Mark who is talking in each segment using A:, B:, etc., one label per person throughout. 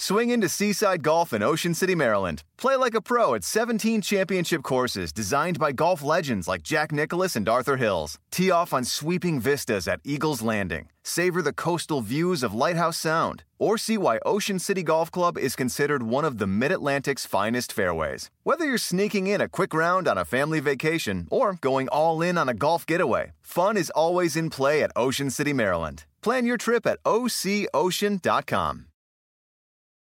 A: Swing into Seaside Golf in Ocean City, Maryland. Play like a pro at 17 championship courses designed by golf legends like Jack Nicholas and Arthur Hills. Tee off on sweeping vistas at Eagles Landing. Savor the coastal views of Lighthouse Sound. Or see why Ocean City Golf Club is considered one of the Mid Atlantic's finest fairways. Whether you're sneaking in a quick round on a family vacation or going all in on a golf getaway, fun is always in play at Ocean City, Maryland. Plan your trip at ococean.com.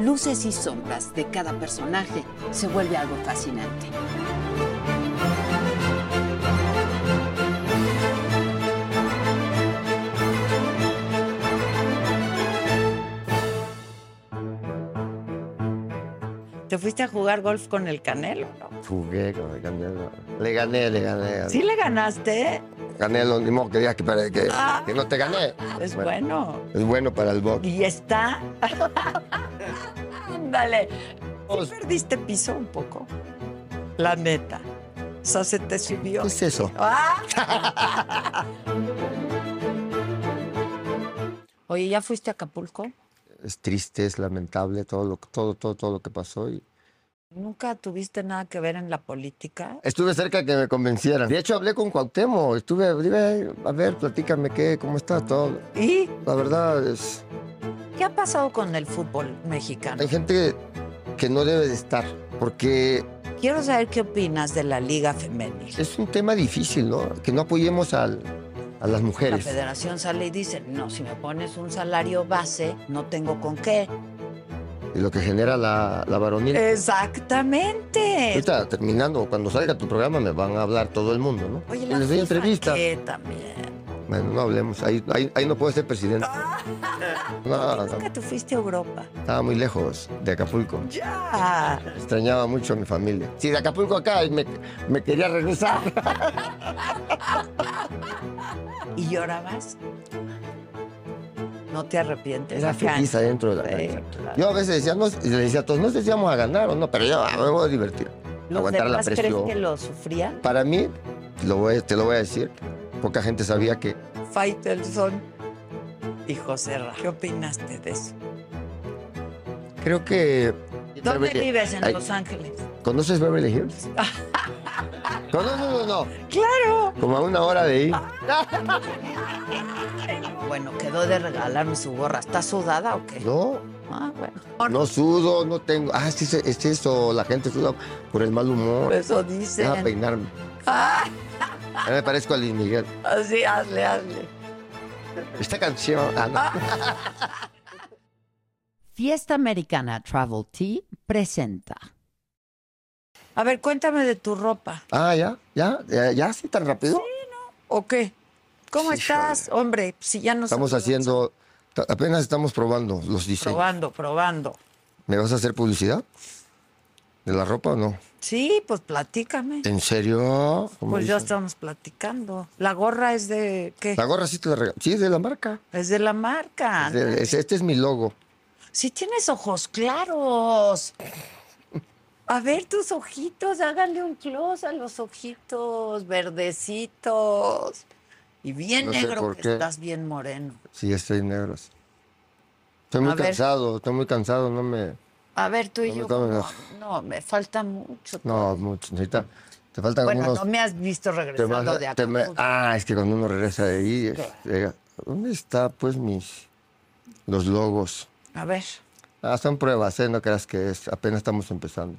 B: luces y sombras de cada personaje se vuelve algo fascinante.
C: ¿Te fuiste a jugar golf con el Canelo? no?
D: Jugué con el Canelo. Le gané, le gané.
C: ¿Sí le ganaste?
D: Canelo, ni modo que digas que, para- que- que no te gané.
C: Ah. Es Pues bueno.
D: Es bueno para el box.
C: Y está. Ándale.
D: Pues
C: Sí perdiste piso un poco. La neta. O sea, se te subió.
D: ¿Qué es eso?
C: ¡Ah! Oye, ¿ya fuiste a Acapulco?
D: Es triste, es lamentable todo lo, todo, todo, todo lo que pasó. Y
C: ¿Nunca tuviste nada que ver en la política?
D: estuve cerca que me convencieran. De hecho, hablé con Cuauhtémoc. Estuve, dije, "Ay, a ver, platícame qué, cómo está todo.
C: ¿Y
D: La verdad es,
C: qué ha pasado con el fútbol mexicano?
D: hay gente que no debe de estar, porque
C: Quiero saber qué opinas de la Liga Femenil.
D: es un tema difícil, ¿no? Que no apoyemos al- a las
C: La
D: mujeres.
C: federación sale y dice, no, si me pones un salario base, no tengo con qué.
D: Y lo que genera la, la varonil.
C: Exactamente.
D: Ahorita terminando, cuando salga tu programa me van a hablar todo el mundo, ¿no?
C: Oye, la
D: Les doy
C: FIFA,
D: entrevistas.
C: ¿qué también.
D: Bueno, no hablemos, ahí, ahí, ahí no puedo ser presidente. No, no,
C: Nunca tú fuiste a Europa. Ah,
D: estaba muy lejos de Acapulco.
C: Ya.
D: Extrañaba mucho a mi familia. Sí, de Acapulco acá y me, me quería regresar.
C: ¿Y llorabas? ¿No te arrepientes?
D: Era
C: Acá.
D: feliz adentro de la
C: Sí,
D: cancha.
C: claro.
D: Yo a veces decía, no, y le decía a todos, no sé si vamos a ganar o no, pero yo ah, me voy a divertir.
C: ¿Los
D: aguantar la
C: demás crees
D: presión.
C: que lo sufrían?
D: Para mí, lo voy- te lo voy a decir, poca gente sabía que
C: Faitelson y José Ra. ¿Qué opinaste de eso?
D: creo que...
C: ¿Dónde
D: Beverly-
C: vives? En
D: Ay,
C: Los Ángeles.
D: ¿Conoces Beverly Hills? ¿Conoces o no?
C: ¡Claro!
D: Como a una hora de ahí.
C: Bueno, quedó de regalarme su gorra. ¿Está sudada o qué?
D: No,
C: Ah, bueno.
D: no sudo, no tengo. Ah, sí, sí, es eso, la gente suda por el mal humor.
C: Eso dice.
D: Deja peinarme. Ya me parezco a Luis Miguel.
C: Así, Ah, hazle, hazle.
D: Esta canción. Ah, no.
E: Fiesta Americana Travel Tea presenta.
C: A ver, cuéntame de tu ropa.
D: Ah, ya, ya, ya, ya, sí, tan rápido.
C: ¿O qué? ¿Cómo
D: Sí,
C: estás? Hombre, si ya nos
D: Estamos haciendo. ta- Apenas estamos probando los diseños.
C: Probando, probando.
D: ¿Me vas a hacer publicidad? ¿De la ropa o no?
C: Sí, pues platícame.
D: ¿En serio? ¿Cómo
C: Pues ya
D: dices?
C: estamos platicando. La gorra es de qué?
D: La gorra sí te la regalo. Sí, es de la marca.
C: Es de la marca.
D: Es de- es- este es mi logo.
C: Sí tienes ojos claros. A ver tus ojitos, háganle un close a los ojitos verdecitos. Y bien
D: No sé
C: negro
D: por
C: que
D: qué.
C: estás bien moreno.
D: Sí, estoy negro. sí. Estoy muy
C: A ver.
D: cansado, estoy muy cansado, no me.
C: A ver, tú y
D: No,
C: yo.
D: no, no.
C: No, no, me falta mucho.
D: No, mucho, necesita. Te faltan
C: bueno,
D: unos.
C: no me has visto
D: te vas
C: regresando
D: a-
C: de acá.
D: te me- ah, es que cuando uno regresa de ahí. eh, es- llega- ¿Dónde está, pues, mis. los logos?
C: A ver.
D: Ah, son pruebas, ¿eh? No creas que es. Apenas estamos empezando.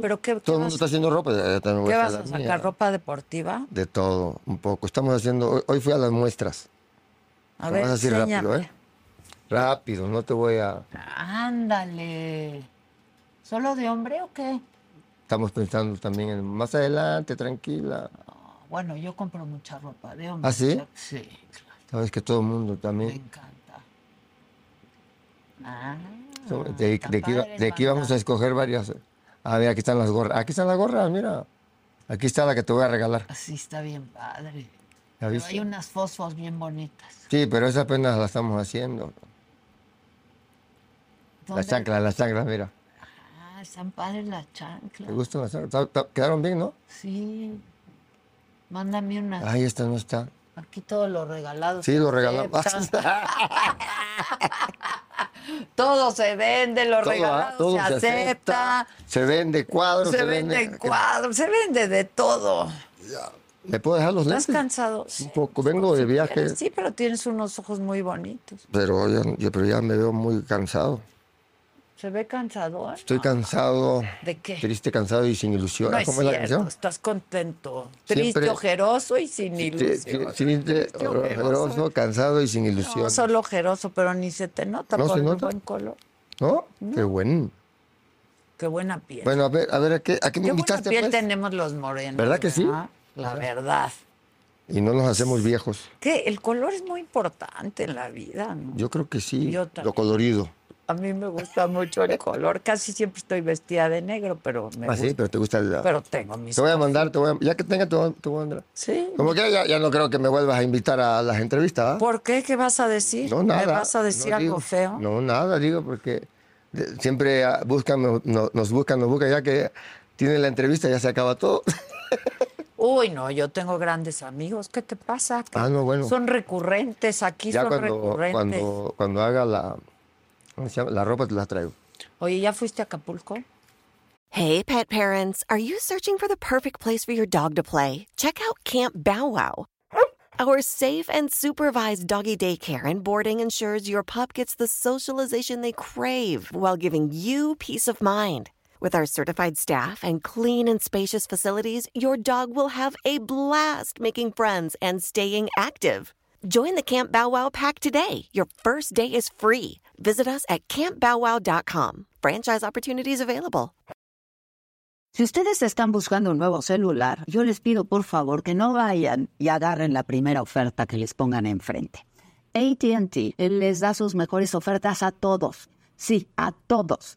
C: ¿Pero qué, qué
D: Todo el
C: vas,
D: mundo está haciendo ropa. eh, también voy
C: qué
D: a
C: vas
D: hacer
C: a
D: la
C: sacar?
D: mía.
C: ¿Ropa deportiva?
D: De todo, un poco. Estamos haciendo. Hoy, hoy fui a las muestras.
C: A
D: Lo
C: ver,
D: vas a decir
C: enséñame.
D: rápido, ¿eh? Rápido, no te voy a.
F: Ándale. ¿Solo de hombre o qué?
D: Estamos pensando también en más adelante, tranquila.
F: Bueno, yo compro mucha ropa de hombre.
D: ¿Ah, sí?
F: Sí, claro,
D: Sabes que todo el mundo
F: me
D: también.
F: encanta. Ah,
D: so- De,
F: está
D: de aquí, iba-
F: padre,
D: de aquí vamos a
F: Magda.
D: escoger varias. Ah, mira, aquí están las gorras. Aquí están las gorras, mira. Aquí está la que te voy a regalar.
F: Sí, está bien padre.
D: ¿La
F: Pero
D: viste?
F: hay unas fosfos bien bonitas.
D: Sí, pero esa apenas la estamos haciendo.
F: ¿Dónde-
D: Las chanclas, las chanclas, mira.
F: Ah, están padres las chanclas.
D: ¿Te gustan las chanclas? Ta- ta- Quedaron bien, ¿no?
F: Sí. Mándame unas.
D: Ay, esta no está.
F: Aquí todo lo regalado.
D: Ah. Sí,
F: se
D: lo regalamos.
F: acepta.
C: Todo se vende, lo
D: Todo,
C: regalado
D: ah, todo
C: se, acepta,
D: Se eh, vende cuadros,
C: se vende cuadros, se vende de todo.
D: ¿Me puedo dejar los
C: ¿Estás
D: lentes?
C: cansado?
D: Un
C: Sí,
D: poco, vengo de viaje,
C: sí, pero tienes unos ojos muy bonitos.
D: pero ya, yo- pero ya me veo muy cansado.
C: Se ve cansado, ¿eh?
D: Estoy cansado,
C: ¿De qué?
D: triste, cansado y sin ilusión.
C: No
D: Ah,
C: es
D: ¿Cómo es la
C: cierto,
D: canción?
C: estás contento, triste,
D: Siempre-
C: ojeroso y sin
D: Tri-
C: ilusión.
D: tri- Triste,
C: Qué ojeroso.
D: ojeroso, cansado y sin ilusión.
C: No, solo ojeroso, pero ni se te nota
D: ¿No
C: por
D: se
C: el
D: nota?
C: buen color.
D: ¿No? Qué bueno.
C: Qué buena piel.
D: Bueno, a ver, a ver, ¿a qué, a qué me
C: Qué buena
D: invitaste?
C: piel
D: pues?
C: tenemos los morenos.
D: ¿Verdad que sí?
C: La verdad.
D: Y no nos hacemos viejos.
C: Que el color es muy importante en la vida, ¿no?
D: Yo creo que sí,
C: Yo
D: lo
C: también.
D: colorido.
C: A mí me gusta mucho el color. Casi siempre estoy vestida de negro, pero me
D: Ah, sí,
C: gusta.
D: pero te gusta el...
C: Pero tengo mis.
D: Te voy a mandar, te voy a- ya que tenga, te voy, a- te voy a mandar.
C: Sí.
D: Como que ya, ya no creo que me vuelvas a invitar a las entrevistas. ¿ah?
C: ¿Por qué? ¿Qué vas a decir?
D: No, nada.
C: ¿Me vas a decir
D: no
C: algo
D: digo-
C: feo?
D: No, nada, digo, porque de- siempre ah, buscan, no- no- nos buscan, nos buscan, ya que tienen la entrevista, ya se acaba todo.
C: Uy, no, yo tengo grandes amigos. ¿Qué te pasa? ¿Qué-
D: Ah, no, bueno.
C: Son recurrentes, aquí
D: ya
C: son
D: cuando,
C: recurrentes.
D: cuando, cuando haga la, ¿cómo se llama? la ropa, te la traigo.
C: Oye, ¿ya fuiste a Acapulco?
G: Hey, pet parents, are you searching for the perfect place for your dog to play? Check out Camp Bow Wow. Our safe and supervised doggy daycare and boarding ensures your pup gets the socialization they crave while giving you peace of mind. With our certified staff and clean and spacious facilities, your dog will have a blast making friends and staying active. Join the Camp Bow Wow Pack today. Your first day is free. Visit us at campbowwow.com. Franchise opportunities available.
H: Si ustedes están buscando un nuevo celular, yo les pido por favor que no vayan y agarren la primera oferta que les pongan enfrente. ATT les da sus mejores ofertas a todos. Sí, a todos.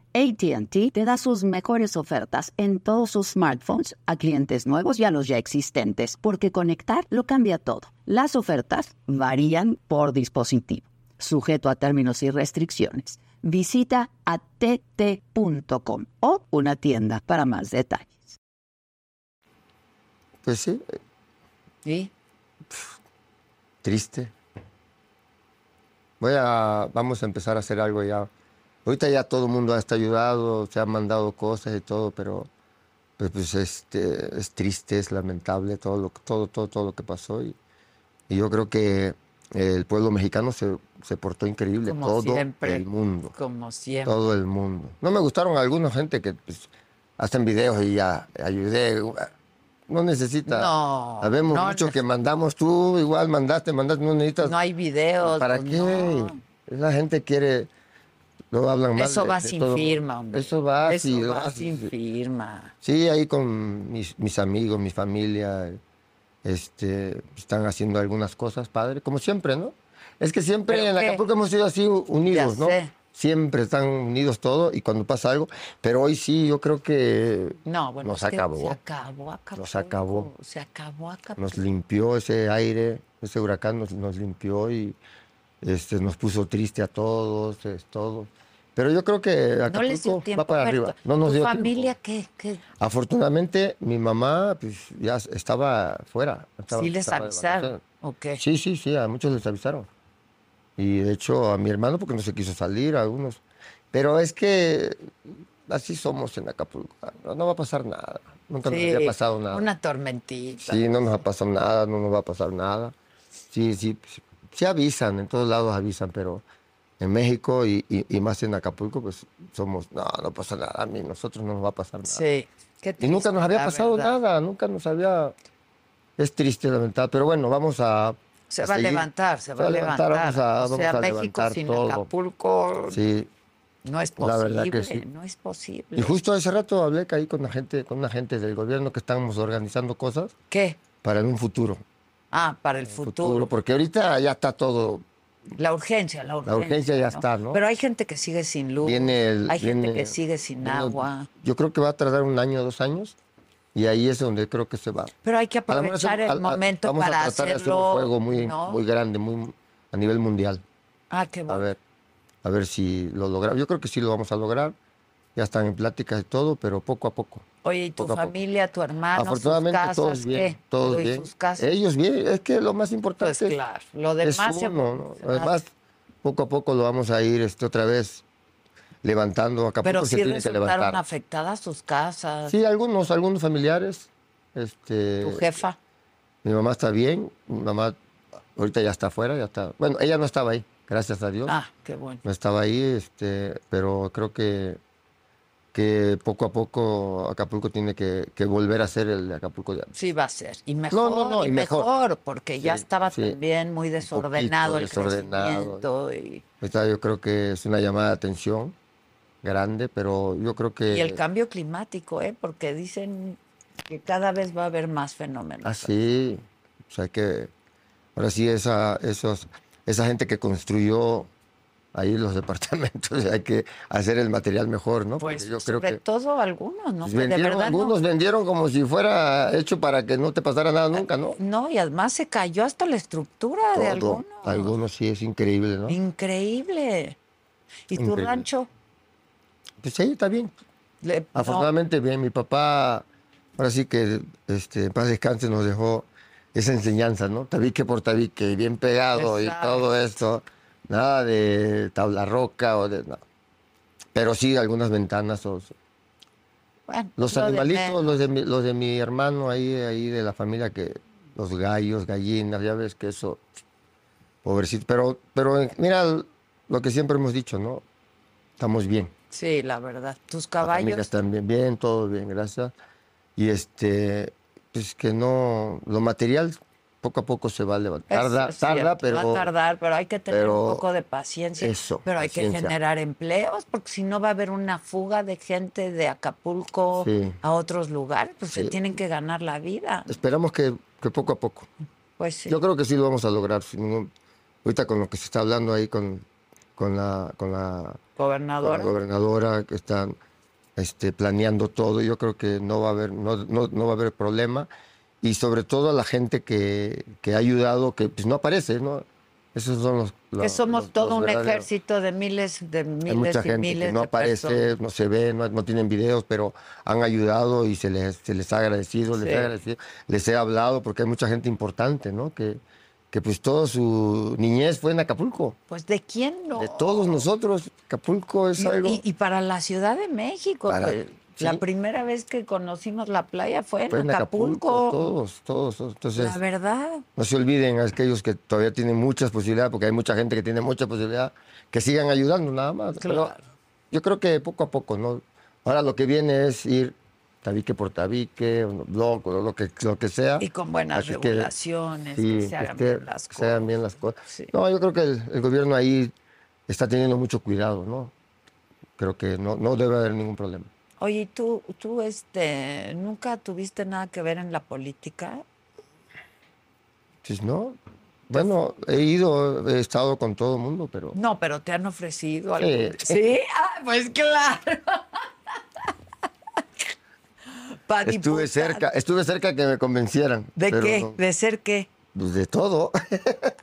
H: ATT te da sus mejores ofertas en todos sus smartphones a clientes nuevos y a los ya existentes, porque conectar lo cambia todo. Las ofertas varían por dispositivo, sujeto a términos y restricciones. Visita att.com o una tienda para más detalles.
D: Pues sí, eh,
C: Sí.
D: triste. Voy a, vamos a empezar a hacer algo ya. Ahorita ya todo el mundo está ayudado, se han mandado cosas y todo, pero pues, pues, este, es triste, es lamentable todo lo, todo, todo, todo lo que pasó. Y, y yo creo que el pueblo mexicano se, se portó increíble,
C: Como
D: todo
C: siempre.
D: el mundo.
C: Como siempre.
D: Todo el mundo. No me gustaron algunos gente que pues, hacen videos y ya ayudé. No necesita.
C: No,
D: Sabemos
C: no
D: mucho
C: nece-
D: que mandamos tú, igual mandaste, mandaste, no necesitas.
C: No hay videos.
D: ¿Para
C: pues,
D: qué?
C: no.
D: La gente quiere. No hablan mal.
C: Eso
D: de-
C: va
D: de
C: sin
D: todo.
C: firma, hombre.
D: Eso va,
C: Eso
D: sí,
C: va
D: va,
C: sin
D: sí.
C: firma.
D: Sí, ahí con mis, mis amigos, mi familia, este, están haciendo algunas cosas, padre, como siempre, ¿no? Es que siempre
C: ¿Pero
D: en
C: qué?
D: Acapulco hemos sido así u- unidos, ¿no?
C: sé.
D: Siempre están unidos todos y cuando pasa algo, pero hoy sí, yo creo que
C: No, bueno.
D: Nos
C: es que
D: acabó.
C: Se acabó Acapulco.
D: Nos acabó.
C: Se acabó Acapulco.
D: nos limpió ese aire, ese huracán nos, nos limpió y este, nos puso triste a todos, es, todo. Pero yo creo que
C: No les dio
D: Acapulco
C: tiempo.
D: va para
C: Pero
D: arriba. No nos
C: ¿Tu
D: dio tiempo.
C: familia qué? qué?
D: Afortunadamente, mi mamá pues, ya estaba fuera. estaba-
C: ¿Sí les
D: estaba de
C: avisaron?
D: vacaciones.
C: ¿O qué?
D: Sí, sí, sí, a muchos les avisaron. Y de hecho a mi hermano porque no se quiso salir, a algunos. Pero es que así somos en Acapulco. No, no va a pasar nada. Nunca
C: Sí,
D: nos había pasado nada.
C: Una tormentita.
D: Sí, no nos ha pasado nada, no nos va a pasar nada. Sí, sí, pues, sí avisan, en todos lados avisan, pero en México y, y- y más en Acapulco, pues somos, no, no pasa nada, a mí, nosotros no nos va a pasar nada.
C: Sí. Qué
D: Y nunca
C: triste,
D: nos había
C: la
D: pasado
C: verdad.
D: nada, nunca nos había... Es triste, lamentable, pero bueno, vamos a...
C: Se
D: a
C: va a
D: seguir.
C: levantar, se va a levantar.
D: Vamos a,
C: o
D: vamos
C: sea,
D: a
C: México
D: levantar
C: sin
D: todo.
C: Acapulco
D: Sí.
C: no es
D: la
C: posible.
D: verdad que sí.
C: No es posible.
D: Y justo hace rato hablé que ahí con la gente, con la gente del gobierno que estábamos organizando cosas
C: ¿Qué?
D: para en un futuro.
C: Ah, para el futuro.
D: Porque ahorita ya está todo
C: La urgencia, la urgencia.
D: urgencia ya está, ¿no?
C: Pero hay gente que sigue sin luz.
D: Viene el-
C: hay gente
D: viene-
C: que sigue sin
D: viene-
C: agua.
D: Yo creo que va a tardar un año, dos años, y ahí es donde creo que se va.
C: Pero hay que
D: A lo mejor hace-
C: aprovechar
D: a-
C: el
D: a-
C: momento
D: vamos
C: para
D: a tratar de hacer
C: hacerlo.
D: un juego muy,
C: ¿no?
D: muy grande, muy a nivel mundial.
C: Ah, qué
D: A
C: bueno.
D: ver, a ver si lo logramos. Yo creo que sí lo vamos a lograr. Ya están en pláticas y todo, pero poco a poco.
C: Oye, ¿y tu
D: poco a poco.
C: familia, tu hermano,
D: Afortunadamente
C: Ah, sus casas,
D: todos bien,
C: qué?
D: todos
C: Pero, ¿y
D: bien.
C: sus casas?
D: Ellos bien, es que lo más importante
C: Pues claro, lo
D: es
C: demás se-
D: uno, ¿no?
C: se
D: Además, poco a poco lo vamos a ir este, otra vez levantando. Acapulco
C: Pero
D: se
C: sí
D: tiene que
C: resultaron
D: levantar.
C: afectadas sus casas,
D: Sí, algunos, algunos familiares. Este,
C: tu jefa.
D: Mi mamá está bien, mi mamá ahorita ya está afuera, ya está. Bueno, ella no estaba ahí, gracias a Dios.
C: Ah, qué bueno.
D: No estaba ahí, este, pero creo que, que poco a poco Acapulco tiene que, que volver a ser el de Acapulco de antes.
C: Sí va a ser. Y mejor,
D: no, no,
C: y
D: y mejor.
C: mejor, porque ya
D: Sí,
C: estaba
D: sí.
C: también muy desordenado el
D: desordenado.
C: crecimiento y,
D: Ahorita yo creo que es una llamada de atención grande, pero yo creo que...
C: y el cambio climático, ¿eh? Porque dicen que cada vez va a haber más fenómenos.
D: Ah, Así, o sea que ahora sí esa, esos, esa gente que construyó ahí los departamentos, hay que hacer el material mejor, ¿no? Porque
C: Pues
D: yo creo
C: sobre
D: que
C: todo algunos, ¿no?
D: pues,
C: Que de
D: vendieron,
C: verdad no-
D: algunos vendieron como si fuera hecho para que no te pasara nada nunca, ¿no?
C: No, y además se cayó hasta la estructura de
D: Todo.
C: algunos.
D: Algunos sí es increíble, ¿no?
C: Increíble. ¿Y tu
D: Increíble.
C: rancho?
D: Pues sí, está bien.
C: Le- no,
D: Afortunadamente bien, mi papá, ahora sí que este, en paz descanse nos dejó esa enseñanza, ¿no? Tabique por tabique, bien pegado
C: Exacto.
D: y todo esto. Nada de tabla roca o de... no. Pero sí algunas ventanas. o-
C: bueno,
D: los
C: lo de
D: animalitos,
C: menos.
D: los de, mi, los de mi hermano ahí, ahí de la familia, que los gallos, gallinas, ya ves que eso... Pobrecito, pero, pero eh, mira lo que siempre hemos dicho, ¿no? Estamos bien.
C: Sí, la verdad. Tus
D: Las familias
C: caballos.
D: están bien, bien, todo bien, gracias. Y este, pues que no, lo material poco a poco se va a levantar.
C: Eso
D: Tarda,
C: es
D: tarda,
C: cierto,
D: pero
C: Va a tardar, pero hay que tener
D: pero
C: un poco de paciencia.
D: eso,
C: pero hay que
D: paciencia.
C: generar empleos, porque si no va a haber una fuga de gente de Acapulco
D: Sí.
C: a otros lugares, pues se
D: Sí.
C: tienen que ganar la vida.
D: esperamos que, que poco a poco.
C: Pues sí.
D: Yo creo que sí lo vamos a lograr. sin ningún- ahorita con lo que se está hablando ahí con, con la, con la con la
C: Gobernadora.
D: gobernadora que están este, planeando todo. Yo creo que no va a haber, no, no- no va a haber problema. Y sobre todo a la gente que, que ha ayudado, que pues, no aparece, ¿no? Esos son los.
C: que
D: los-
C: somos
D: los-
C: todo
D: los
C: un
D: verdaderos.
C: ejército de miles, de
D: Hay
C: miles
D: mucha
C: y
D: gente
C: miles
D: que no
C: de
D: aparece,
C: personas.
D: no se ve, no, no tienen videos, pero han ayudado y se les, se les ha agradecido, les,
C: Sí.
D: he agradecido, les he hablado, porque hay mucha gente importante, ¿no? Que, que pues toda su niñez fue en Acapulco.
C: Pues de quién no.
D: De todos nosotros, Acapulco es
C: No,
D: algo...
C: Y, y para la Ciudad de México,
D: Para-
C: pues, la
D: sí.
C: primera vez que conocimos la playa fue en,
D: Fue Pues, en
C: Acapulco.
D: Todos, todos. todos. Entonces,
C: La verdad.
D: no se olviden a aquellos que todavía tienen muchas posibilidades, porque hay mucha gente que tiene mucha posibilidad, que sigan ayudando nada más. Pero
C: Claro.
D: yo creo que poco a poco, ¿no? Ahora lo que viene es ir tabique por tabique, blog, o lo que, lo que sea.
C: Y con buenas
D: Así que,
C: regulaciones, que,
D: sí,
C: se hagan
D: esté-
C: bien las
D: que se hagan bien
C: cosas.
D: las cosas.
C: Sí.
D: No, yo creo que el, el gobierno ahí está teniendo mucho cuidado, ¿no? Creo que no, no debe haber ningún problema.
C: Oye, ¿y tú, tú este, nunca tuviste nada que ver en la política?
D: Entonces, Pues no.
C: Pues
D: Bueno, he ido, he estado con todo el mundo, pero...
C: No, pero te han ofrecido
D: Sí.
C: algo. ¿Sí? Ah, pues claro. Pa'
D: Estuve
C: diputada.
D: cerca, estuve cerca que me convencieran.
C: ¿De
D: pero
C: qué?
D: no,
C: ¿De ser qué?
D: pues de todo.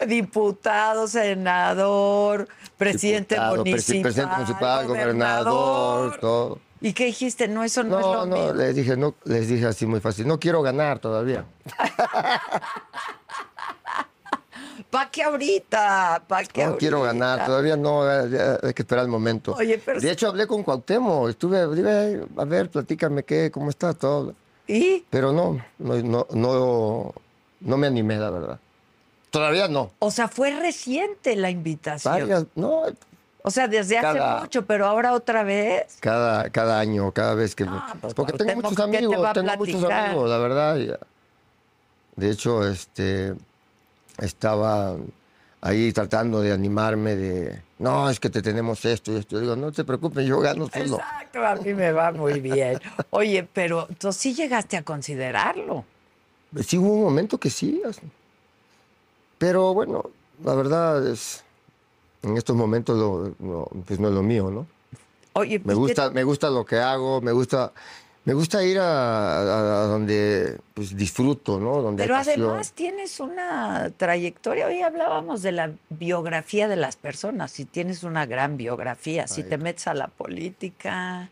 C: Diputado, senador, presidente
D: Diputado, presi-
C: municipal.
D: presidente municipal, gobernador, todo.
C: ¿Y qué dijiste? No, eso no, es
D: No,
C: lo
D: no,
C: mismo.
D: les dije, no, les dije así muy fácil, no quiero ganar todavía.
C: ¿Para qué ahorita? ¿Para qué
D: No quiero
C: ahorita?
D: ganar, todavía no, eh, ya hay que esperar el momento.
C: Oye, pero-
D: De hecho, hablé con Cuauhtémoc, estuve, dije, "Ay, a ver, platícame qué, cómo está todo.
C: ¿Y?
D: Pero no, no, no, no, no me animé, la verdad. Todavía no.
C: O sea, fue reciente la invitación.
D: Varias, no,
C: O sea, desde hace
D: Cada-
C: mucho, pero ahora otra vez.
D: cada, cada año, cada vez que...
C: Ah, pues,
D: porque tengo
C: Cuauhtémoc,
D: muchos
C: ¿qué te va
D: amigos,
C: a
D: tengo muchos
C: platicar?
D: amigos, la verdad. y, de hecho, este, estaba ahí tratando de animarme de, no, es que te tenemos esto y esto. Yo digo, no te preocupes, yo gano solo.
C: Exacto, a mí me va muy bien. Oye, pero tú sí llegaste a considerarlo.
D: Sí hubo un momento que sí. así. Pero bueno, la verdad es, en estos momentos lo- lo- pues no es lo mío, ¿no?
C: Oye, pues,
D: Me
C: ¿y qué-
D: gusta, me gusta lo que hago, me gusta, me gusta ir a, a- a donde pues, disfruto, ¿no? Donde hay
C: Pero
D: pasión.
C: además tienes una trayectoria. Hoy hablábamos de la biografía de las personas. Si tienes una gran biografía, si
D: Ay.
C: te metes a la política,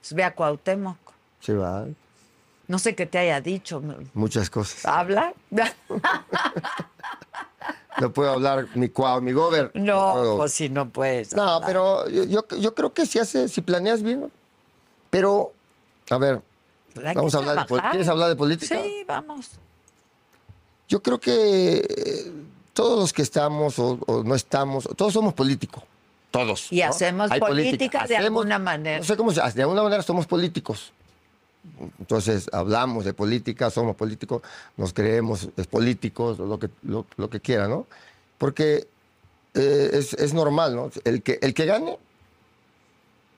C: pues ve a Cuauhtémoc.
D: Sí, va,
C: No sé qué te haya dicho. ¿no?
D: muchas cosas.
C: ¿Habla?
D: No puedo hablar mi cuau, mi gober.
C: No,
D: puedo.
C: pues si no puedes.
D: No,
C: hablar.
D: pero yo, yo- yo creo que si haces, si planeas bien, ¿no? pero, a ver,
C: Pero hay que
D: vamos a hablar de, pol-
C: trabajar.
D: ¿quieres hablar de política?
C: Sí, vamos.
D: Yo creo que eh, todos los que estamos o, o no estamos, todos somos políticos. Todos.
C: Y hacemos política de alguna manera.
D: No sé cómo se hace. De alguna manera somos políticos. Entonces hablamos de política, somos políticos, nos creemos eh, políticos, lo que, lo, lo que quiera, ¿no? Porque eh, es, es normal, ¿no? El que, el que gane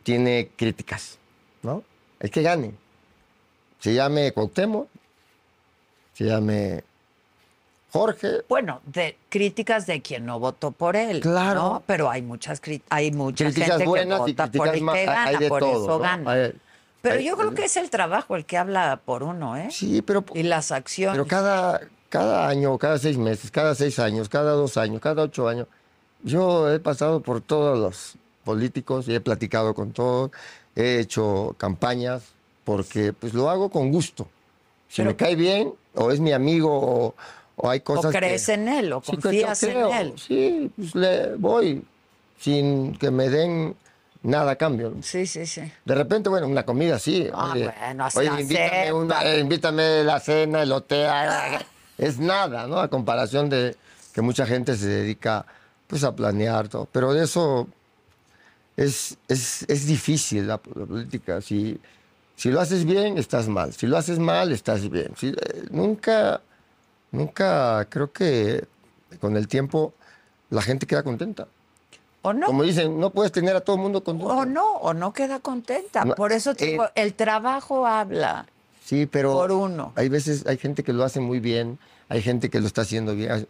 D: tiene críticas, ¿no? El que gane. Se llame Cuauhtémoc, se llame Jorge,
C: Bueno, de críticas de quien no votó por él.
D: Claro.
C: ¿no? Pero hay muchas cri- hay mucha
D: críticas
C: gente
D: buenas
C: que
D: y
C: vota por
D: críticas
C: el
D: más.
C: que gana,
D: Hay de
C: por
D: todo.
C: eso
D: ¿no?
C: gana.
D: Hay-
C: pero
D: hay-
C: yo creo que es el trabajo el que habla por uno, ¿eh?
D: Sí, pero,
C: Y las acciones.
D: pero cada, cada año, cada seis meses, cada seis años, cada dos años, cada ocho años, yo he pasado por todos los políticos y he platicado con todos, he hecho campañas, porque pues lo hago con gusto. Si
C: Pero-
D: me cae bien, o es mi amigo, o, o hay
C: o
D: cosas
C: crees
D: que...
C: en él, o
D: Sí, que
C: confías
D: yo creo,
C: en él.
D: Sí, pues le voy sin que me den nada a cambio. ¿no?
C: Sí, sí, sí.
D: De repente, bueno, una comida sí.
C: Ah, bueno, así
D: oye,
C: la
D: invítame,
C: cena.
D: una- eh, invítame la cena, el hotel. ah, ah, Es nada, ¿no? A comparación de que mucha gente se dedica pues a planear todo. Pero de eso es, es, es difícil la, la política. Si, si lo haces bien, estás mal. Si lo haces mal, estás bien. Si- eh, nunca, nunca creo que con el tiempo la gente queda contenta.
C: O no,
D: Como dicen, no puedes tener a todo el mundo contento.
C: o no, o no queda contenta.
D: No,
C: Por eso te
D: eh,
C: digo, el trabajo habla.
D: Sí, pero
C: Por uno.
D: hay veces, hay gente que lo hace muy bien, hay gente que lo está haciendo bien.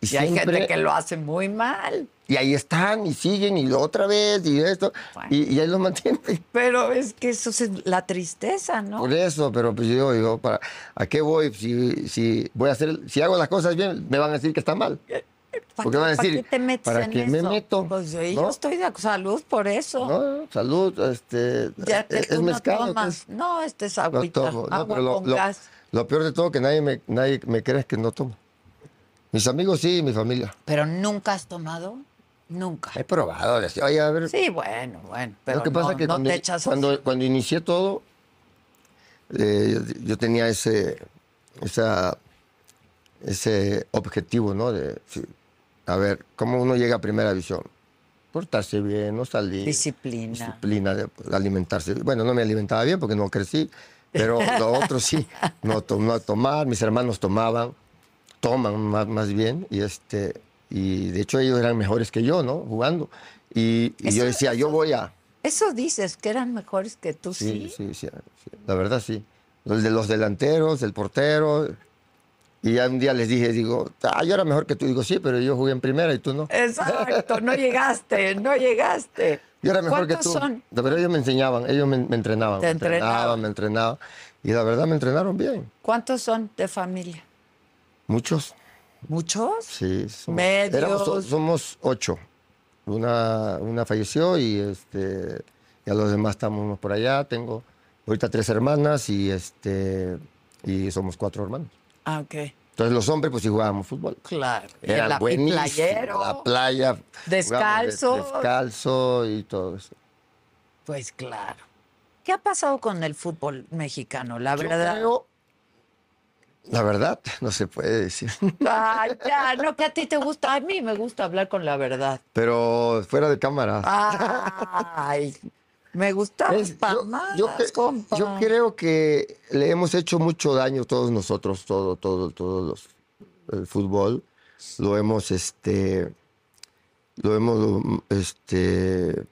D: Y,
C: Y hay gente
D: siempre-
C: que lo hace muy mal.
D: y ahí están, y siguen, y lo otra vez, y esto,
C: Bueno.
D: y, y ahí lo mantienen.
C: Pero es que eso es la tristeza, ¿no?
D: Por eso, pero pues yo digo, ¿para, ¿a qué voy? Si, si voy a hacer, si hago las cosas bien, me van a decir que está mal.
C: ¿Para
D: Porque
C: qué-
D: van a
C: para
D: decir,
C: qué te metes
D: ¿para
C: en
D: qué
C: eso?
D: me meto?
C: Pues sí, yo
D: ¿No?
C: estoy de salud por eso.
D: ¿No? Salud, este,
C: Ya te,
D: es,
C: tú no
D: mezclado.
C: tomas. No, este es
D: No
C: agüita,
D: tomo, no,
C: agua
D: pero lo,
C: con
D: lo-
C: gas.
D: lo peor de todo que nadie me, nadie me cree que no tomo. Mis amigos sí, mi familia.
C: Pero nunca has tomado, nunca.
D: He probado, decía, oye, a ver,
C: Sí, bueno, bueno, pero
D: Eh, lo que pasa
C: no,
D: es que
C: no
D: cuando,
C: te echas así.
D: cuando, cuando inicié todo, eh, yo, yo tenía ese, esa- ese objetivo, ¿no? De, sí, a ver, ¿cómo uno llega a primera visión? Portarse bien, no salir.
C: Disciplina.
D: Disciplina de pues, alimentarse. Bueno, no me alimentaba bien porque no crecí, pero lo otro sí, no, to- no tomar. Mis hermanos tomaban, toman más, más bien, y, este, y de hecho ellos eran mejores que yo, ¿no? Jugando. Y, y
C: Eso-
D: yo decía, yo voy a...
C: Eso dices, que eran mejores que tú,
D: Sí,
C: sí.
D: sí, sí, sí, la verdad sí. Los de los delanteros, el portero. Y ya un día les dije, digo, ah, yo era mejor que tú. Digo, sí, pero yo jugué en primera y tú no.
C: Exacto, no llegaste, no llegaste.
D: Yo era mejor que
C: ¿Cuántos
D: tú.
C: son?
D: La verdad, ellos me enseñaban, ellos me, me entrenaban.
C: Te
D: me entrenaban, me entrenaban. Y la verdad, me entrenaron bien.
C: ¿Cuántos son de familia?
D: Muchos,
C: ¿Muchos?
D: Sí. somos-
C: Medios.
D: éramos- so- somos ocho. Una, una falleció y este ya los demás estamos por allá. Tengo ahorita tres hermanas y este y somos cuatro hermanos.
C: Ah, ok.
D: Entonces los hombres pues sí jugábamos fútbol.
C: Claro. Y
D: Era
C: en la- y
D: buenísimo.
C: playero.
D: La playa. jugábamos de-
C: Descalzos.
D: Descalzo y todo eso.
C: Pues claro. ¿Qué ha pasado con el fútbol mexicano? La
D: Yo
C: verdad.
D: creo- la verdad, no se puede decir.
C: Ay, ya, no, que a ti te gusta. A mí me gusta hablar con la verdad.
D: Pero fuera de cámara.
C: Ay, me gusta
D: Es- yo,
C: más,
D: yo cre-
C: compa.
D: yo creo que le hemos hecho mucho daño todos nosotros, todo, todo, todos los el fútbol. Lo hemos, este, lo hemos, lo- este,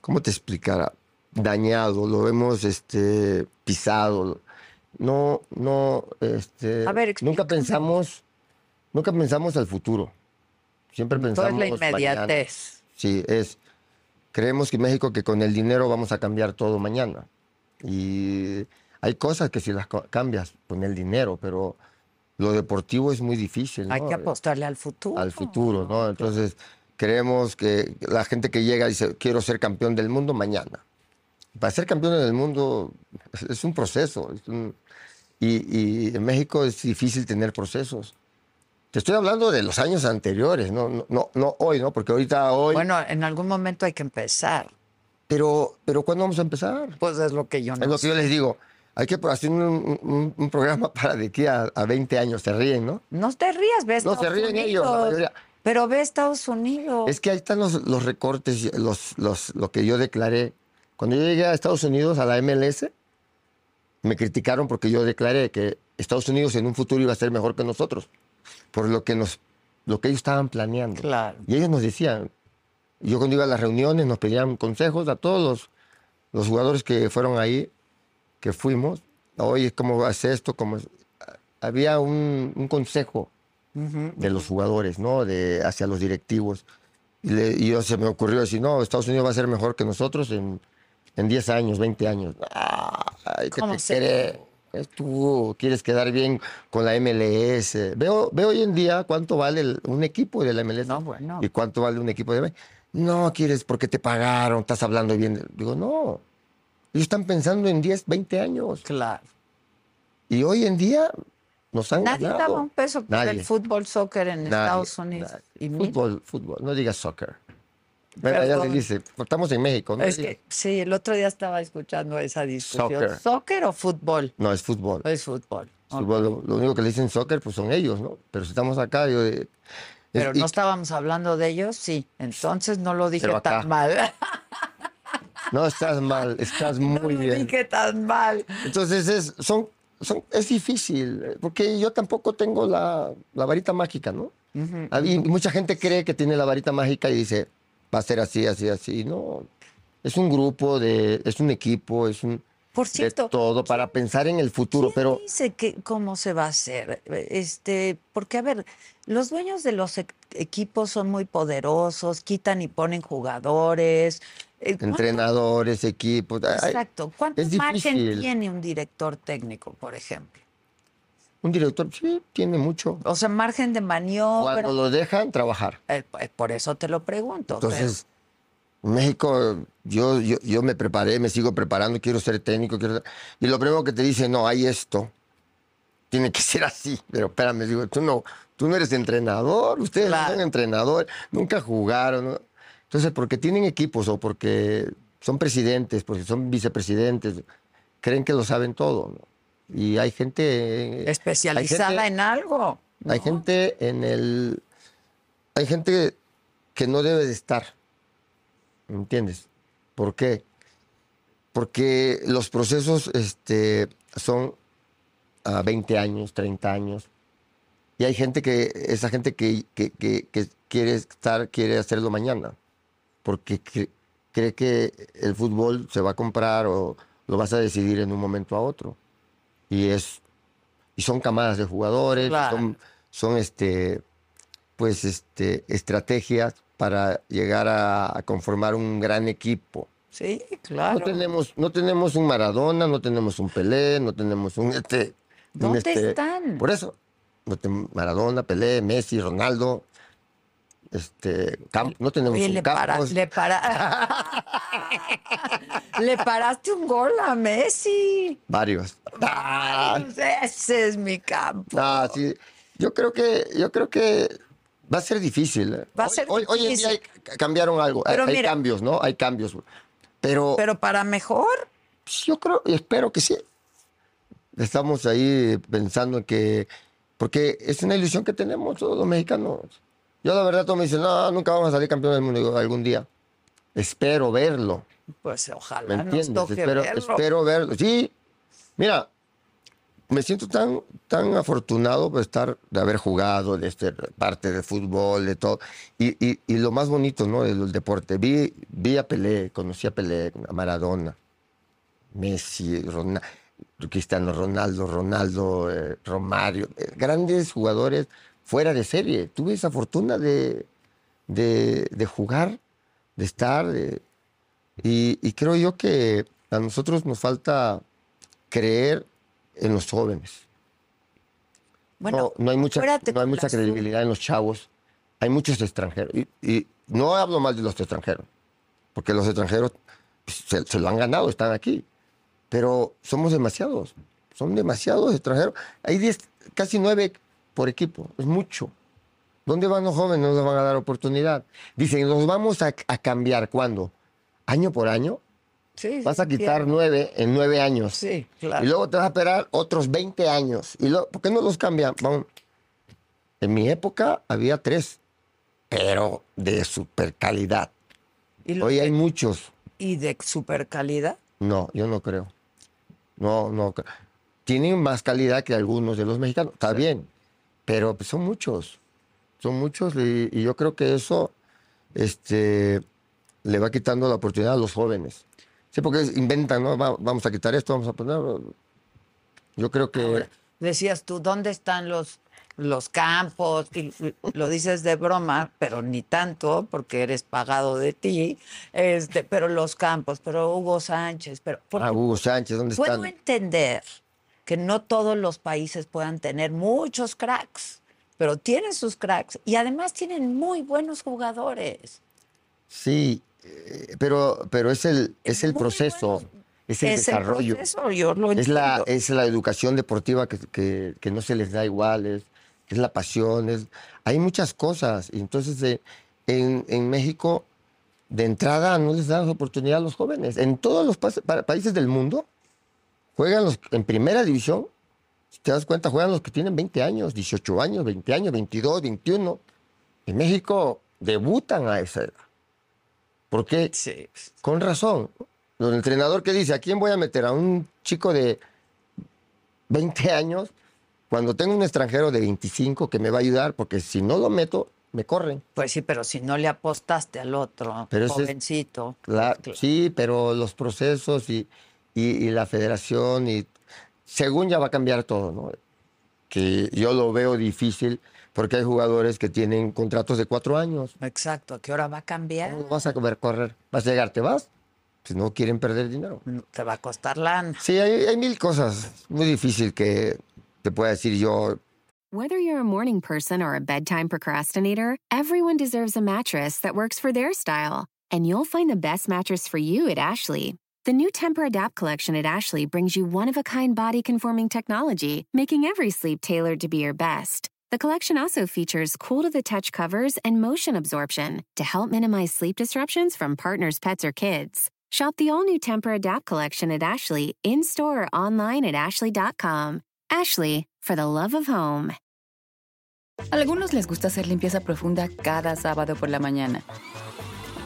D: ¿cómo te explicara? Dañado, lo hemos, este, pisado. No, no, este,
C: A ver, explícame.
D: nunca pensamos, nunca pensamos al futuro. Siempre
C: Todo
D: pensamos
C: es la
D: mañana.
C: inmediatez.
D: Sí, es. Creemos que en México que con el dinero vamos a cambiar todo mañana. Y hay cosas que si las co- cambias con el dinero, pero lo deportivo es muy difícil.
C: Hay
D: ¿no? eh,
C: que apostarle al futuro.
D: Al futuro, ¿no? Entonces, creemos que la gente que llega y dice, quiero ser campeón del mundo mañana. Para ser campeón del mundo es- es un proceso. es un- y, y en México es difícil tener procesos. Te estoy hablando de los años anteriores, no, no, no, no hoy, ¿no? Porque ahorita hoy...
C: Bueno, en algún momento hay que empezar.
D: Pero, pero ¿cuándo vamos a empezar?
C: Pues es lo que yo no
D: Es lo que
C: sé.
D: yo les digo. Hay que hacer un, un- un programa para de aquí a, a 20 años. Se ríen, ¿no?
C: No te rías, ve
D: No se
C: Estados
D: ríen ellos, la
C: Unidos.
D: mayoría.
C: Pero ve Estados Unidos.
D: Es que ahí están los, los recortes, los, los, lo que yo declaré. Cuando yo llegué a Estados Unidos, a la MLS, me criticaron porque yo declaré que Estados Unidos en un futuro iba a ser mejor que nosotros, por lo que, nos, lo que ellos estaban planeando.
C: Claro.
D: Y ellos nos decían, yo cuando iba a las reuniones nos pedían consejos a todos los, los jugadores que fueron ahí, que fuimos, oye, ¿cómo haces esto? ¿Cómo es?". Había un, un consejo de los jugadores, ¿no? De, hacia los directivos. Y, le- y yo se me ocurrió decir, no, Estados Unidos va a ser mejor que nosotros en, en 10 años, 20 años. "Ah, Ay, ¿qué
C: ¿Cómo
D: te
C: se-
D: cree? Es Tú quieres quedar bien con la MLS. Veo, veo hoy en día cuánto vale el- un equipo de la MLS.
C: No, bueno.
D: ¿Y cuánto vale un equipo de la MLS? No quieres porque te pagaron, estás hablando bien. de-". Digo, no. Ellos están pensando en 10, 20 años.
C: Claro.
D: Y hoy en día nos han
C: Nadie
D: ganado.
C: daba un peso por
D: Nadie.
C: el fútbol, soccer en
D: Nadie,
C: Estados Unidos.
D: nadie.
C: Y mira,
D: fútbol, fútbol, no digas soccer. Bueno, allá le
C: Perdón.
D: dice, estamos en México, ¿no?
C: es
D: digas-
C: que, sí, el otro día estaba escuchando esa discusión.
D: Soccer.
C: Soccer, o fútbol?
D: No, es fútbol.
C: Es fútbol. Ok.
D: Fútbol, lo, lo único que le dicen soccer, pues son ellos, ¿no? Pero si estamos acá, yo... de- es-
C: Pero
D: y-
C: no estábamos hablando de ellos, sí. Entonces no lo dije
D: Pero acá.
C: tan mal.
D: no, estás mal, estás
C: no
D: muy
C: lo
D: bien.
C: dije tan mal.
D: Entonces es, son, son, es difícil, eh, porque yo tampoco tengo la, la varita mágica, ¿no? Hay- y mucha gente cree que tiene la varita mágica y dice, va a ser así, así, así. No, es un grupo, de, es un equipo, es un...
C: Por
D: de
C: cierto,
D: todo para pensar en el futuro,
C: ¿Quién
D: pero...
C: dice que cómo se va a hacer? Este, porque a ver, los dueños de los e- equipos son muy poderosos, quitan y ponen jugadores. Eh, ¿cuánto-
D: entrenadores, equipos. Ay,
C: Exacto. ¿Cuánto
D: es
C: margen
D: difícil.
C: tiene un director técnico, por ejemplo?
D: Un director sí, tiene mucho.
C: O sea, margen de maniobra.
D: Cuando lo dejan trabajar.
C: eh, pues, por eso te lo pregunto. pero-
D: Entonces, México, yo, yo, yo me preparé, me sigo preparando, quiero ser técnico. Quiero... ser- Y lo primero que te dicen, no, hay esto. Tiene que ser así. Pero espérame, digo, tú no, tú no eres entrenador, ustedes
C: Claro.
D: no son entrenadores, nunca jugaron. ¿no? Entonces, porque tienen equipos o porque son presidentes, porque son vicepresidentes, creen que lo saben todo. ¿no? Y hay gente... eh, hay
C: especializada
D: gente-
C: en algo.
D: Hay gente en el. Hay gente que no debe de estar. ¿Me entiendes? ¿Por qué? Porque los procesos este, son a 20 años, 30 años. Y hay gente que, esa gente que, que- que- que quiere estar, quiere hacerlo mañana. Porque cre- cree que el fútbol se va a comprar o lo vas a decidir en un momento a otro. Y es. Y son camadas de jugadores,
C: Claro.
D: son, son este, pues este, estrategias para llegar a- a conformar un gran equipo.
C: Sí,
D: No
C: claro.
D: tenemos, no tenemos un Maradona, no tenemos un Pelé, no tenemos un este. un
C: ¿Dónde
D: este-
C: están?
D: Por eso. Maradona, Pelé, Messi, Ronaldo. Este, camp- no tenemos
C: Oye,
D: un
C: le, para-
D: campos.
C: le, para- le paraste un gol a Messi.
D: Varios. Ah,
C: Ese es mi campo.
D: ah, sí. Yo creo que, yo creo que va a ser difícil. ¿eh?
C: Va a
D: Hoy-
C: ser
D: hoy, hoy en día
C: difícil.
D: hay- ca- cambiaron algo. Hay,
C: Pero
D: hay
C: mira-
D: cambios, ¿no? Hay cambios. Pero,
C: Pero para mejor,
D: pues, yo creo, y espero que sí. Estamos ahí pensando en que, porque es una ilusión que tenemos todos los mexicanos. Yo la verdad todos me dicen, no, nunca vamos a salir campeón del mundo Digo, algún día. Espero verlo.
C: pues
D: ¿Me
C: ojalá nos
D: entiendes?
C: toque
D: Espero
C: verlo.
D: espero verlo. Sí, mira, me siento tan, tan afortunado por estar, de haber jugado, de ser parte de fútbol, de todo. Y, y- y lo más bonito, ¿no? Del deporte. Vi, vi a Pelé, conocí a Pelé, a Maradona, Messi, Rona- Cristiano Ronaldo, Ronaldo, eh, Romario, eh, grandes jugadores fuera de serie. Tuve esa fortuna de, de, de jugar, de estar, de, y, y creo yo que a nosotros nos falta creer en los jóvenes.
C: Bueno,
D: no, no hay mucha,
C: fuérate
D: no hay
C: con
D: mucha
C: las tú.
D: credibilidad en los chavos. Hay muchos extranjeros. Y, y no hablo mal de los extranjeros, porque los extranjeros pues, se, se lo han ganado, están aquí. Pero somos demasiados. Son demasiados extranjeros. Hay 10, casi 9 por equipo. Es mucho. ¿Dónde van los jóvenes? No les van a dar oportunidad. Dicen, nos vamos a, a cambiar. ¿Cuándo? ¿Año por año?
C: sí,
D: Vas a
C: sí,
D: quitar nueve en nueve años.
C: Sí, claro.
D: Y luego te vas a esperar otros 20 años. Y luego, ¿Por qué no los cambian? Vamos. En mi época había tres, pero de super calidad.
C: Y, lo-
D: Hoy hay muchos.
C: y de super calidad.
D: No, yo no creo. No, no. cre- Tienen más calidad que algunos de los mexicanos. Está bien, pero pues, son muchos. Son muchos y, y yo creo que eso este, le va quitando la oportunidad a los jóvenes. Sí, porque es- inventan, ¿no? Va- vamos a quitar esto, vamos a poner... Yo creo que...
C: Decías tú, ¿dónde están los, los campos? Y y lo dices de broma, pero ni tanto, porque eres pagado de ti. Este, pero los campos, pero Hugo Sánchez, pero porque
D: Ah, Hugo Sánchez, ¿dónde
C: puedo
D: están?
C: entender que no todos los países puedan tener muchos cracks, pero tienen sus cracks y además tienen muy buenos jugadores.
D: Sí, eh, pero, pero es el,
C: Es
D: es el
C: muy
D: proceso,
C: bueno.
D: es el
C: Ese
D: desarrollo.
C: proceso yo lo
D: Es la,
C: entiendo.
D: es la educación deportiva que, que- que no se les da igual, es, es la pasión, es, hay muchas cosas. Y Entonces, eh, en, en México, de entrada, no les dan oportunidad a los jóvenes. En todos los pas- pa- países del mundo, juegan los, en primera división, si te das cuenta, juegan los que tienen 20 años, 18 años, 20 años, 22, 21. En México debutan a esa edad. ¿Por qué?
C: Sí.
D: Con razón. El entrenador que dice, ¿a quién voy a meter? ¿A un chico de 20 años? Cuando tengo un extranjero de 25 que me va a ayudar, porque si no lo meto, me corren.
C: Pues sí, pero si no le apostaste al otro,
D: Pero ese es-
C: jovencito.
D: La-
C: Claro.
D: Sí, pero los procesos y, y- y la federación, y según ya va a cambiar todo, ¿no? Que yo lo veo difícil porque hay jugadores que tienen contratos de cuatro años.
C: Exacto, ¿a qué hora va a cambiar?
D: ¿Cómo vas a comer- correr? ¿Vas a llegar? ¿Te vas? Si no quieren perder dinero.
C: Mm, Te va a costar lana.
D: Sí, hay, hay mil cosas. Muy difícil que te pueda decir yo.
I: Whether you're a morning person or a bedtime procrastinator, everyone deserves a mattress that works for their style. And you'll find the best mattress for you at Ashley. The new Temper Adapt collection at Ashley brings you one of a kind body conforming technology, making every sleep tailored to be your best. The collection also features cool to the touch covers and motion absorption to help minimize sleep disruptions from partners, pets, or kids. Shop the all new Temper Adapt collection at Ashley in store or online at ashley.com. Ashley, for the love of home.
H: Algunos les gusta hacer limpieza profunda cada sábado por la mañana.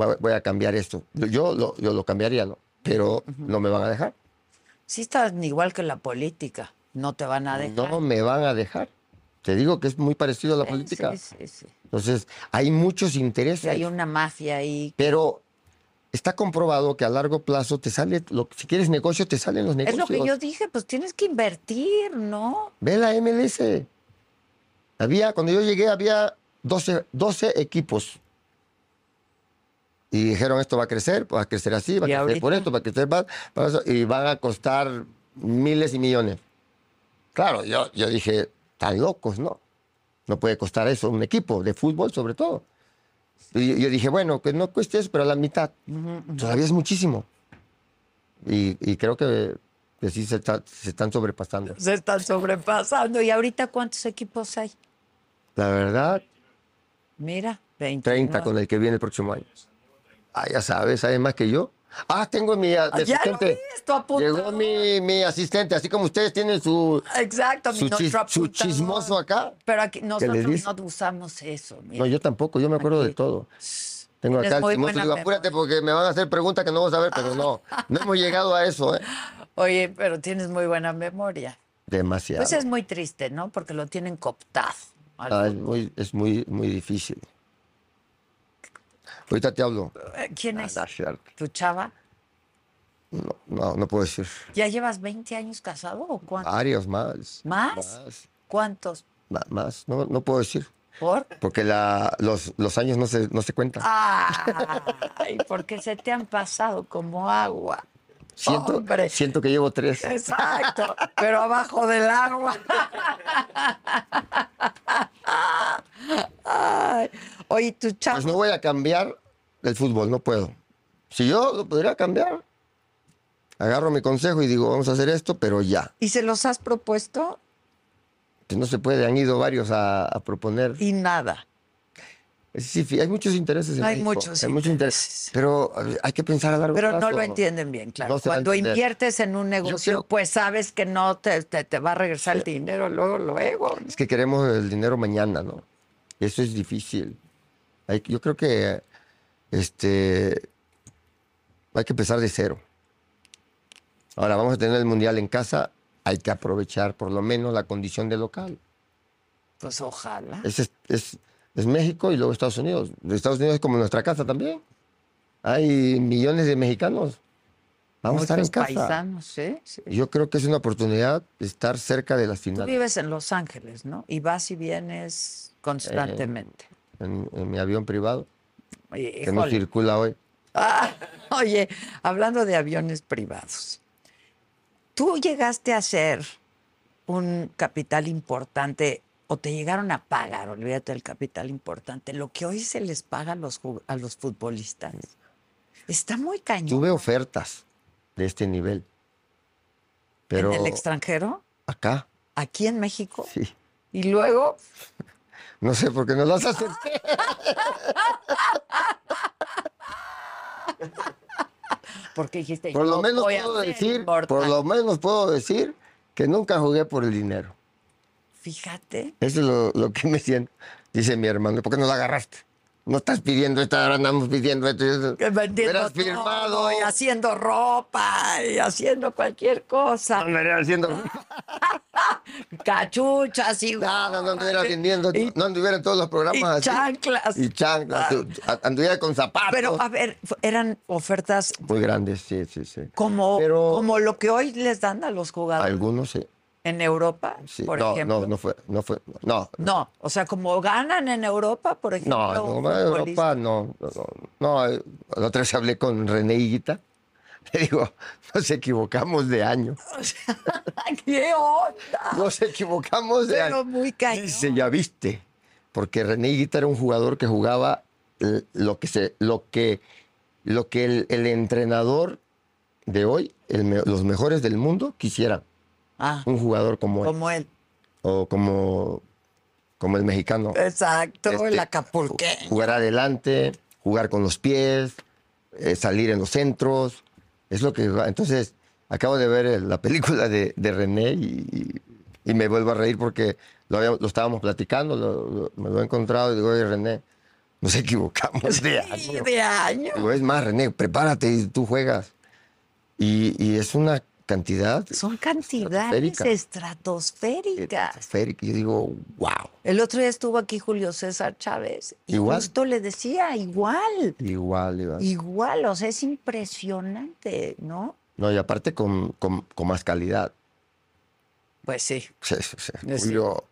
D: va- Voy a cambiar esto. Yo lo, yo lo cambiaría, ¿no? Pero no me van a dejar.
C: Sí estás igual que la política, no te van a dejar.
D: No me van a dejar. Te digo que es muy parecido a la política.
C: Sí, sí, sí.
D: Entonces, hay muchos intereses.
C: Sí, hay una mafia ahí.
D: Pero está comprobado que a largo plazo te sale, lo, si quieres negocio, te salen los
C: Es
D: negocios.
C: lo que yo dije, pues tienes que invertir, ¿no?
D: Ve la MLS. Había, cuando yo llegué, había 12, 12 equipos. Y dijeron, esto va a crecer, va a crecer así, va a
C: ¿Y
D: crecer por
C: ahorita?
D: esto, va a crecer más, para eso, y van a costar miles y millones. Claro, yo, yo dije, tan locos, ¿no? No puede costar eso un equipo, de fútbol sobre todo. Y yo- yo dije, bueno, que no cueste eso, pero a la mitad. Todavía es muchísimo. Y, y creo que, que sí se, está- se están sobrepasando.
C: Se están sobrepasando. ¿Y ahorita cuántos equipos hay?
D: La verdad,
C: Mira, 20.
D: 30 con el que viene el próximo año. Ah, ya sabes, sabes más que yo. Ah, tengo mi, a- mi
C: Ya lo
D: asistente.
C: ves, tu apuntador.
D: Llegó mi, mi asistente, así como ustedes tienen su,
C: Exacto, Ah, mi
D: su, chis-
C: nuestro
D: su
C: apuntador.
D: chismoso acá.
C: Pero aquí nosotros
D: dice?
C: no usamos eso. mira.
D: No, yo tampoco, yo me acuerdo de todo. Tengo
C: Tienes
D: acá el
C: muy
D: chismoso.
C: buena
D: Digo, apúrate porque me van a hacer preguntas que no vamos a ver, pero no, no hemos llegado a eso, ¿eh?
C: Oye, pero tienes muy buena memoria.
D: Demasiado.
C: Pues es muy triste, ¿no? Porque lo tienen cooptado. al
D: Ah, es muy, es muy, muy difícil. Ahorita te hablo.
C: Eh, ¿Quién es?
D: Ah, shit.
C: ¿Tu chava?
D: No, no, no puedo decir.
C: ¿Ya llevas 20 años casado o cuántos?
D: Varios más.
C: Ah. ¿Más?
D: Más.
C: ¿Cuántos?
D: ma- más. No, no puedo decir.
C: ¿Por?
D: Porque la, los, los años no se, no se cuentan.
C: Ah, Ay, porque se te han pasado como agua.
D: siento,
C: hombre.
D: siento que llevo tres.
C: Exacto, pero abajo del agua. Ay, Oye, tu chavo.
D: Pues no voy a cambiar el fútbol, no puedo. Si yo lo podría cambiar, agarro mi consejo y digo, vamos a hacer esto, pero ya.
C: ¿Y se los has propuesto?
D: Pues no se puede, han ido varios a, a proponer.
C: Y nada.
D: Sí, fi- hay muchos intereses. en
C: Hay
D: México,
C: muchos
D: hay muchos
C: intereses.
D: intereses. Pero eh, hay que pensar a largo
C: Pero no
D: plazo.
C: lo entienden bien, claro.
D: No se va a
C: Cuando
D: entender.
C: inviertes en un negocio,
D: creo-
C: pues sabes que no te, te- te va a regresar el dinero luego, luego.
D: Es que queremos el dinero mañana, ¿no? Eso es difícil. Hay- yo creo que este, hay que empezar de cero. Ahora vamos a tener el mundial en casa. Hay que aprovechar por lo menos la condición de local.
C: Pues ojalá.
D: Es, es- es- es México y luego Estados Unidos. Estados Unidos es como nuestra casa también. Hay millones de mexicanos. Vamos a estar en
C: Muchos
D: casa.
C: paisanos, ¿eh? Sí.
D: Yo creo que es una oportunidad de estar cerca de las
C: Tú
D: finales.
C: vives en Los Ángeles, ¿no? Y vas y vienes
D: Eh,
C: constantemente.
D: En, en mi avión privado, que no
C: Híjole.
D: circula hoy.
C: Ah, oye, hablando de aviones privados, tú llegaste a ser un capital importante o te llegaron a pagar, olvídate del capital importante, lo que hoy se les paga a los, ju- a los futbolistas. Está muy cañón.
D: Tuve ofertas de este nivel. Pero
C: ¿En el extranjero?
D: acá,
C: ¿Aquí en México?
D: sí.
C: Y luego,
D: No sé por qué no las acepté.
C: porque dijiste,
D: Por lo
C: "Yo
D: menos
C: voy a
D: puedo
C: ser
D: decir, por
C: inmortal".
D: lo menos puedo decir que nunca jugué por el dinero.
C: Fíjate,
D: Eso es lo, lo que me siento. Dice mi hermano, ¿por qué no la agarraste? No estás pidiendo esto, ahora andamos pidiendo esto. y eso.
C: que vendiendo
D: Hubieras
C: todo
D: firmado.
C: y haciendo ropa y haciendo cualquier cosa.
D: No, me hubieras haciendo-
C: cachuchas y
D: No, no, no anduviera
C: gorras,
D: vendiendo,
C: y-
D: no anduviera en todos los
C: y
D: programas así.
C: chanclas.
D: Y chanclas, tú- a- anduviera con zapatos.
C: Pero ah, a ver, f- eran ofertas
D: Muy grandes, sí, sí, sí.
C: como,
D: Pero-
C: como lo que hoy les dan a los jugadores
D: Algunos sí.
C: en Europa,
D: sí.
C: por
D: no,
C: ejemplo.
D: no, no fue, no fue, no,
C: No, o sea, como ganan en Europa, por ejemplo.
D: No,
C: un
D: no, en
C: futbolista.
D: Europa no. no, No, no, la otra vez hablé con René Higuita. Le digo, nos equivocamos de año.
C: ¡Qué onda!
D: Nos equivocamos de
C: Pero
D: año.
C: muy cañón.
D: Dice, ya viste. Porque René Higuita era un jugador que jugaba eh, lo que, se, lo que, lo que el, el entrenador de hoy, el me- los mejores del mundo, quisieran.
C: Ah,
D: Un jugador como él.
C: como él.
D: O como, como el mexicano.
C: Exacto, el
D: Este,
C: acapulqueño.
D: Jugar adelante, jugar con los pies, eh, salir en los centros. Es lo que. Entonces, acabo de ver el- la película de, de René y, y me vuelvo a reír porque lo, había- lo estábamos platicando, lo- lo- me lo he encontrado y digo, oye, René, nos equivocamos de
C: Sí,
D: año.
C: de año.
D: Digo, es más, René, prepárate y tú juegas. Y, y es una cantidad
C: Son cantidades
D: Estratosférica.
C: estratosféricas.
D: esférica. Yo digo, wow,
C: El otro día estuvo aquí Julio César Chávez y
D: Igual.
C: justo le decía, igual,
D: igual, igual.
C: igual, o sea, es impresionante, ¿no?
D: No, y aparte con, con- con más calidad.
C: Pues sí.
D: O sea, o sea,
C: Sí.
D: Julio,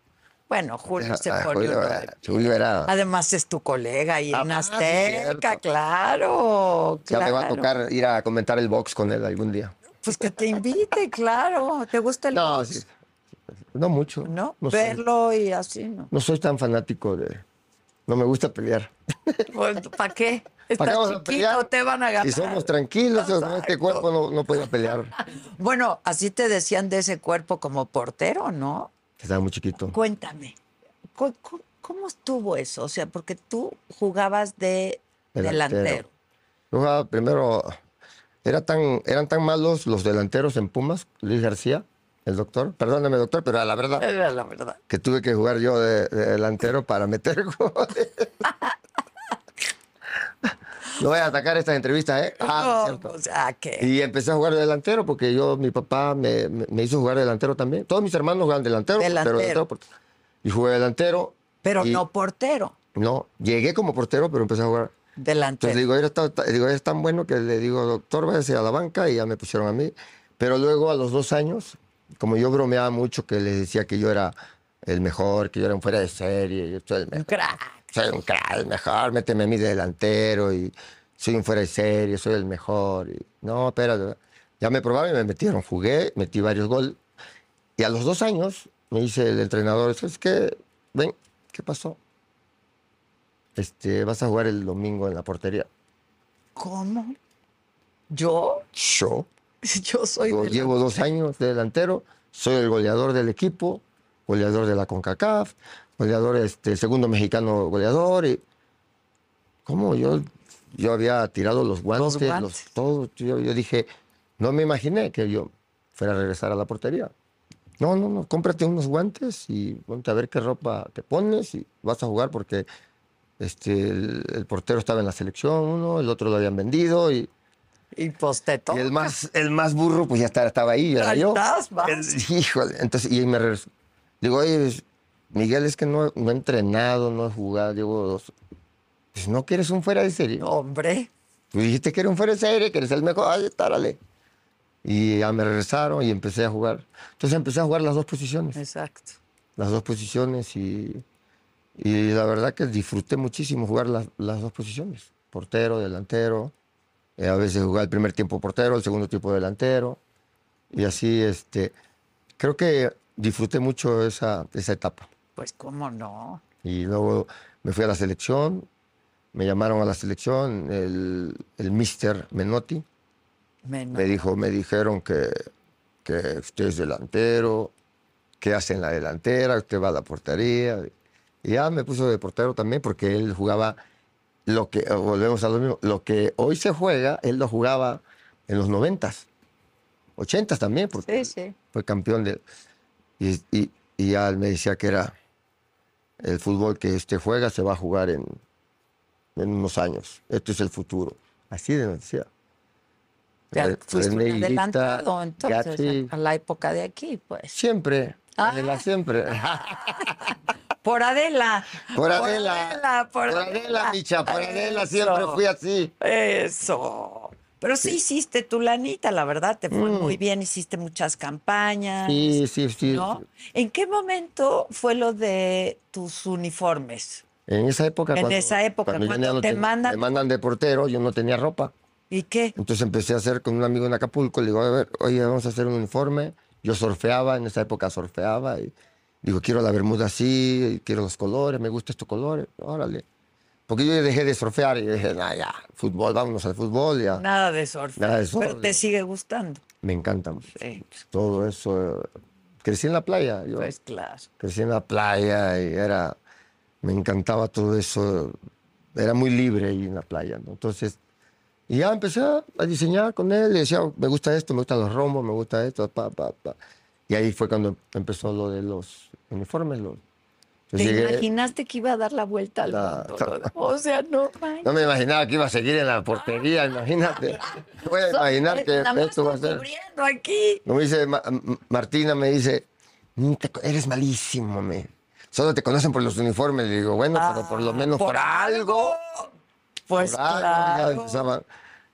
C: Bueno, Julio se
D: ah,
C: pone
D: Julio
C: uno de
D: era-
C: pie.
D: Julio era-
C: Además es tu colega y
D: Ah,
C: en
D: sí,
C: Azteca,
D: cierto.
C: claro,
D: ya me va a
C: claro.
D: tocar ir a comentar el box con él algún día.
C: Pues que te invite, claro. ¿Te gusta el
D: No,
C: box?
D: sí, no mucho.
C: ¿No?
D: No, soy,
C: Verlo y así, ¿no?
D: no soy tan fanático de... No me gusta pelear.
C: ¿Para Pues, qué?
D: ¿Para qué
C: Estás
D: vamos a
C: chiquito,
D: pelear?
C: te van a ganar.
D: Si somos tranquilos, ¿no? este
C: Exacto.
D: cuerpo no, no puede pelear.
C: Bueno, así te decían de ese cuerpo como portero, ¿no?
D: Estaba muy chiquito.
C: Cuéntame, cu- cu- ¿cómo, estuvo eso? O sea, porque tú jugabas de delantero.
D: Delantero. Yo jugaba primero, era tan, eran tan malos los delanteros en Pumas, Luis García, el doctor. Perdóname, doctor, pero la verdad
C: Era la verdad.
D: que tuve que jugar yo de, de delantero para meter goles. No voy a atacar estas entrevistas, ¿eh? Ah,
C: No,
D: cierto.
C: O sea, que
D: Y empecé a jugar de delantero porque yo, mi papá me, me- me hizo jugar de delantero también. Todos mis hermanos juegan delantero. portero,
C: Delantero.
D: portero. Y jugué delantero.
C: pero
D: y-
C: no portero,
D: No, llegué como portero, pero empecé a jugar.
C: delantero.
D: Entonces digo, era tan, tan- digo, eres tan bueno que le digo, doctor, váyase a la banca y ya me pusieron a mí. Pero luego a los dos años, como yo bromeaba mucho, que les decía que yo era el mejor, que yo era un fuera de serie, yo soy el
C: Un
D: mejor,
C: crack.
D: soy un crack, el mejor, méteme a mí de delantero y soy un fuera de serie, soy el mejor. y, no, espérate. Ya me probaron y me metieron, jugué, metí varios goles. Y a los dos años me dice el entrenador, ¿sabes qué? Ven, ¿qué pasó? Este, vas a jugar el domingo en la portería.
C: ¿Cómo? ¿Yo?
D: Yo
C: Yo soy
D: digo,
C: del-
D: llevo dos años de delantero, soy el goleador del equipo, goleador de la CONCACAF, goleador, este, segundo mexicano goleador. Y, ¿Cómo? Yo, yo había tirado los guantes, los
C: guantes.
D: todo. Yo, yo dije, no me imaginé que yo fuera a regresar a la portería. No, no, no, cómprate unos guantes y ponte a ver qué ropa te pones y vas a jugar porque este, el, el portero estaba en la selección, uno, el otro lo habían vendido y
C: y posteto.
D: y el más, el más burro, pues ya estaba, estaba ahí, ya era yo.
C: Estás, vas.
D: El- híjole, entonces, y ahí me regresó. Digo, oye, pues, Miguel, es que no, no he entrenado, no he jugado. Digo, dos- pues no quieres un fuera de serie.
C: Hombre,
D: Tú dijiste que eres un fuera de serie, que eres el mejor, ay, tárale. Y ya me regresaron y empecé a jugar. Entonces empecé a jugar las dos posiciones
C: exacto.
D: las dos posiciones y, y la verdad que disfruté muchísimo jugar las, las dos posiciones, portero, delantero, eh, a veces jugaba el primer tiempo portero, el segundo tiempo delantero y así este, creo que disfruté mucho esa, esa etapa
C: Pues cómo no.
D: y luego me fui a la selección, me llamaron a la selección, el, el mister Menotti
C: Menos.
D: me dijo, me dijeron que, que usted es delantero, que hace en la delantera, usted va a la portería. Y ya me puso de portero también porque él jugaba lo que, volvemos a lo mismo, lo que hoy se juega, él lo jugaba en los noventas, ochentas también, porque
C: Sí, sí.
D: fue campeón de... Y, y, y ya él me decía que era el fútbol que usted juega se va a jugar en, en unos años. Esto es el futuro. Así de decía.
C: Ya
D: Re-
C: fuiste un
D: René Higuita,
C: adelantado entonces
D: Gatti.
C: a la época de aquí, pues.
D: Siempre.
C: Ah.
D: Adela, siempre.
C: Por Adela.
D: Por Adela.
C: Por Adela.
D: Por Adela, Micha. Por Adela siempre
C: Eso,
D: fui así.
C: Eso. Pero sí, hiciste tu lanita, la verdad, te fue muy bien, hiciste muchas campañas.
D: Mm. Sí, sí, sí.
C: ¿no? ¿En qué momento fue lo de tus uniformes?
D: En esa época.
C: En esa época,
D: yo
C: cuando
D: ya
C: te
D: ten-
C: mandan-
D: me mandan de portero, yo no tenía ropa.
C: ¿Y qué?
D: Entonces empecé a hacer con un amigo en Acapulco, le digo, a ver, oye, vamos a hacer un uniforme. Yo surfeaba, en esa época surfeaba, y digo, quiero la bermuda así, quiero los colores, me gustan estos colores, órale. Porque yo ya dejé de surfear y dije, nah, ya, fútbol, vámonos al fútbol, ya.
C: Nada de surf.
D: Nada de
C: Pero
D: surf.
C: te sigue gustando.
D: Me encantan.
C: Sí,
D: Todo eso. eh, Crecí en la playa, yo
C: pues claro.
D: crecí en la playa y era, me encantaba todo eso. Era muy libre ahí en la playa, ¿no? Entonces, y ya empecé a a diseñar con él. Le decía, me gusta esto, me gustan los rombos, me gusta esto, pa, pa, pa. Y ahí fue cuando empezó lo de los uniformes, los,
C: ¿Te
D: Entonces llegué-
C: imaginaste que iba a dar la vuelta al
D: No.
C: mundo? no? O sea, no manches.
D: No me imaginaba que iba a seguir en la portería, imagínate. No voy a imaginar que
C: eh, Nada más
D: esto va a ser.
C: cubriendo aquí.
D: Me dice Ma- M- Martina, me dice, "Mm, te co- eres malísimo, me. Solo te conocen por los uniformes. Le digo, bueno, pero por lo menos por, algo.
C: Ah, Pues
D: por algo", ya
C: claro.
D: empezaba.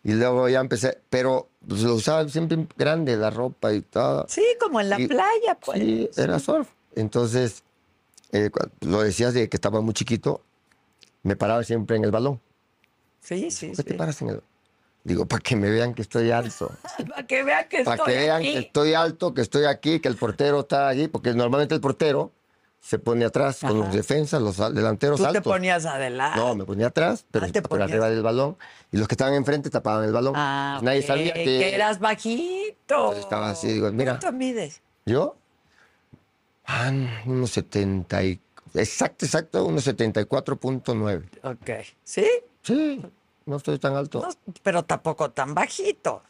D: Y luego ya empecé, pero pues, lo usaba siempre grande, la ropa y todo.
C: Sí, como en la
D: Y-
C: playa, pues.
D: Sí, era surf. Entonces, eh, cua- lo decías de que estaba muy chiquito, me paraba siempre en el balón.
C: Sí, sí,
D: ¿Por
C: sí.
D: qué te paras en el Digo, para que me vean que estoy alto.
C: Para que vean que
D: Para
C: estoy
D: que vean
C: aquí.
D: que estoy alto, que estoy aquí, que el portero está allí, porque normalmente el portero se pone atrás con los defensas, los al- delanteros
C: Tú te
D: altos.
C: ponías adelante.
D: No, me ponía atrás, pero,
C: Ah, te
D: pero arriba
C: ponías.
D: del balón. Y los que estaban enfrente tapaban el balón.
C: Ah,
D: Pues nadie
C: ok,
D: sabía que,
C: que eras bajito.
D: Entonces estaba así, digo, mira.
C: ¿Cuánto mides?
D: yo. Ah, unos 70 y... Exacto, exacto, unos 74.9.
C: Ok. ¿Sí?
D: Sí, no estoy tan alto.
C: No, pero tampoco tan bajito.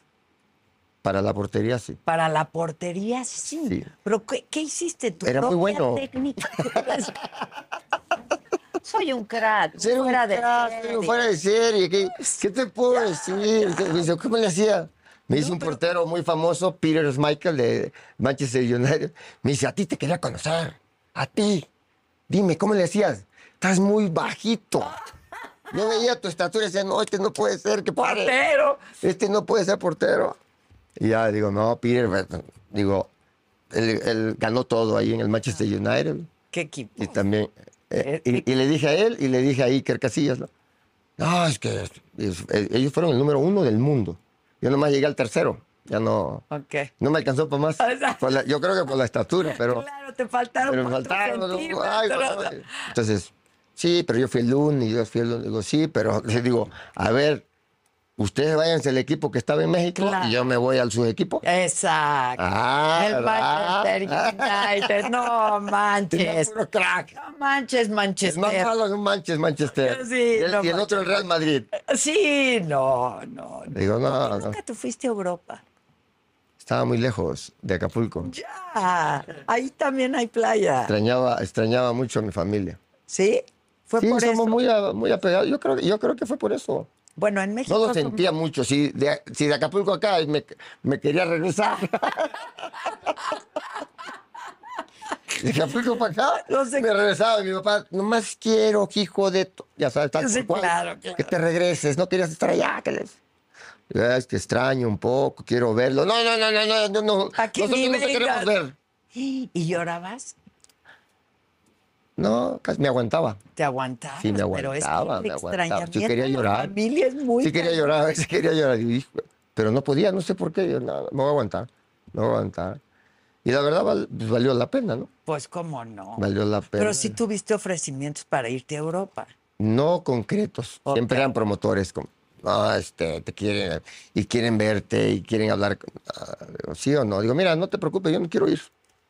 D: Para la portería, sí.
C: Para la portería, sí.
D: Sí.
C: Pero ¿qué, qué hiciste? ¿Tu
D: Era muy
C: propia
D: bueno.
C: técnica?
B: Soy un crack.
D: Ser un
B: fuera de
D: crack,
B: serie.
D: fuera de serie. ¿Qué, qué te puedo decir? Me dice, ¿cómo le hacía? Me dice un portero muy famoso, Peter Michael de Manchester United. Me dice, a ti te quería conocer. A ti. Dime, ¿cómo le hacías? Estás muy bajito. Yo veía tu estatura y decía, no, este no puede ser, que pare.
C: Pero
D: Este no puede ser portero. Y ya digo, no, Peter, pues, digo, él, él ganó todo ahí en el Manchester United.
C: qué equipo.
D: Y también. eh,
C: Eh,
D: y, y le dije a él y le dije a Iker Casillas. No, No, es que es- eh, ellos fueron el número uno del mundo. Yo nomás llegué al tercero. Ya no.
C: Ok.
D: No me alcanzó para más.
C: sea-
D: Por la- yo creo que por la estatura, pero.
C: claro, te faltaron
D: Pero me
C: cuatro
D: faltaron. ¿no? Ay,
C: centímetros.
D: no. Entonces, sí, pero yo fui el uno y yo fui el uno. Digo, sí, pero le digo, a ver, ustedes váyanse al equipo que estaba en México
C: Claro.
D: y yo me voy al subequipo.
C: Exacto.
D: Ah,
C: el
D: ah,
C: Manchester
D: ah.
C: United. No manches.
D: Tenía puro crack.
C: No manches,
D: Es más
C: Manchester.
D: malo que un Manchester, Manchester.
C: Sí,
D: y el,
C: no
D: y el otro el Real Madrid.
C: Sí, no, no. no.
D: Digo, no, no,
C: Nunca te fuiste a Europa.
D: estaba muy lejos de Acapulco.
C: Ya. Ahí también hay playa.
D: Extrañaba, extrañaba mucho a mi familia.
C: ¿Sí? Fue
D: Sí,
C: por eso.
D: somos muy, a- muy apegados. Yo creo, yo creo que fue por eso.
C: Bueno, en México.
D: No lo
C: somos-
D: sentía mucho. Si de, si de Acapulco acá me, me quería regresar. De Acapulco para acá,
C: No sé.
D: me regresaba y mi papá, nomás quiero, que hijo de... to-". Ya sabes, tal
C: Sí,
D: cual,
C: claro, claro.
D: que te regreses, no querías estar allá. Que les... "Ah, Es que extraño un poco, quiero verlo. No, no, no, no, no, no, no.
C: ¿A qué
D: Nosotros no te
C: nivel
D: queremos
C: das?
D: ver.
C: ¿Y llorabas?
D: No, casi me aguantaba.
C: ¿Te aguantabas?
D: Sí, me
C: Pero es que
D: aguantaba,
C: el
D: me aguantaba.
C: extrañamiento
D: Yo quería
C: de la
D: llorar.
C: familia es muy
D: Sí quería llorar, sí quería llorar. Y dije, pero no podía, no sé por qué. Yo, no, me voy a aguantar, me voy a aguantar. Y la verdad val- pues, valió la pena, ¿no?
C: Pues cómo no.
D: Valió la pena.
C: Pero sí tuviste ofrecimientos para irte a Europa.
D: No concretos. Siempre eran promotores como, ah, este, te quieren, y quieren verte, y quieren hablar. con- ah, digo, sí o no. Digo, mira, no te preocupes, yo no quiero ir.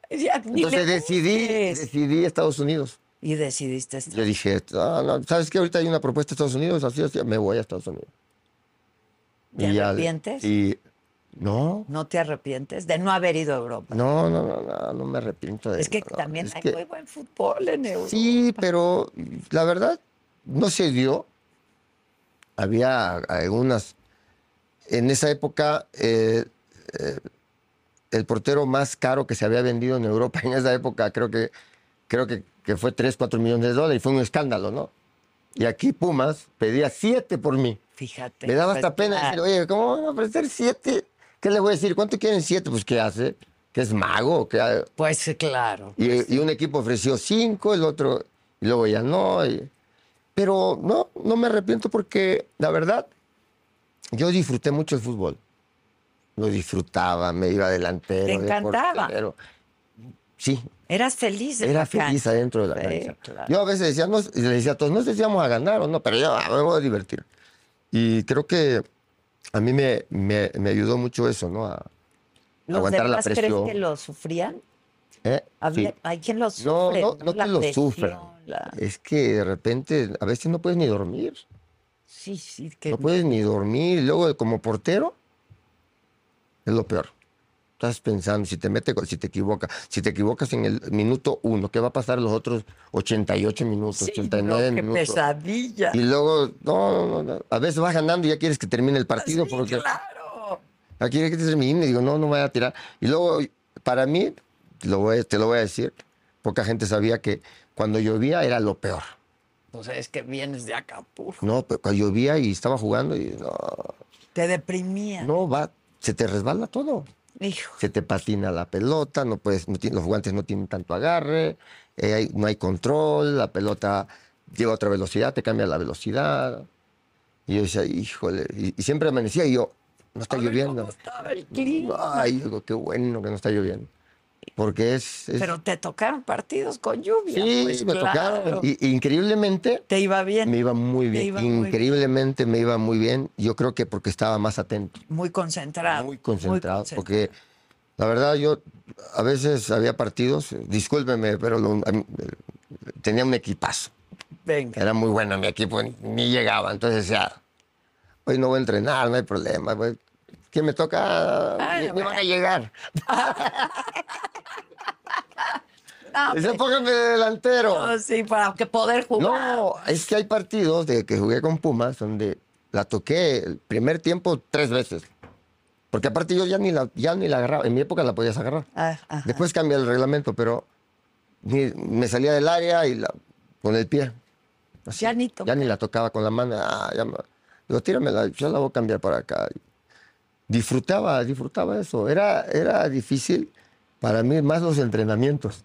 C: Ya, ni
D: Entonces
C: le
D: decidí,
C: busques.
D: decidí Estados Unidos.
C: Y decidiste estar.
D: Yo dije, ah, no, ¿sabes qué? Ahorita hay una propuesta de Estados Unidos, así, así, me voy a Estados Unidos.
C: ¿Te
D: Y ya-
C: arrepientes?
D: Y no,
C: ¿No te arrepientes de no haber ido a Europa?
D: no, no, no, no, no me arrepiento de
C: es que
D: nada.
C: también
D: Es
C: hay
D: que-
C: muy buen fútbol en Europa.
D: Sí, pero la verdad no se dio. Había algunas. En esa época, eh, eh, el portero más caro que se había vendido en Europa en esa época, creo que, creo que, que fue 3, 4 millones de dólares y fue un escándalo, ¿no? Y aquí Pumas pedía 7 por mí.
C: Fíjate.
D: Me daba
C: pues,
D: hasta pena decir,
C: claro.
D: oye, ¿cómo van a ofrecer 7? ¿Qué le voy a decir? ¿Cuánto quieren 7? Pues, ¿qué hace? ¿Que es mago? ¿Qué ha-
C: Pues claro.
D: y, y un equipo ofreció cinco, el otro, y luego ya no. y- pero no, no me arrepiento porque la verdad, yo disfruté mucho el fútbol. Lo disfrutaba, me iba delantero.
C: Te
D: de
C: encantaba.
D: portero. Sí,
C: Eras feliz. en
D: era
C: la
D: feliz
C: cancha.
D: adentro de la
C: Sí,
D: cancha.
C: claro.
D: Yo a veces decía, no, y le decía a todos, no sé si vamos a ganar o no, pero yo ah, me voy a divertir. Y creo que a mí me, me- me ayudó mucho eso, ¿no? A
C: ¿Los
D: aguantar la
C: demás
D: presión.
C: crees que lo sufrían?
D: ¿eh?
C: Había-
D: Sí.
C: Hay quien lo
D: No,
C: sufre.
D: no, no
C: La
D: que lo
C: presión,
D: sufran.
C: la-
D: Es que de repente a veces no puedes ni dormir.
C: Sí, sí. Que...
D: No puedes ni dormir. Y luego como portero es lo peor. Estás pensando, si te mete, si te equivocas, si te equivocas en el minuto uno, ¿qué va a pasar los otros 88 minutos,
C: Sí,
D: 89
C: no, qué
D: minutos?
C: pesadilla.
D: Y luego, no, no, no, a veces vas ganando y ya quieres que termine el partido
C: Sí,
D: porque
C: claro.
D: ya quieres que termine. Digo, no, no voy a tirar. Y luego, para mí, lo voy- te lo voy a decir, poca gente sabía que cuando llovía era lo peor.
C: Pues es que vienes de Acapulco.
D: No, pero cuando llovía y estaba jugando y no,
C: Te deprimía.
D: no va, se te resbala todo.
C: Hijo.
D: se te patina la pelota, no puedes, no tiene- los guantes no tienen tanto agarre, eh, hay- no hay control, la pelota lleva otra velocidad, te cambia la velocidad. Y yo decía, híjole, y, y siempre amanecía y yo, no está lloviendo.
C: Estaba el clima.
D: Ay, digo, qué bueno que no está lloviendo. Porque es... es-
C: Pero te tocaron partidos con lluvia.
D: sí,
C: pues,
D: me
C: claro.
D: tocaron. Y- y increíblemente,
C: Te iba bien.
D: me iba muy
C: Te
D: bien.
C: iba muy bien.
D: increíblemente me iba muy bien. Yo creo que porque estaba más atento.
C: Muy concentrado.
D: Ah, Muy concentrado, porque la verdad yo a veces había partidos, eh, discúlpeme, pero lo- a mí, eh, tenía un equipazo.
C: Venga.
D: Era muy bueno mi equipo, ni llegaba. Entonces decía, hoy no voy a entrenar, no hay problema. pues, ¿Quién me toca? Ah,
C: Ay,
D: ni- ni van a llegar.
C: Ah,
D: Dice, póngame de delantero.
C: no, sí, para que poder jugar.
D: No, es que hay partidos de que jugué con Pumas donde la toqué el primer tiempo tres veces. Porque aparte yo ya ni la, ya ni la agarraba. En mi época la podías agarrar.
C: Ah, ajá.
D: Después cambié el reglamento, pero ni- me salía del área y la, con el pie. Así.
C: Ya ni tocaba.
D: Ya ni la tocaba con la mano. Ah, ya me- digo, tíramela, yo la voy a cambiar para acá. Disfrutaba, disfrutaba eso. Era, era difícil para mí más los entrenamientos.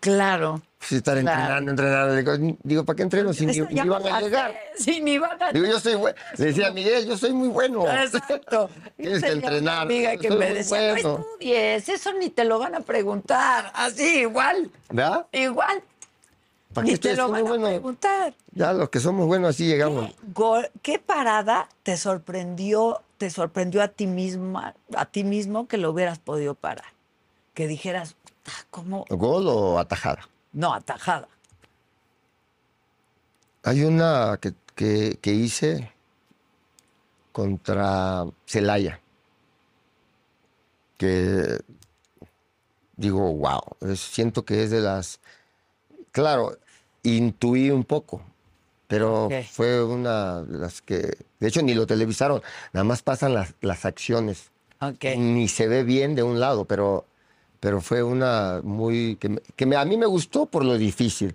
C: Claro.
D: Sí, pues, estar
C: Claro.
D: entrenando, entrenando. Digo, digo, ¿para qué entreno si ni,
C: Esta ya
D: ni van a
C: jugaste,
D: llegar?
C: Sí, ni van a
D: Digo, yo soy bueno. Le decía a Miguel, yo soy muy bueno.
C: Exacto.
D: Tienes que
C: Tenía una
D: entrenar.
C: Amiga que
D: Soy
C: me
D: muy
C: decía, no
D: bueno".
C: estudies, eso ni te lo van a preguntar. Así, igual,
D: ¿Verdad?
C: igual.
D: ¿Para qué
C: Ni te
D: ustedes
C: lo
D: son muy
C: van a
D: buenos?
C: preguntar.
D: Ya los que somos buenos así llegamos.
C: ¿Qué, gol- qué parada te sorprendió, te sorprendió a ti misma, a ti mismo que lo hubieras podido parar? Que dijeras, "Ah, ¿cómo?
D: ¿Gol o atajada?
C: No, atajada.
D: Hay una que, que- que hice contra Celaya. Que digo, wow. siento que es de las. Claro, intuí un poco. Pero
C: Ok.
D: fue una de las que. De hecho, ni lo televisaron. Nada más pasan las, las acciones.
C: Ok.
D: Ni se ve bien de un lado, pero, pero fue una muy. que, me- que me- a mí me gustó por lo difícil.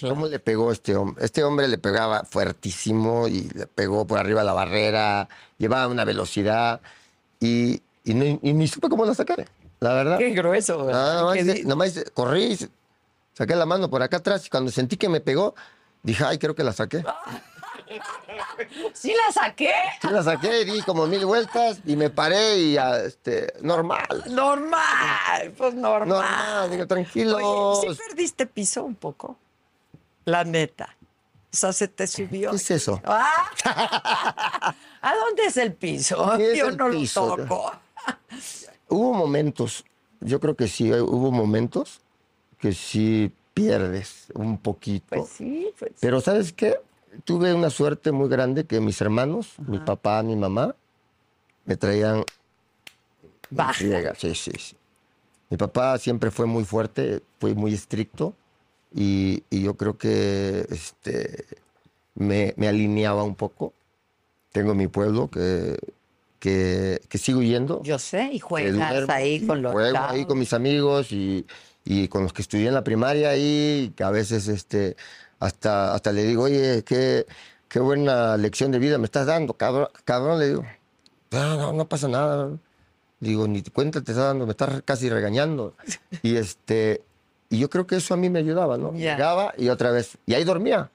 D: ¿Cómo le pegó este hombre? Este hombre le pegaba fuertísimo y le pegó por arriba de la barrera, llevaba una velocidad y, y, no- y ni supe cómo la sacar, la verdad.
C: Qué grueso.
D: Nada
C: ¿verdad?
D: más,
C: Qué
D: de-
C: di-
D: nada más de- corrí, saqué la mano por acá atrás y cuando sentí que me pegó, dije, ay, creo que la saqué.
C: Sí la saqué.
D: Sí la saqué y di como mil vueltas y me paré y ah, este, normal.
C: Normal, pues normal.
D: Normal, digo, tranquilo.
C: Oye, sí perdiste piso un poco. La neta. O sea, se te subió.
D: ¿Qué es eso?
C: Ah. ¿A dónde es el piso?
D: ¿Qué es
C: Yo
D: el
C: no
D: piso?
C: lo toco.
D: Hubo momentos, yo creo que sí, eh, hubo momentos que sí pierdes un poquito.
C: Pues sí, pues sí.
D: Pero ¿sabes qué? Tuve una suerte muy grande que mis hermanos, mi papá, mi mamá, me traían... pues,
C: Baja.
D: friega. Sí, sí, sí. Mi papá siempre fue muy fuerte, fue muy estricto y, y yo creo que este, me, me alineaba un poco. Tengo mi pueblo que, que, que sigo yendo.
C: Yo sé, y
D: que
C: juegas
D: duermo,
C: ahí con los
D: juego
C: chavos.
D: ahí con mis amigos y, y con los que estudié en la primaria y que a veces este, hasta, hasta le digo, oye, qué, qué buena lección de vida me estás dando, cabrón, cabrón", le digo. No, no, no pasa nada. Digo, ni te cuenta te está dando, me estás casi regañando. Y este, y yo creo que eso a mí me ayudaba, ¿no?
C: Ya.
D: Llegaba y otra vez, y ahí dormía.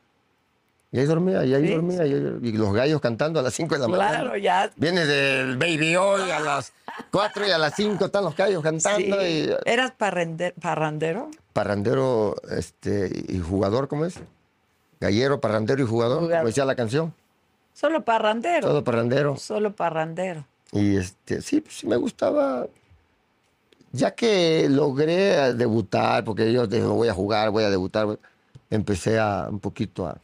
D: Y ahí dormía, y ahí
C: Sí.
D: dormía, y, ahí- y los gallos cantando a las 5 de la mañana.
C: Claro, ya.
D: Vienes del Baby Hoy a las 4 y a las 5 están los callos cantando
C: sí.
D: y
C: ¿Eras parrende- parrandero?
D: parrandero este, y jugador, ¿cómo es? Gallero, parrandero y jugador,
C: Jugador.
D: como decía la canción.
C: Solo parrandero.
D: Todo parrandero.
C: Solo parrandero.
D: Y este, sí, pues, sí me gustaba. Ya que logré debutar, porque yo dije, voy a jugar, voy a debutar, voy- empecé a un poquito a.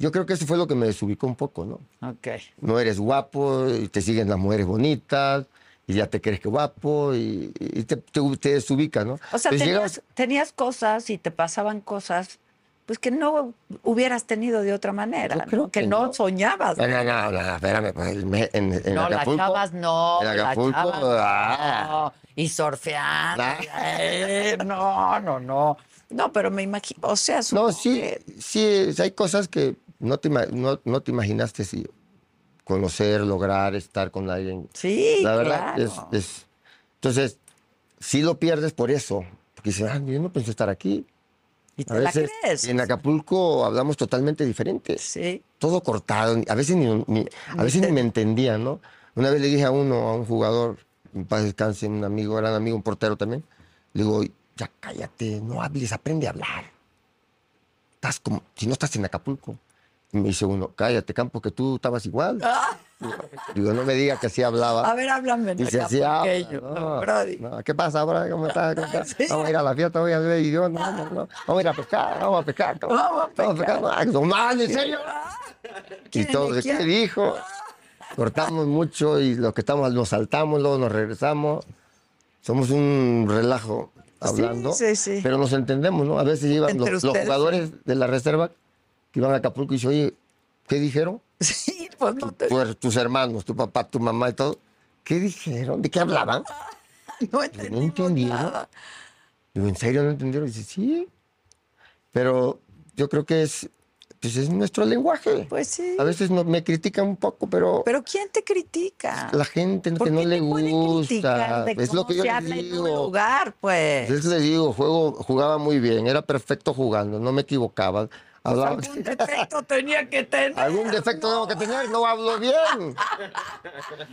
D: Yo creo que eso fue lo que me desubicó un poco, ¿no?
C: Ok.
D: no eres guapo, te siguen las mujeres bonitas, y ya te crees que guapo y, y te, te, te desubica, ¿no?
C: O sea,
D: Entonces
C: tenías,
D: llegabas-
C: tenías cosas y te pasaban cosas pues que no hubieras tenido de otra manera,
D: Yo
C: ¿no?
D: creo
C: que
D: que
C: no,
D: no.
C: soñabas.
D: No, no, no, no, espérame, pues, el me- en, en
C: no, las
D: Acapulco.
C: chavas no,
D: en
C: las
D: Acapulco,
C: chavas
D: ah.
C: no, y surfeando,
D: Ah.
C: eh, no, no, no, no, pero me imagino, o sea,
D: No,
C: supongo
D: sí,
C: que-
D: sí, o sea, hay cosas que no te, ima- no, no te imaginaste si conocer, lograr, estar con alguien.
C: sí,
D: La verdad este,
C: claro.
D: es, es- Entonces, sí lo pierdes por eso. Porque dices, ah, yo no pensé estar aquí.
C: y
D: A
C: te la
D: veces
C: crees,
D: en Acapulco hablamos totalmente diferentes.
C: sí,
D: Todo cortado. ni- A veces ni, ni- a veces ni me entendían, ¿no? Una vez le dije a uno, a un jugador, en paz descanse, un amigo, gran amigo, un portero también. Le digo, ya cállate, no hables, aprende a hablar. Estás como, si no estás en Acapulco. Y me dice uno, cállate, Campo, que tú estabas igual. Digo, no me digas que así hablaba.
C: a ver, háblame en
D: Dice así, ah,
C: acapulqueño,
D: no,
C: Brody.
D: no, ¿qué pasa, Brody? ¿Cómo estás? ¿Cómo estás? Vamos a ir a la fiesta, voy a ver y yo, no, no, no. Vamos a ir a pescar, vamos a pescar. ¿cómo?
C: Vamos a
D: pescar. Ah, no, man, ¿en serio? Y
C: ¿Quién,
D: todo, ¿qué
C: quién?
D: dijo? Cortamos mucho y los que estamos nos saltamos, luego nos regresamos. Somos un relajo hablando,
C: sí, sí.
D: pero nos entendemos, ¿no? A veces iban
C: Entre
D: los, los
C: ustedes,
D: jugadores de la reserva que iban a Acapulco y dice, oye, ¿qué dijeron?
C: Sí, pues no te
D: Tu- tus hermanos, tu papá, tu mamá y todo. ¿Qué dijeron? ¿De qué hablaban?
C: no
D: no
C: entendí
D: entendieron.
C: nada.
D: Digo, ¿en serio no entendieron? Dice, sí. Pero yo creo que es, pues es nuestro lenguaje.
C: Pues sí.
D: A veces no, me critican un poco, pero,
C: Pero ¿quién te critica?
D: la gente
C: ¿Por
D: que no
C: qué
D: le
C: te pueden
D: gusta.
C: criticar de
D: Es lo
C: cómo
D: que yo
C: se
D: les
C: habla en un
D: digo.
C: lugar, pues?
D: Entonces les digo, juego, jugaba muy bien, era perfecto jugando, no me equivocaba. Hablaba-
C: Pues, Algún defecto tenía que tener.
D: algún defecto tengo que tener, no hablo bien.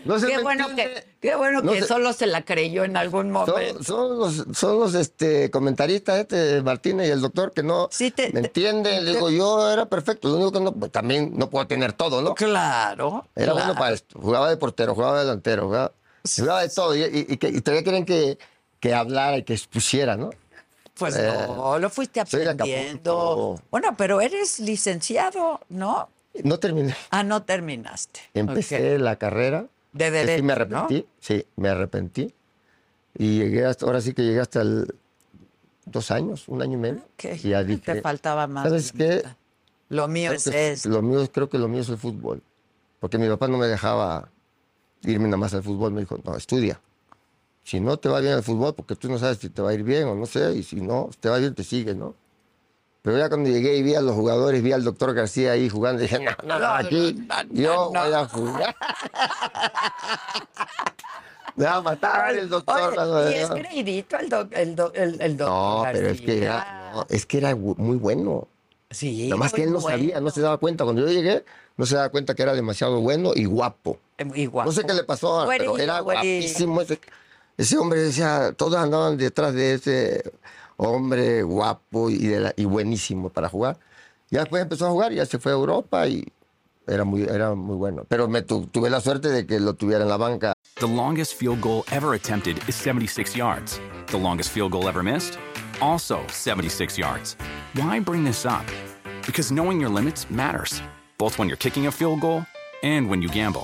D: No se
C: Qué
D: me
C: bueno
D: entiende.
C: que, qué bueno
D: No
C: que
D: se-
C: solo se la creyó en algún momento.
D: Son, son los, son los este, comentaristas, este, Martínez y el doctor, que no
C: Sí, te-
D: me
C: te-
D: entienden. Le digo, yo era perfecto. Lo único que no, pues, también no puedo tener todo, ¿no?
C: Claro.
D: Era
C: claro.
D: bueno para esto. Jugaba de portero, jugaba de delantero, jugaba, jugaba de todo. Y, y- y que- y todavía quieren que, que hablara y que expusiera, ¿no?
C: Pues
D: Eh,
C: no, lo fuiste
D: soy de Acapulco.
C: aprendiendo. Bueno, pero eres licenciado, ¿no?
D: No terminé.
C: Ah, no terminaste.
D: Empecé
C: Ok.
D: la carrera.
C: De
D: que
C: derecho,
D: Sí, me arrepentí. Sí, me arrepentí. Y llegué hasta, ahora sí que llegué hasta el dos años, un año y medio.
C: Ok.
D: Y ya dije,
C: Te faltaba más.
D: ¿sabes
C: la
D: qué?
C: mitad. Lo mío
D: Creo
C: es
D: que
C: esto.
D: Lo mío, creo que lo mío es el fútbol. Porque mi papá no me dejaba irme nada más al fútbol. Me dijo, no, estudia. Si no te va bien el fútbol, porque tú no sabes si te va a ir bien o no sé, y si no, si te va bien, te sigues, ¿no? Pero ya cuando llegué y vi a los jugadores, vi al doctor García ahí jugando, dije, no, no, no, aquí yo voy a jugar. me va a matar el doctor.
C: Oye,
D: no, no,
C: y es
D: no.
C: creidito el, doc- el, doc- el, el
D: No,
C: doctor
D: pero es que
C: García.
D: era, no, es que era gu- muy bueno.
C: Sí,
D: Nada más que él no
C: muy
D: sabía, no se daba cuenta. Cuando yo llegué, no se daba cuenta que era demasiado bueno y guapo.
C: bueno. Igual.
D: No sé qué le pasó, pero
C: Güerito,
D: era
C: güerito.
D: guapísimo. Ese, ese hombre decía, todos andaban detrás de ese hombre guapo y, de la- y buenísimo para jugar. Ya después empezó a jugar, ya se fue a Europa y era muy, era muy bueno. Pero me tu- tuve la suerte de que lo tuviera en la banca.
J: The longest field goal ever attempted is 76 yards. The longest field goal ever missed? Also 76 yards. Why bring this up? Because knowing your limits matters, both when you're kicking a field goal and when you gamble.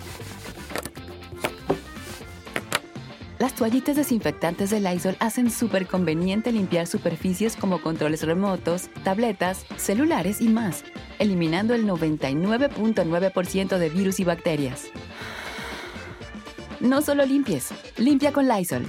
H: Las toallitas desinfectantes de Lysol hacen súper conveniente limpiar superficies como controles remotos, tabletas, celulares y más, eliminando el 99.9% de virus y bacterias. No solo limpies, limpia con Lysol.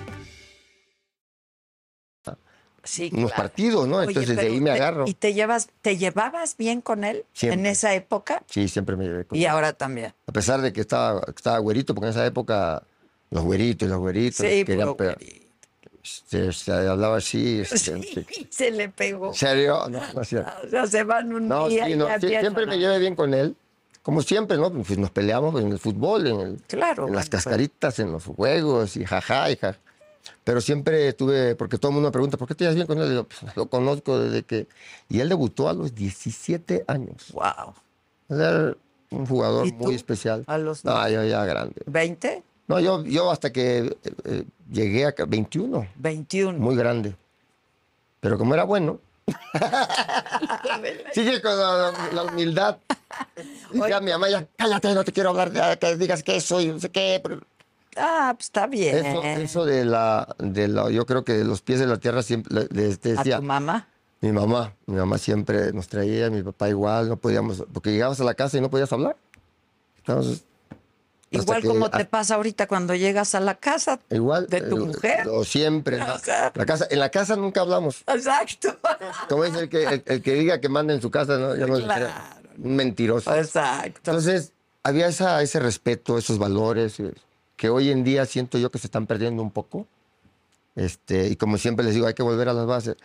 C: Sí,
D: unos
C: claro.
D: partidos, ¿no? Entonces, de
C: pero
D: ahí me
C: te-
D: agarro.
C: ¿Y te, llevas, te llevabas bien con él en
D: Siempre. Pues
C: esa época?
D: Sí, siempre me llevé con
C: Y ahora también.
D: A pesar de que estaba, estaba güerito, porque en esa época los güeritos, los güeritos,
C: Sí,
D: querían
C: puro
D: pegar.
C: güerito.
D: se, se hablaba así. este, sí.
C: Sí, se le pegó.
D: ¿En serio? No, no es cierto.
C: O sea, se van un
D: No,
C: día
D: sí,
C: y
D: no,
C: ya
D: sí,
C: empiezan
D: siempre
C: a-
D: me llevé bien con él. Como siempre, ¿no? Pues nos peleamos en el fútbol, en, el-
C: Claro,
D: en las
C: bueno, pues.
D: cascaritas, en los juegos, y jaja, y jaja. Pero siempre tuve, porque todo el mundo me pregunta, ¿por qué te llevas bien con él? Y yo, pues, lo conozco desde que... Y él debutó a los 17 años.
C: ¡Wow!
D: Era un jugador
C: ¿Y
D: muy
C: tú?
D: especial.
C: A los
D: No, yo ya grande.
C: ¿20?
D: No, yo, yo hasta que eh, eh, llegué a ca- 21,
C: 21.
D: muy grande. Pero como era bueno, sigue con la, la humildad. Dice a mi mamá, ya cállate, no te quiero hablar, ya, que digas que soy, no sé qué. pero-
C: Ah, pues está bien.
D: Eso, eso de, la, de la, yo creo que de los pies de la tierra siempre, le- le- te
C: ¿A
D: decía,
C: tu mamá?
D: mi mamá, mi mamá siempre nos traía, mi papá igual, no podíamos, porque llegabas a la casa y no podías hablar. Estábamos- hasta
C: Igual
D: que-
C: como
D: hasta-
C: te pasa ahorita cuando llegas a la casa.
D: Igual.
C: ¿De tu
D: eh,
C: mujer?
D: O siempre. ¿no? La casa, en la casa nunca hablamos.
C: Exacto.
D: Como dice el que, el, el que diga que manda en su casa, ¿no? Yo no le creo. Un
C: Ah,
D: mentiroso.
C: Exacto.
D: Entonces, había esa, ese respeto, esos valores eh, que hoy en día siento yo que se están perdiendo un poco. Este, y como siempre les digo, hay que volver a las bases.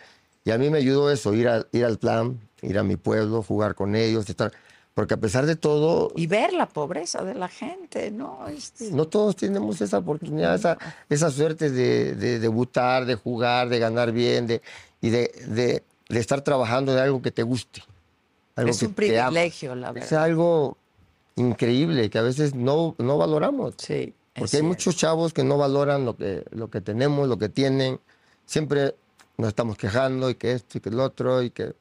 D: Y a mí me ayudó eso, ir, a- ir al plan, ir a mi pueblo, jugar con ellos, estar- porque a pesar de todo,
C: Y ver la pobreza de la gente, ¿no? Este,
D: no todos tenemos esa oportunidad, esa, esa suerte de, de debutar, de jugar, de ganar bien, de, y de, de- de estar trabajando de algo que te guste. Algo
C: es
D: que
C: un
D: te ama.
C: privilegio, la
D: Es
C: verdad.
D: algo increíble que a veces no, no valoramos.
C: Sí.
D: Porque hay
C: cierto.
D: muchos chavos que no valoran lo que, lo que tenemos, lo que tienen. Siempre nos estamos quejando y que esto y que el otro y que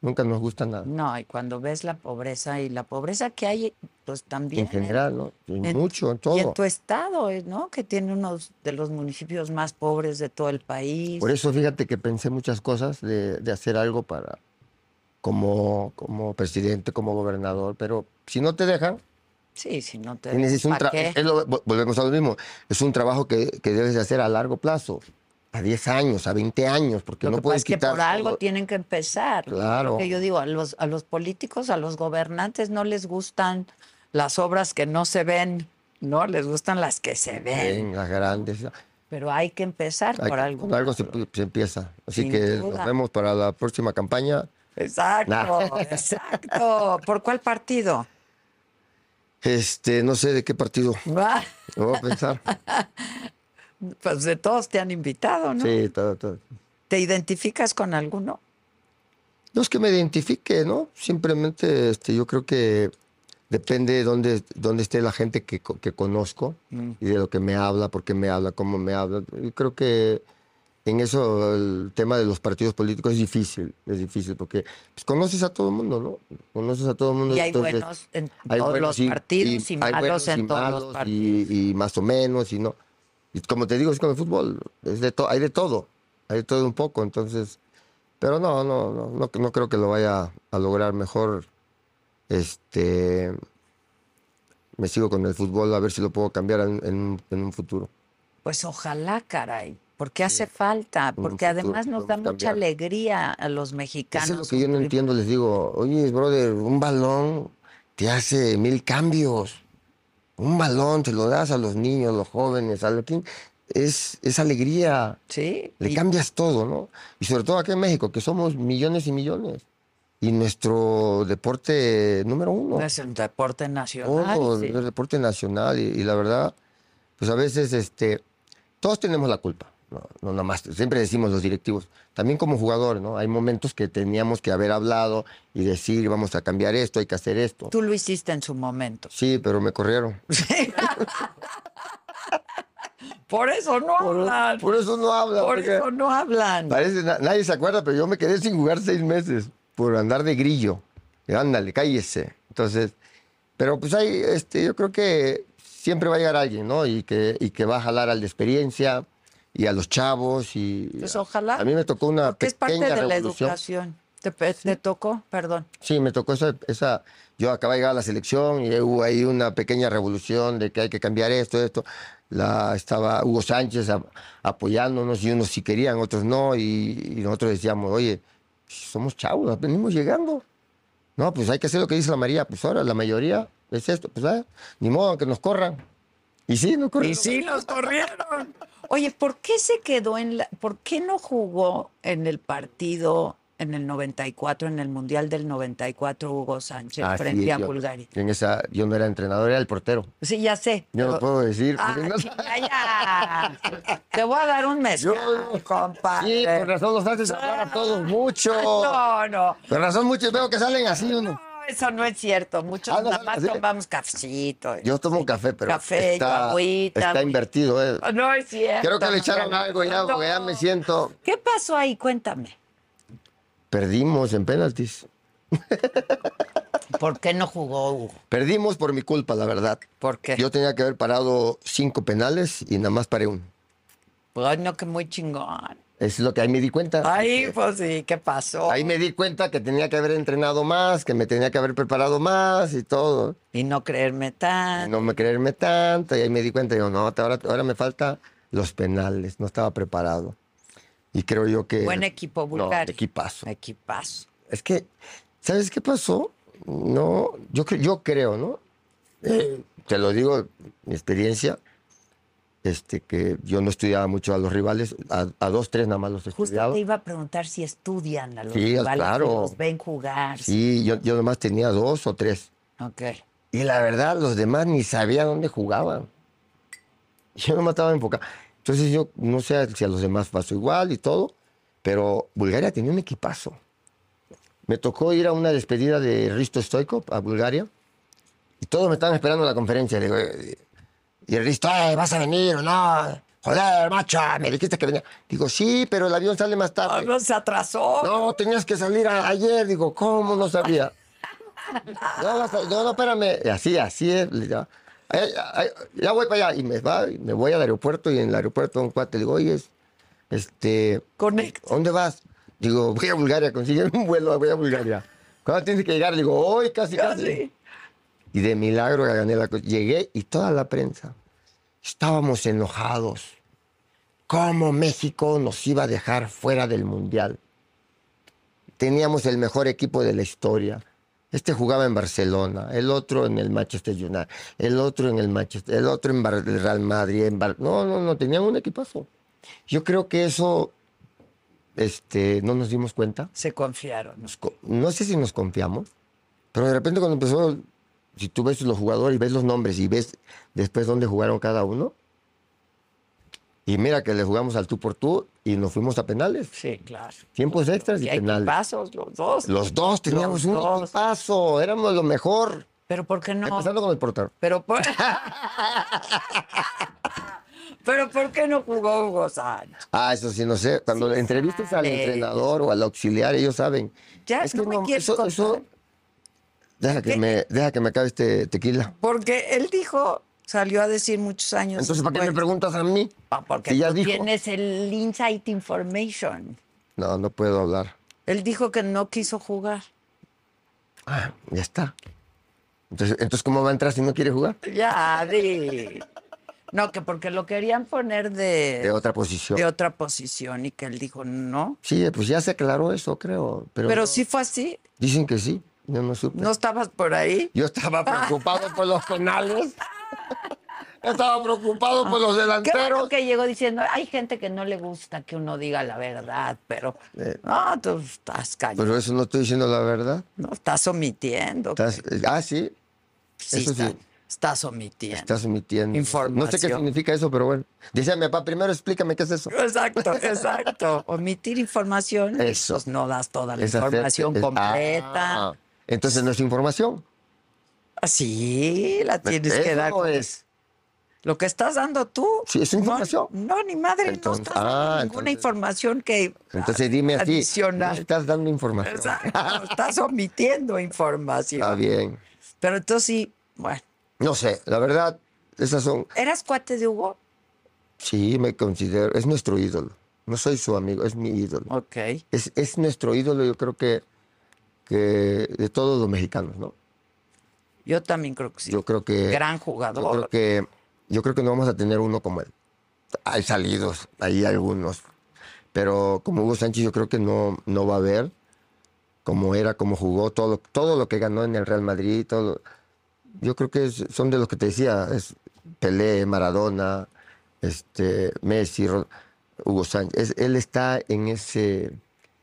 D: nunca nos gusta nada.
C: No, y cuando ves la pobreza y la pobreza que hay, pues también.
D: En general, ¿no? Y
C: en-
D: mucho,
C: Y
D: en
C: en
D: todo.
C: tu estado, eh, ¿no? Que tiene unos de los municipios más pobres de todo el país.
D: Por eso fíjate que pensé muchas cosas de, de hacer algo para como, como presidente, como gobernador, pero si no te dejan,
C: Sí, si no te.
D: tienes es un
C: ¿pa'
D: tra-
C: qué?
D: es lo- vol- volvemos a lo mismo, es un trabajo que, que debes de hacer a largo plazo, a 10 años, a 20 años, porque
C: Lo
D: no
C: que pasa
D: puedes
C: es que
D: quitar
C: por algo
D: todo.
C: tienen que empezar. ¿no?
D: Claro.
C: Porque yo digo, a los, a los políticos, a los gobernantes no les gustan las obras que no se ven, ¿no? Les gustan las que se ven.
D: en las grandes.
C: Pero hay que empezar
D: Hay-
C: por algo.
D: con algo se, pu- se empieza. Así
C: Sin
D: que
C: duda.
D: nos vemos para la próxima campaña.
C: Exacto,
D: Nah.
C: exacto. ¿Por cuál partido?
D: Este, no sé de qué partido
C: Ah,
D: lo voy a pensar.
C: Pues de todos te han invitado, ¿no?
D: Sí, todo, todo.
C: ¿Te identificas con alguno?
D: No es que me identifique, ¿no? Simplemente este, yo creo que depende de dónde, dónde esté la gente que, co- que conozco y de lo que me habla, por qué me habla, cómo me habla. Yo creo que en eso el tema de los partidos políticos es difícil, es difícil, porque pues, conoces a todo el mundo, ¿no? Conoces a todo el mundo.
C: Y hay
D: entonces,
C: buenos en
D: hay
C: todos
D: buenos
C: los partidos y,
D: hay
C: malos
D: buenos
C: en
D: y
C: todos los
D: malos
C: partidos.
D: y, y más o menos, y no. Y como te digo, es con el fútbol, es de to- hay de todo, hay de todo un poco, entonces. Pero no, no, no, no, no creo que lo vaya a lograr mejor. Este. Me sigo con el fútbol a ver si lo puedo cambiar en, en un- en un futuro.
C: Pues ojalá, caray, porque hace falta,
D: un
C: porque
D: futuro
C: además nos da
D: podemos
C: mucha
D: cambiar.
C: alegría a los
D: Eso es lo
C: mexicanos.
D: que yo no entiendo. Les digo, oye, brother, un balón te hace mil cambios. Un balón te lo das a los niños, a los jóvenes, a los que- Es, es alegría.
C: Sí,
D: Le
C: y-
D: cambias todo, ¿no? Y sobre todo aquí en México, que somos millones y millones. Y nuestro deporte número uno.
C: es un deporte nacional.
D: Todo,
C: sí.
D: el deporte nacional. Y, y la verdad, pues a veces este, todos tenemos la culpa. No, no nada más. Siempre decimos los directivos, también como jugadores, ¿no? Hay momentos que teníamos que haber hablado y decir, vamos a cambiar esto, hay que hacer esto.
C: Tú lo hiciste en su momento.
D: Sí, pero me corrieron.
C: Por eso no hablan.
D: Por eso no habla.
C: Por
D: porque
C: eso no hablan.
D: parece na- nadie se acuerda, pero yo me quedé sin jugar seis meses por andar de grillo. Y ándale, cállese. Entonces, pero pues hay, este, yo creo que siempre va a llegar alguien, ¿no? Y que, y que va a jalar al de experiencia y a los chavos y.
C: Pues ojalá.
D: A mí me tocó una
C: Porque es parte
D: pequeña
C: de la
D: revolución.
C: educación. ¿Te, pe- te tocó? Perdón.
D: Sí, me tocó esa, esa. Yo acababa de llegar a la selección y hubo ahí una pequeña revolución de que hay que cambiar esto, esto. La, estaba Hugo Sánchez a- apoyándonos y unos sí querían, otros no. Y, y nosotros decíamos, oye, somos chavos, venimos llegando. No, pues hay que hacer lo que dice la María. Pues ahora la mayoría es esto, pues ah, ni modo que nos corran. Y sí, nos corrieron.
C: Y sí, los corrieron. Oye, ¿por qué se quedó en la... ¿Por qué no jugó en el partido en el 94, en el Mundial del 94, Hugo Sánchez,
D: Ah, sí,
C: frente a
D: yo-
C: Bulgaria.
D: En esa, yo no era entrenador, era el portero.
C: Sí, ya sé.
D: Yo no
C: pero-
D: puedo decir.
C: Ah,
D: porque no-
C: chinga, ya. Te voy a dar un mes.
D: Sí, por razón los haces hablar a todos mucho.
C: No, no.
D: Por razón muchos veo que salen así uno.
C: Eso no es cierto. Muchos
D: Ah, no,
C: nada más
D: ¿sí?
C: tomamos cafecito.
D: Yo tomo café, pero
C: Café,
D: está,
C: agüita,
D: está
C: agüita.
D: invertido. eh.
C: No es cierto.
D: Creo que le echaron
C: Mariana.
D: algo ya, porque ya me siento...
C: ¿Qué pasó ahí? Cuéntame.
D: Perdimos en penaltis.
C: ¿Por qué no jugó Hugo?
D: Perdimos por mi culpa, la verdad.
C: ¿Por qué?
D: Yo tenía que haber parado cinco penales y nada más paré uno.
C: Pues, Ay, no, que muy chingón.
D: Es lo que ahí me di cuenta.
C: Ay, pues sí, ¿qué pasó?
D: Ahí me di cuenta que tenía que haber entrenado más, que me tenía que haber preparado más y todo.
C: Y no creerme
D: Y
C: tan.
D: No me creerme tanto. Y ahí me di cuenta, digo, no, ahora, ahora me falta los penales. No estaba preparado. Y creo yo que...
C: Buen equipo
D: No,
C: Bulgaria.
D: equipazo.
C: Equipazo.
D: Es que, ¿sabes qué pasó? No, yo, cre- yo creo, ¿no? Eh, te lo digo, mi experiencia, este, que yo no estudiaba mucho a los rivales, a, a dos, tres nada más los
C: Justo
D: estudiaba.
C: te iba a preguntar si estudian a los
D: Sí,
C: rivales, si
D: claro.
C: los ven jugar.
D: Sí, yo, yo nomás tenía dos o tres.
C: Ok.
D: Y la verdad, los demás ni sabía dónde jugaban. Yo no mataba enfocado. Entonces yo no sé si a los demás pasó igual y todo, pero Bulgaria tenía un equipazo. Me tocó ir a una despedida de Risto Stoikov a Bulgaria y todos me estaban esperando en la conferencia. Le digo, eh, y el Risto, "Ay, ¿vas a venir o no? Joder, macho, me dijiste que venía. Digo, sí, pero el avión sale más tarde.
C: No se atrasó.
D: No, tenías que salir a- ayer. Digo, ¿cómo no sabía? No, no, no, no, espérame. Y Así, así es. le digo, "Ay, ay, ya voy para allá. Y me, va, y me voy al aeropuerto y en el aeropuerto un cuate le digo, oye, este,
C: Conecta.
D: ¿dónde vas? Digo, voy a Bulgaria, consiguen un vuelo, voy a Bulgaria. ¿Cuándo tienes que llegar? Le digo, hoy casi, casi. Y de milagro que gané la cosa. Llegué y toda la prensa. Estábamos enojados. ¿Cómo México nos iba a dejar fuera del Mundial? Teníamos el mejor equipo de la historia. Este jugaba en Barcelona, el otro en el Manchester United, el otro en el Manchester, el otro en Bar- el Real Madrid. En Bar- no, no, no, tenían un equipazo. Yo creo que eso este, no nos dimos cuenta
C: Se confiaron.
D: nos co- no sé si nos confiamos, pero de repente cuando empezó, si tú ves los jugadores y ves los nombres y ves después dónde jugaron cada uno, y mira que le jugamos al tú por tú y nos fuimos a penales,
C: Sí, claro.
D: tiempos extras y
C: Y hay
D: penales.
C: pasos los dos.
D: Los dos teníamos
C: Los
D: un
C: dos.
D: paso, éramos lo mejor,
C: Pero ¿por qué no?
D: empezando con el portero.
C: Pero por... Pero ¿por qué no jugó Hugo Sánchez?
D: Ah, eso sí, no sé. Cuando
C: Sí
D: le entrevistas al
C: sabes.
D: entrenador o al auxiliar, ellos saben.
C: Ya, no me quieres
D: eso, eso-
C: contar.
D: deja, que
C: ¿Qué?
D: me, deja que me acabe este tequila.
C: Porque él dijo, salió a decir muchos años.
D: Entonces, ¿para qué me
C: después,
D: preguntas a mí?
C: "Pa- Porque
D: Si ya
C: tú
D: dijo.
C: tienes el insight information.
D: No, no puedo hablar.
C: Él dijo que no quiso jugar.
D: Ah, ya está. Entonces, entonces, ¿cómo va a entrar si no quiere jugar?
C: Ya, di. No, que porque lo querían poner de,
D: De otra posición.
C: de otra posición y que él dijo no.
D: Sí, pues ya se aclaró eso, creo. Pero,
C: Pero sí fue así.
D: dicen que sí. Yo no supe.
C: ¿No estabas por ahí?
D: Yo estaba preocupado por los penales. estaba preocupado por los
C: Qué bueno
D: delanteros.
C: que llegó diciendo, hay gente que no le gusta que uno diga la verdad, pero
D: Eh,
C: no, tú estás cañón,
D: Pero eso no estoy diciendo la verdad.
C: no, estás omitiendo.
D: Estás- ah, sí,
C: Sí,
D: eso sí.
C: está- estás omitiendo.
D: estás omitiendo. No sé qué
C: Información.
D: significa eso, pero bueno. Dice mi papá, primero explícame qué es eso.
C: Exacto, exacto. Omitir información,
D: Eso.
C: pues no das toda la
D: Es hacer-
C: información
D: es-
C: completa.
D: Ah, entonces no es información.
C: Ah, Sí, la tienes que
D: Eso
C: dar.
D: no es.
C: Lo que estás dando tú.
D: Sí, es
C: no-
D: información.
C: No, ni madre,
D: Entonces-
C: no estás dando
D: ah,
C: ninguna
D: entonces-
C: información que.
D: Entonces dime así.
C: Adicional.
D: No estás dando información.
C: Exacto, estás omitiendo información.
D: Está bien.
C: Pero entonces sí, bueno,
D: No sé, la verdad, esas son.
C: ¿eras cuate de Hugo?
D: Sí, me considero. Es nuestro ídolo. No soy su amigo, es mi ídolo.
C: Ok.
D: Es, es nuestro ídolo, yo creo que, que de todos los mexicanos, ¿no?
C: Yo también creo que sí.
D: Yo creo que.
C: Gran
D: Yo creo
C: jugador.
D: que, yo creo que no vamos a tener uno como él. Hay salidos, hay algunos. Pero como Hugo Sánchez, yo creo que no, no va a haber cómo era, cómo jugó, todo, todo lo que ganó en el Real Madrid. Todo lo- yo creo que es- son de los que te decía: es Pelé, Maradona, este, Messi, Ro- Hugo Sánchez. Es- él está en ese,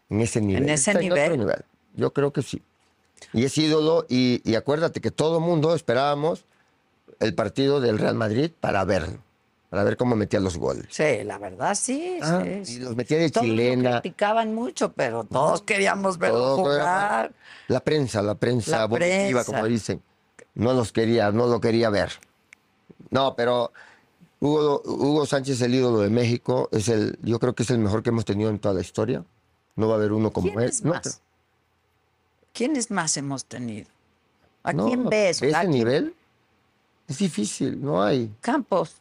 D: en ese nivel.
C: En ese
D: Está otro
C: nivel.
D: Yo creo que sí. Y es ídolo y, y acuérdate que todo mundo esperábamos el partido del Real Madrid para verlo, para ver cómo metía los goles.
C: Sí, la verdad sí.
D: Ah,
C: sí,
D: y
C: sí.
D: los metía de
C: Todos lo
D: chilena.
C: criticaban mucho, pero todos queríamos verlo
D: Todo era-
C: jugar.
D: La prensa, la prensa
C: La
D: vomitiva, como
C: prensa.
D: dicen. No los quería, no lo quería ver. No, pero Hugo, Hugo Sánchez, el ídolo de México, es el, yo creo que es el mejor que hemos tenido en toda la historia. No va a haber uno como
C: ¿Quién
D: él.
C: es
D: Pues, No,
C: más? ¿Quiénes más hemos tenido? ¿A
D: no,
C: quién ves?
D: de
C: ¿A
D: ese
C: quién?
D: nivel es difícil, no hay.
C: Campos,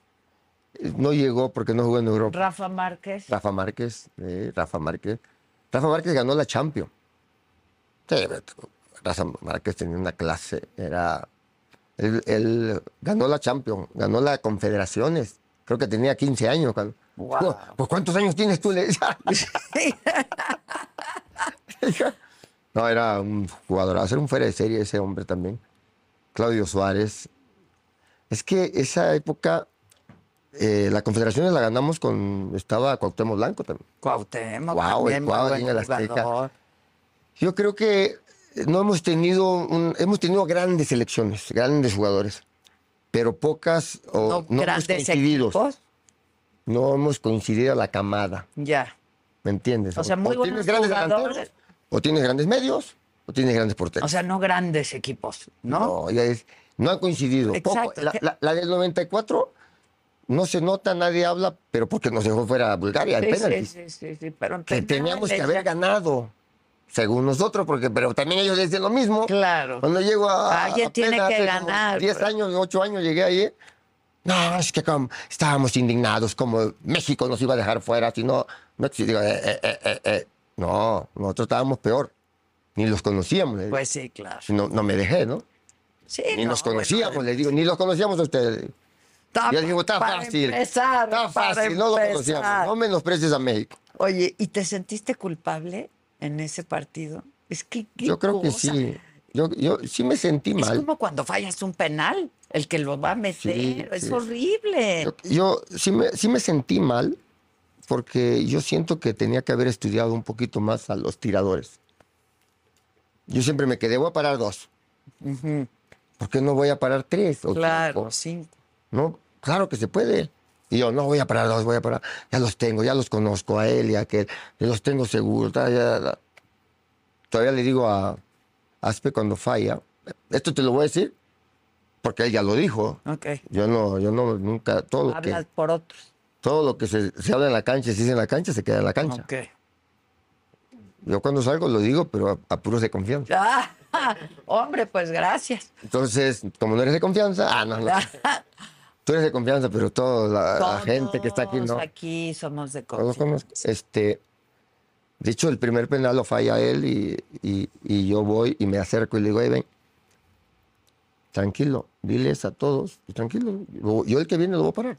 D: No llegó porque no jugó en Europa.
C: Rafa Márquez.
D: Rafa Márquez, eh, Rafa Márquez. Rafa Márquez ganó la Champions. Sí, pero tú, Rafa Márquez tenía una clase, era... Él, él ganó la Champions, ganó la Confederaciones. Creo que tenía 15 años. cuando-
C: Guau.
D: Digo, pues ¿cuántos años tienes tú? Le decía. no, era un jugador, hacer un fuera de serie ese hombre también. Claudio Suárez. Es que esa época, eh, la Confederaciones la ganamos con, estaba Cuauhtémoc Blanco también.
C: Cuauhtémoc
D: Guau,
C: también,
D: el
C: muy
D: Cuau
C: buen
D: en el Azteca.
C: jugador.
D: Yo creo que no hemos tenido, un- hemos tenido grandes selecciones, grandes jugadores, pero pocas o no,
C: No,
D: hemos
C: grandes
D: coincidido,
C: equipos.
D: no hemos coincidido a la camada,
C: Ya.
D: ¿me entiendes?
C: O sea, muy buenos
D: tienes grandes
C: jugadores.
D: delanteros, o tienes grandes medios, o tienes grandes porteros.
C: O sea, no grandes equipos, ¿no?
D: ya es- Pues no han coincidido. poco.
C: Exacto,
D: La,
C: que-
D: la- la del 94 no se nota, nadie habla, pero porque nos dejó fuera a Bulgaria, en
C: Sí, sí,
D: penaltis.
C: sí, sí, sí, pero en
D: que teníamos que
C: penales,
D: haber
C: ya.
D: ganado, según nosotros, porque pero también ellos decían lo mismo.
C: Claro.
D: Cuando llego a.
C: Alguien tiene
D: apenas
C: que
D: hace como
C: ganar,
D: 10
C: pues.
D: años, 8 años llegué ahí. ¿eh? No, es que como- estábamos indignados, como México nos iba a dejar fuera, si no. no si digo, eh, eh, eh, eh, eh. No, nosotros estábamos peor. Ni los conocíamos. le digo.
C: Pues sí, claro.
D: Si no, no me dejé, ¿no?
C: Sí,
D: Ni
C: no,
D: nos
C: bueno, pues
D: conocíamos, les digo, ni los conocíamos a ustedes.
C: está-
D: Yo digo, está
C: para
D: fácil.
C: empezar,
D: está
C: para
D: fácil, no lo
C: empezar.
D: conocíamos. No menosprecies a México.
C: Oye, ¿y te sentiste culpable en ese partido? Es que qué
D: Yo creo que
C: cosa.
D: sí. Yo, yo sí me sentí
C: Es
D: mal.
C: como cuando fallas un penal, el que lo va a meter,
D: Sí,
C: es
D: sí.
C: horrible.
D: Yo, yo sí, me, sí me sentí mal porque yo siento que tenía que haber estudiado un poquito más a los tiradores. Yo siempre me quedé, voy a parar dos. ¿Por qué no voy a parar tres? o
C: claro,
D: cinco?
C: sí.
D: No, claro que se puede. Y yo, no voy a parar dos, voy a parar. Ya los tengo, ya los conozco a él y a aquel. ya los tengo seguros. ta, ya, ta. Todavía le digo a Aspe cuando falla, esto te lo voy a decir porque él ya lo dijo.
C: Ok.
D: Yo no, yo no, nunca, todo lo que,
C: Hablas por otros.
D: todo lo que se, se habla en la cancha, y se dice en la cancha, se queda en la cancha.
C: Ok.
D: Yo cuando salgo lo digo, pero a, a puros de confianza.
C: Ah, hombre, pues gracias.
D: Entonces, como no eres de confianza, ah, no, no. Tú eres de confianza, pero toda la, la gente que está aquí
C: Todos
D: no.
C: aquí somos de
D: No lo
C: confianza.
D: conozco. Este, de hecho, el primer penal lo falla él y, y- y yo voy y me acerco y le digo, "Ey, ven, tranquilo, diles a todos, pues, tranquilo, yo, yo el que viene lo voy a parar.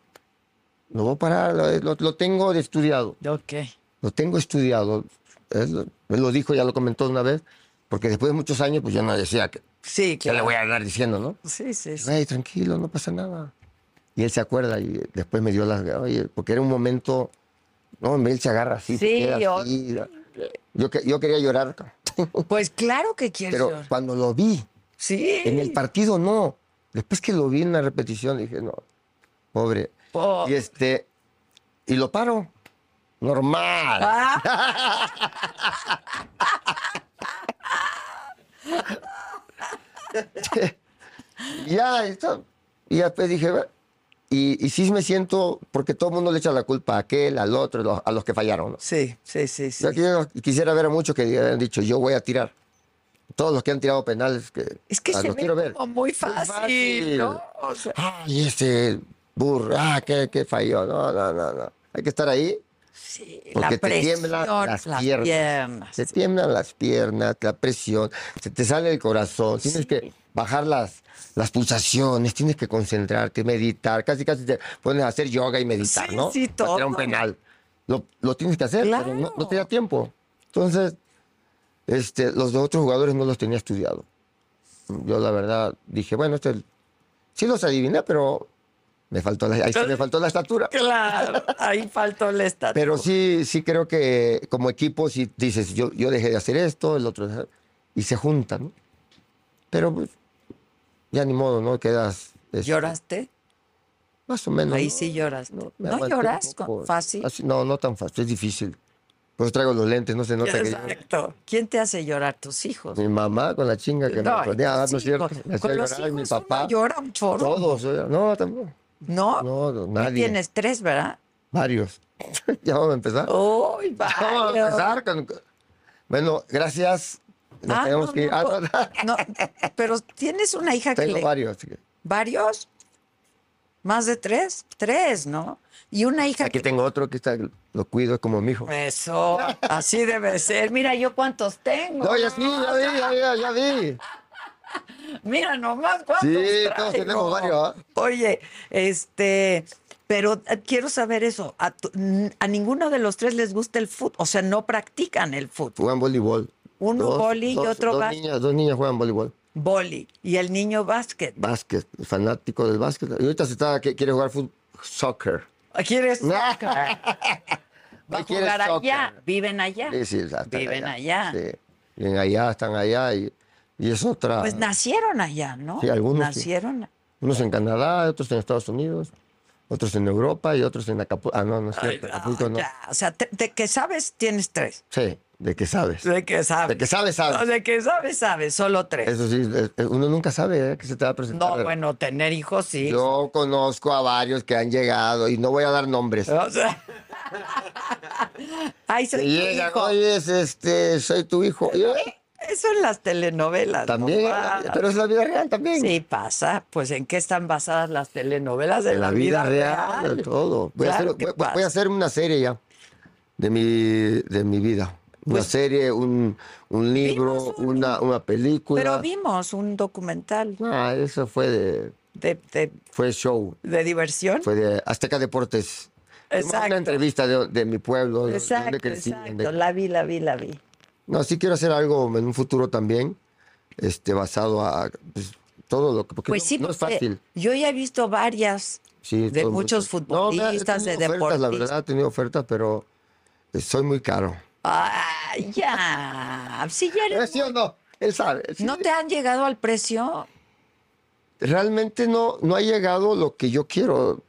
D: Lo voy a parar, lo- lo- lo tengo estudiado.
C: Ok.
D: lo tengo estudiado. Él, lo- él lo dijo, ya lo comentó una vez, porque después de muchos años, pues yo no decía que,
C: Sí,
D: que le
C: claro.
D: voy a andar diciendo, ¿no?
C: Sí, sí, sí.
D: Güey, tranquilo, no pasa nada. Y él se acuerda y después me dio las. Oye, porque era un momento. No, hombre, él se agarra así. se
C: Sí,
D: queda así. Yo, que- yo quería llorar,
C: Pues claro que quieres
D: pero
C: llorar.
D: cuando lo vi
C: Sí.
D: en el partido, no. Después que lo vi en la repetición, dije, no, pobre.
C: Po-
D: Y este. Y lo paro. Normal.
C: Ah,
D: ya, esto. Y después dije, "Ve". y, y sí me siento, porque todo el mundo le echa la culpa a aquel, al otro, lo- a los que fallaron. ¿no?
C: sí, sí, sí, sí.
D: Yo quiero- quisiera ver a muchos que hubieran dicho, yo voy a tirar. Todos los que han tirado penales, que,
C: Es que
D: ah,
C: se
D: los
C: ve
D: quiero ver.
C: como muy fácil,
D: fácil.
C: ¿no? O sea,
D: Ay, ese burro, ah, que, que falló. No, no, no, no. Hay que estar ahí.
C: sí, la
D: Porque te
C: presión,
D: tiemblan las piernas.
C: piernas.
D: Se tiemblan las piernas, la presión, se te sale el corazón, tienes que bajar las, las pulsaciones, tienes que concentrarte, meditar, casi casi te pones a hacer yoga y meditar,
C: Sí,
D: ¿no?
C: sí,
D: Para tirar un
C: todo.
D: penal. Lo, lo tienes que hacer, pero no, no te da tiempo. Entonces, este, los de otros jugadores no los tenía estudiado. Yo la verdad dije, bueno, este, sí los adiviné, pero Me faltó la, ahí sí me faltó la estatura.
C: Claro, ahí faltó la estatura.
D: Pero sí, sí creo que como equipo, si dices, yo, yo dejé de hacer esto, el otro, y se juntan. Pero pues, ya ni modo, ¿no? Quedas. este,
C: ¿Lloraste?
D: Más o menos.
C: Ahí
D: ¿no?
C: sí lloraste. ¿No,
D: Me aguanté un
C: lloras con-
D: poco.
C: fácil?
D: Así- no, no tan fácil, es difícil. Por eso traigo los lentes, no se nota que lloro.
C: Exacto. ¿Quién te hace llorar? Tus hijos.
D: Mi mamá con la chinga que
C: No,
D: me ponía, ah,
C: sí,
D: no es cierto,
C: con-
D: me hacía
C: con los
D: llorar, y mi
C: hijos uno
D: papá.
C: llora un chorro.
D: Todos, oiga, no, tampoco.
C: ¿No?
D: No, no,
C: Tú
D: nadie.
C: Tienes tres, ¿verdad?
D: Varios. ya vamos a empezar.
C: ¡Uy,
D: Vamos a
C: vaya!
D: empezar con- Bueno, gracias. Nos
C: Ah,
D: tenemos
C: no,
D: que ir.
C: no,
D: Ah,
C: por- No,
D: no,
C: pero tienes una hija que
D: tengo
C: le-
D: varios. así que-
C: ¿Varios? ¿Más de tres? Tres, ¿no? Y una hija
D: Aquí
C: que...
D: tengo otro que está, lo cuido, es como mi hijo.
C: Eso, así debe ser. Mira yo cuántos tengo.
D: No, ya sí, ya vi, ya vi, ya, ya vi.
C: Mira nomás cuántos
D: Sí, todos
C: traigo.
D: tenemos varios. ¿ah?
C: Oye, este, pero eh, quiero saber eso. A, tu- n- a ninguno de los tres les gusta el fútbol, o sea, no practican el fútbol.
D: Juegan voleibol.
C: Uno
D: Dos-
C: voli y
D: dos-
C: otro
D: dos
C: bas-
D: niñas, dos niñas juegan voleibol.
C: Boli y el niño básquet.
D: Básquet, fanático del básquet. Y ahorita se está, que quiere jugar fútbol, soccer.
C: ¿Quieres? Va a
D: ¿Quieres
C: jugar
D: soccer?
C: allá, viven allá.
D: Sí, sí, están
C: Viven allá.
D: Sí. Viven allá, están allá y, y es otra.
C: Pues nacieron allá, ¿no?
D: Sí, algunos sí.
C: Nacieron.
D: Unos en Canadá, otros en Estados Unidos, otros en Europa y otros en Acapulco. Ah, no, no es
C: Ay,
D: cierto, Acapulco
C: no,
D: no.
C: ya, O sea, te- de que sabes, tienes tres.
D: Sí, de que sabes.
C: De que sabes.
D: De que sabes,
C: No,
D: sabes.
C: de que sabes, sabes, solo tres.
D: Eso sí, es- es- uno nunca sabe ¿eh? que se te va a presentar.
C: No, bueno, tener hijos sí.
D: Yo conozco a varios que han llegado y no voy a dar nombres.
C: O sea, Ay, soy
D: Que
C: Ah, tu
D: llegan,
C: hijo.
D: oye, es, este, soy tu hijo. Y, eh,
C: Eso en las telenovelas. ¿no?
D: También,
C: Ah,
D: pero es la vida real también.
C: Sí, pasa. Pues en qué están basadas las telenovelas de
D: En la vida real, de todo. Voy,
C: Claro
D: a hacer,
C: que
D: voy- voy- voy
C: pasa.
D: a hacer una serie ya de mi, de mi vida. Una serie, un, un libro,
C: Pues Vimos
D: una, una película.
C: Pero vimos un documental
D: Ah, eso fue de
C: de, de-
D: fue show,
C: de diversión.
D: fue de Azteca Deportes.
C: Exacto.
D: Una entrevista de, de mi pueblo, de
C: exacto,
D: donde crecí. donde-
C: exacto. La vi, la vi, la vi.
D: No, sí quiero hacer algo en un futuro también, este, basado a pues, todo lo que... Porque
C: Pues
D: no,
C: sí,
D: no es
C: porque
D: fácil.
C: Yo ya he visto varias. de
D: Sí, todo el mundo
C: muchos
D: sabe. No, me ha- he
C: futbolistas, de
D: tenido ofertas, La
C: deportistas.
D: verdad, he tenido ofertas, pero eh, soy muy caro.
C: Ah, ya. Sí, ya
D: ¿Eh,
C: eres-
D: ¿Sí o no? Él sabe. sí.
C: ¿No te han llegado al precio?
D: Realmente no, no ha llegado lo que yo quiero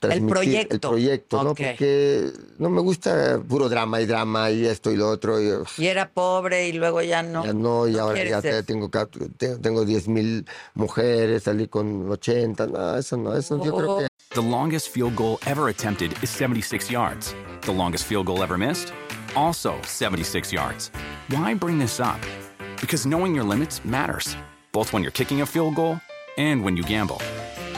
D: transmitir. El
C: proyecto.
D: proyecto, ¿no?
C: Ok.
D: Porque no me gusta puro drama y drama y esto y lo otro. Y, ugh,
C: Y era pobre y luego ya no.
D: ya no, y ahora
C: quieres
D: ya te-
C: eso.
D: tengo, ca- te- tengo 10 mil mujeres, salí con 80. No, eso no, eso yo creo que...
J: The longest field goal ever attempted is 76 yards. The longest field goal ever missed? Also 76 yards. Why bring this up? Because knowing your limits matters, both when you're kicking a field goal and when you gamble.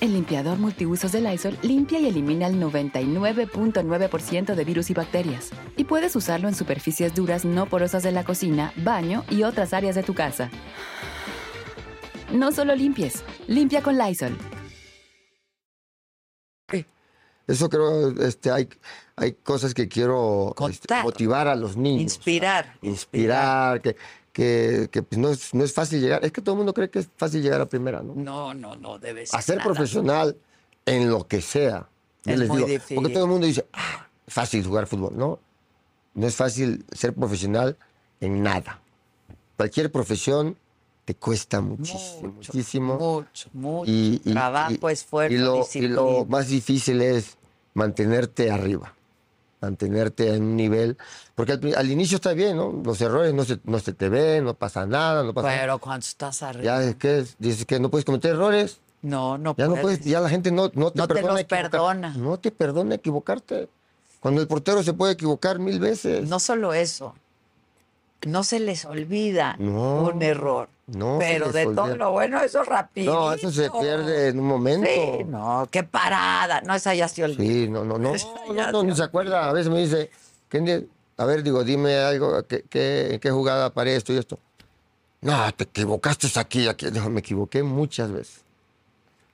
H: El limpiador multiusos de Lysol limpia y elimina el 99.9% de virus y bacterias. Y puedes usarlo en superficies duras no porosas de la cocina, baño y otras áreas de tu casa. No solo limpies, limpia con Lysol.
C: Oh.
D: Eso creo, este, hay, hay cosas que quiero este,
C: Contar.
D: motivar a los niños.
C: Inspirar.
D: Inspirar, que, que, que, pues, no, es, no es fácil llegar. Es que todo el mundo cree que es fácil llegar a primera, ¿no?
C: No, no, no debe ser.
D: A ser
C: nada.
D: profesional en lo que sea. Yo
C: Es
D: les
C: muy
D: digo,
C: difícil.
D: Porque todo el mundo dice, "Ah, es fácil jugar fútbol. No, no es fácil ser profesional en nada. Cualquier profesión te cuesta muchísimo,
C: Mucho,
D: muchísimo.
C: Mucho, mucho.
D: Y, y-
C: Trabajo,
D: y-
C: esfuerzo,
D: y lo, y
C: disciplina.
D: lo más difícil es mantenerte arriba, mantenerte en un nivel. Porque al, pri- al inicio está bien, ¿no? Los errores no se, no se te ven, no pasa nada, no pasa nada.
C: Pero cuando estás arriba.
D: Ya es que es- dices que no puedes cometer errores,
C: no, no
D: ya
C: puedes.
D: no puedes, ya la gente no, Pues, no te
C: No te
D: perdona.
C: los
D: equivocar-
C: perdona.
D: No te perdona equivocarte. Cuando el portero se puede equivocar mil veces.
C: No solo eso. No se les olvida
D: No.
C: un error.
D: No, se
C: Pero
D: les
C: de todo
D: olvida.
C: lo bueno, eso rápido.
D: No, eso se pierde en un momento.
C: Sí, no, qué parada. No, esa ya se olvidó.
D: Sí, no, no, no. No, no, ni se acuerda. A veces me dice, "¿Qué ne- a ver, digo, dime algo, ¿qué, qué, en qué jugada para esto y esto? No, te equivocaste aquí, aquí. No, me equivoqué muchas veces.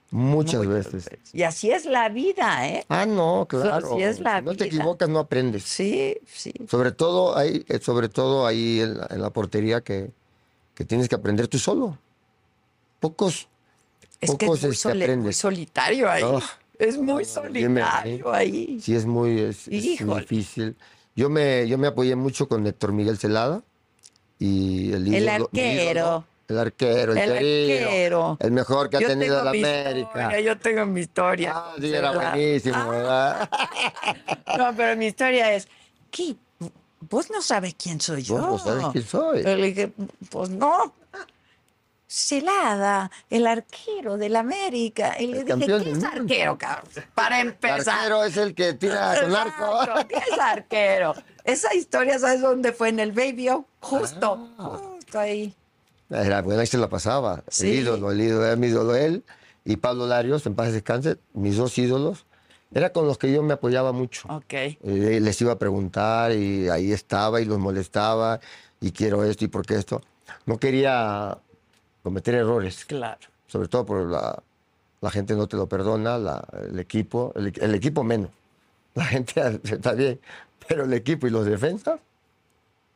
D: Muchas, veces.
C: Y así es la vida, ¿eh?
D: Ah, no, claro.
C: Así es la
D: Si no
C: vida.
D: te equivocas, no aprendes.
C: Sí, sí.
D: Sobre todo ahí, eh, sobre todo ahí en la, en la portería que, que tienes que aprender tú solo. Pocos,
C: Es que
D: pocos
C: es muy,
D: este,
C: sole- muy
D: aprendes.
C: solitario ahí.
D: Ah,
C: es muy
D: Dime,
C: solitario
D: ¿eh?
C: ahí.
D: Sí, es muy es- es
C: Híjole.
D: difícil. Yo me, yo me apoyé mucho con Héctor Miguel Celada y
C: El
D: el, ídolo- mi ídolo,
C: arquero.
D: el arquero, el,
C: El
D: querido,
C: arquero.
D: el mejor que ha
C: Yo
D: tenido
C: tengo
D: la
C: mi
D: América.
C: historia, yo tengo mi historia.
D: Ah, sí, era
C: ¿verdad?
D: buenísimo, ¿verdad?
C: Ah, No, pero mi historia es, ¿qué? ¿Vos no sabes quién soy yo?
D: Vos no pues, sabes quién soy.
C: Yo le dije, pues no. Celada, el arquero del América. Y le dije,
D: campeón
C: ¿qué
D: del
C: es
D: mundo".
C: arquero, cabrón? Para
D: El
C: empezar.
D: arquero es el que tira Ah, con arco.
C: Exacto, ¿Qué es arquero? Esa historia, ¿sabes dónde fue? En el Baby O, justo,
D: Ah.
C: justo ahí.
D: Era bueno, ahí se la pasaba.
C: Sí.
D: El ídolo, el ídolo, era mi ídolo él y Pablo Larios, en paz descanse, mis dos ídolos. Era con los que yo me apoyaba mucho.
C: Ok.
D: Eh, les iba a preguntar y ahí estaba y los molestaba y quiero esto y por qué esto. No quería cometer errores,
C: Claro.
D: sobre todo por la, la gente no te lo perdona, la- el equipo, el, el equipo menos. La gente está bien, pero el equipo y los defensas,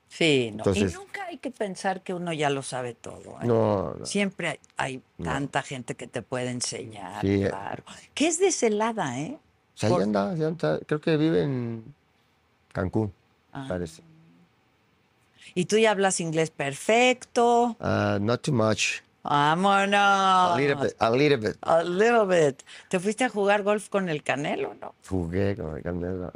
C: Sí, no.
D: Entonces-
C: y nunca hay que pensar que uno ya lo sabe todo. ¿eh?
D: no. no.
C: Siempre hay, hay tanta gente que te puede enseñar,
D: Sí, eh.
C: claro. Que es de celada, ¿eh?
D: O sea, ahí
C: Por-
D: anda, ahí anda. creo que vive en Cancún,
C: Ah.
D: parece.
C: Y tú ya hablas inglés perfecto.
D: Ah, not too much.
C: Vámonos.
D: A little bit, a little bit.
C: A little bit. ¿Te fuiste a jugar golf con el Canelo, no?
D: Jugué con el Canelo.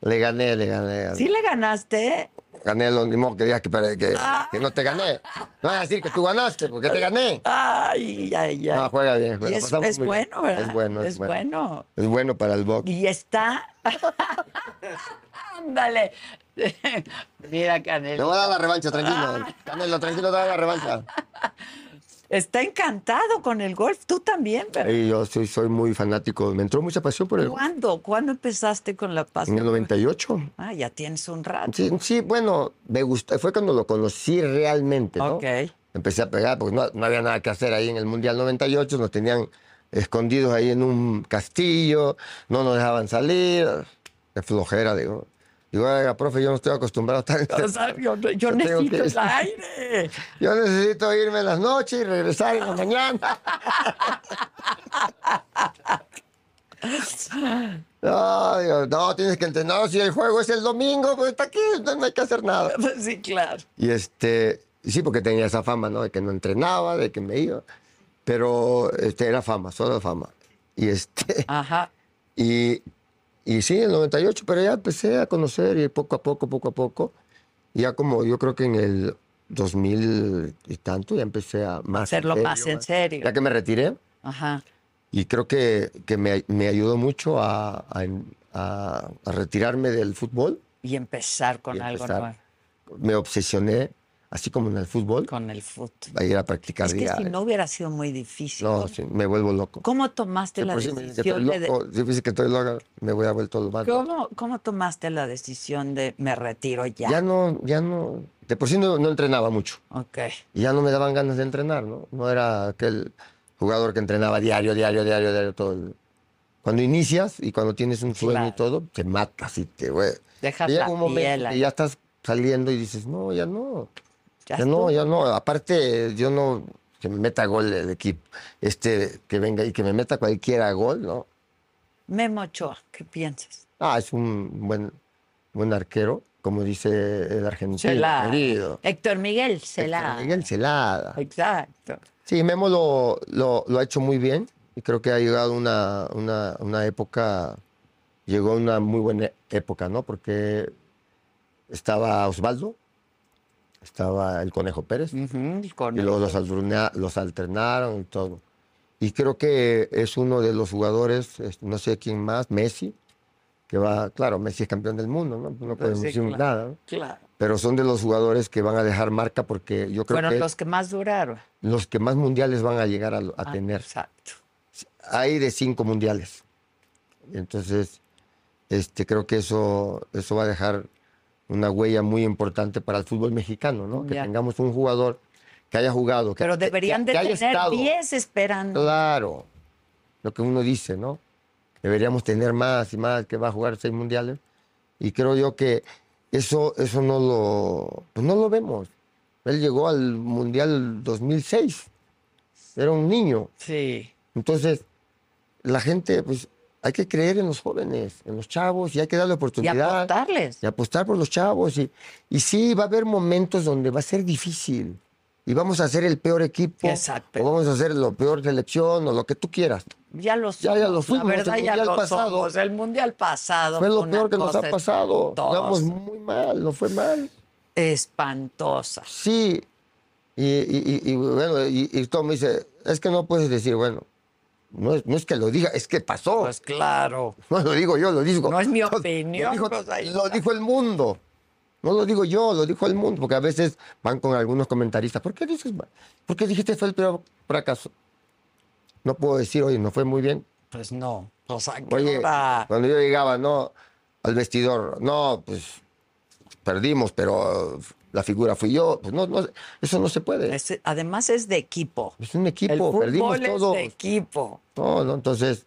D: Le gané, le gané.
C: Sí le ganaste.
D: Canelo, ni modo que digas que, per- que-
C: Ah.
D: que no te gané. No vas a decir que tú ganaste, porque te gané.
C: Ay, ay, ay.
D: No, juega bien. juega.
C: Y es,
D: Pasamos
C: es
D: muy bien.
C: bueno, ¿verdad?
D: Es bueno, es, bueno.
C: bueno.
D: Es bueno para el box.
C: Y está. Ándale. Mira,
D: Le
C: Canelo.
D: voy a dar la revancha, tranquilo.
C: Ah.
D: Canelo, tranquilo, dame la revancha.
C: Está encantado con el golf. Tú también, ¿verdad?
D: Y yo soy, soy muy fanático. Me entró mucha pasión por el box.
C: ¿Cuándo? ¿Cuándo empezaste con la
D: En
C: pasión?
D: el 98.
C: Ah, ya tienes un rato.
D: Sí, sí, bueno, me gustó. Fue cuando lo conocí realmente, ¿no?
C: ok.
D: Empecé a pegar porque no, no había nada que hacer ahí en el Mundial 98. Nos tenían escondidos ahí en un castillo, no nos dejaban salir. Qué flojera, digo. Digo, oiga, profe, yo no estoy acostumbrado a estar... en
C: O
D: este-
C: sea, yo, yo
D: Yo tengo
C: necesito
D: que-
C: el aire.
D: Yo necesito irme en las noches y regresar en la mañana. No, digo, no, tienes que entrenar. Si el juego es el domingo, pues está aquí, no no hay que hacer nada.
C: Pues Sí, claro.
D: Y este, sí, porque tenía esa fama, ¿no? De que no entrenaba, de que me iba. Pero este, era fama, solo fama. Y este,
C: Ajá.
D: y, y sí, en el 98, pero ya empecé a conocer y poco a poco, poco a poco. Ya como yo creo que en el 2000 y tanto, ya empecé a más.
C: Hacerlo más en serio.
D: Ya que me retiré,
C: Ajá.
D: y creo que, que me, me ayudó mucho a, a- a- a retirarme del fútbol.
C: Y empezar con
D: y
C: algo
D: empezar.
C: nuevo.
D: Me obsesioné, así como en el fútbol,
C: Con el fútbol.
D: a ir a practicar.
C: Es que
D: día-
C: si no hubiera sido muy difícil.
D: No,
C: ¿Cómo-
D: sí, me vuelvo loco.
C: ¿Cómo tomaste
D: De
C: la
D: por sí me dicen que
C: decisión
D: estoy
C: de- de...
D: loco, si me dicen que estoy loca, me voy a vuelto lo más.
C: ¿Cómo, cómo tomaste la decisión de me retiro ya?
D: Ya no, ya no. De por sí no, no entrenaba mucho.
C: Ok.
D: Y ya no me daban ganas de entrenar, ¿no? No era aquel jugador que entrenaba diario, diario, diario, diario, todo el- Cuando inicias y cuando tienes un sueño y
C: Claro.
D: todo, te matas y te... güey.
C: Dejas
D: Y
C: la
D: llega un
C: piel
D: momento
C: ahí.
D: que ya estás saliendo y dices, no, ya no.
C: Ya
D: Ya no,
C: estuvo.
D: ya no. Aparte, yo no. Que me meta gol el equipo. Este, que venga y que me meta cualquiera gol, ¿no?
C: Memo Ochoa, ¿qué piensas?
D: Ah, es un buen, buen arquero, como dice el argentino.
C: Celada.
D: querido.
C: Héctor Miguel Celada.
D: Héctor Miguel Celada.
C: Exacto.
D: Sí, Memo lo, lo, lo ha hecho muy bien y creo que ha llegado una, una, una época, llegó a una muy buena e- época, ¿no? Porque estaba Osvaldo, estaba el Conejo Pérez,
C: Ujú, y con
D: y luego los, alternea- los alternaron y todo. Y creo que es uno de los jugadores, es- no sé quién más, Messi, que va, claro, Messi es campeón del mundo, ¿no? No podemos
C: Pues Sí,
D: decir
C: claro,
D: nada, ¿no?
C: Claro.
D: Pero son de los jugadores que van a dejar marca porque yo creo
C: Fueron
D: que
C: los que más duraron.
D: los que más mundiales van a llegar a, a
C: Ah,
D: tener.
C: Exacto.
D: Hay de cinco mundiales. Entonces, este, creo que eso, eso va a dejar una huella muy importante para el fútbol mexicano, ¿no? Que
C: Ya.
D: tengamos un jugador que haya jugado, que,
C: Pero
D: que-
C: deberían de
D: que- que haya
C: tener
D: estado.
C: 10 esperando.
D: Claro, lo que uno dice, ¿no? Deberíamos tener más y más que va a jugar seis mundiales. Y creo yo que eso, eso no, lo, pues no lo vemos. Él llegó al Mundial 2006, era un niño.
C: Sí.
D: Entonces, la gente, pues hay que creer en los jóvenes, en los chavos, y hay que darle
C: Y
D: oportunidad.
C: apostarles.
D: Y apostar por los chavos. Y, y sí, va a haber momentos donde va a ser difícil. Y vamos a ser el peor equipo.
C: Exacto.
D: O vamos a ser lo peor selección o lo que tú quieras.
C: Ya los
D: Ya, ya lo
C: La
D: fuimos, el
C: verdad, ya
D: mundial
C: lo
D: pasado.
C: somos. El mundial pasado.
D: Fue lo
C: una
D: peor que nos ha
C: cosa
D: pasado.
C: todos.
D: Jugamos muy mal, no fue mal.
C: Espantosa.
D: Sí. Y, y- y- y bueno, y, y Tom me dice, es que no puedes decir, bueno, no es, no es que lo diga, es que pasó.
C: Pues claro.
D: No lo digo yo, lo digo.
C: No es mi
D: lo-
C: opinión,
D: Lo dijo,
C: pues ahí
D: lo
C: está.
D: dijo el mundo. No lo digo yo, lo dijo el mundo, porque a veces van con algunos comentaristas. ¿Por qué dices, ma- por qué dijiste fue el peor fracaso? No puedo decir, oye, no fue muy bien.
C: Pues no. O sea, ¿qué
D: Oye, pues
C: hora?
D: cuando yo llegaba, no, al vestidor, no, pues perdimos, pero eh, la figura fui yo. Pues no, no, eso no se puede. Es,
C: Es- además es de equipo.
D: un
C: el
D: equipo,
C: fútbol
D: perdimos
C: es
D: todo.
C: de equipo.
D: No, no, entonces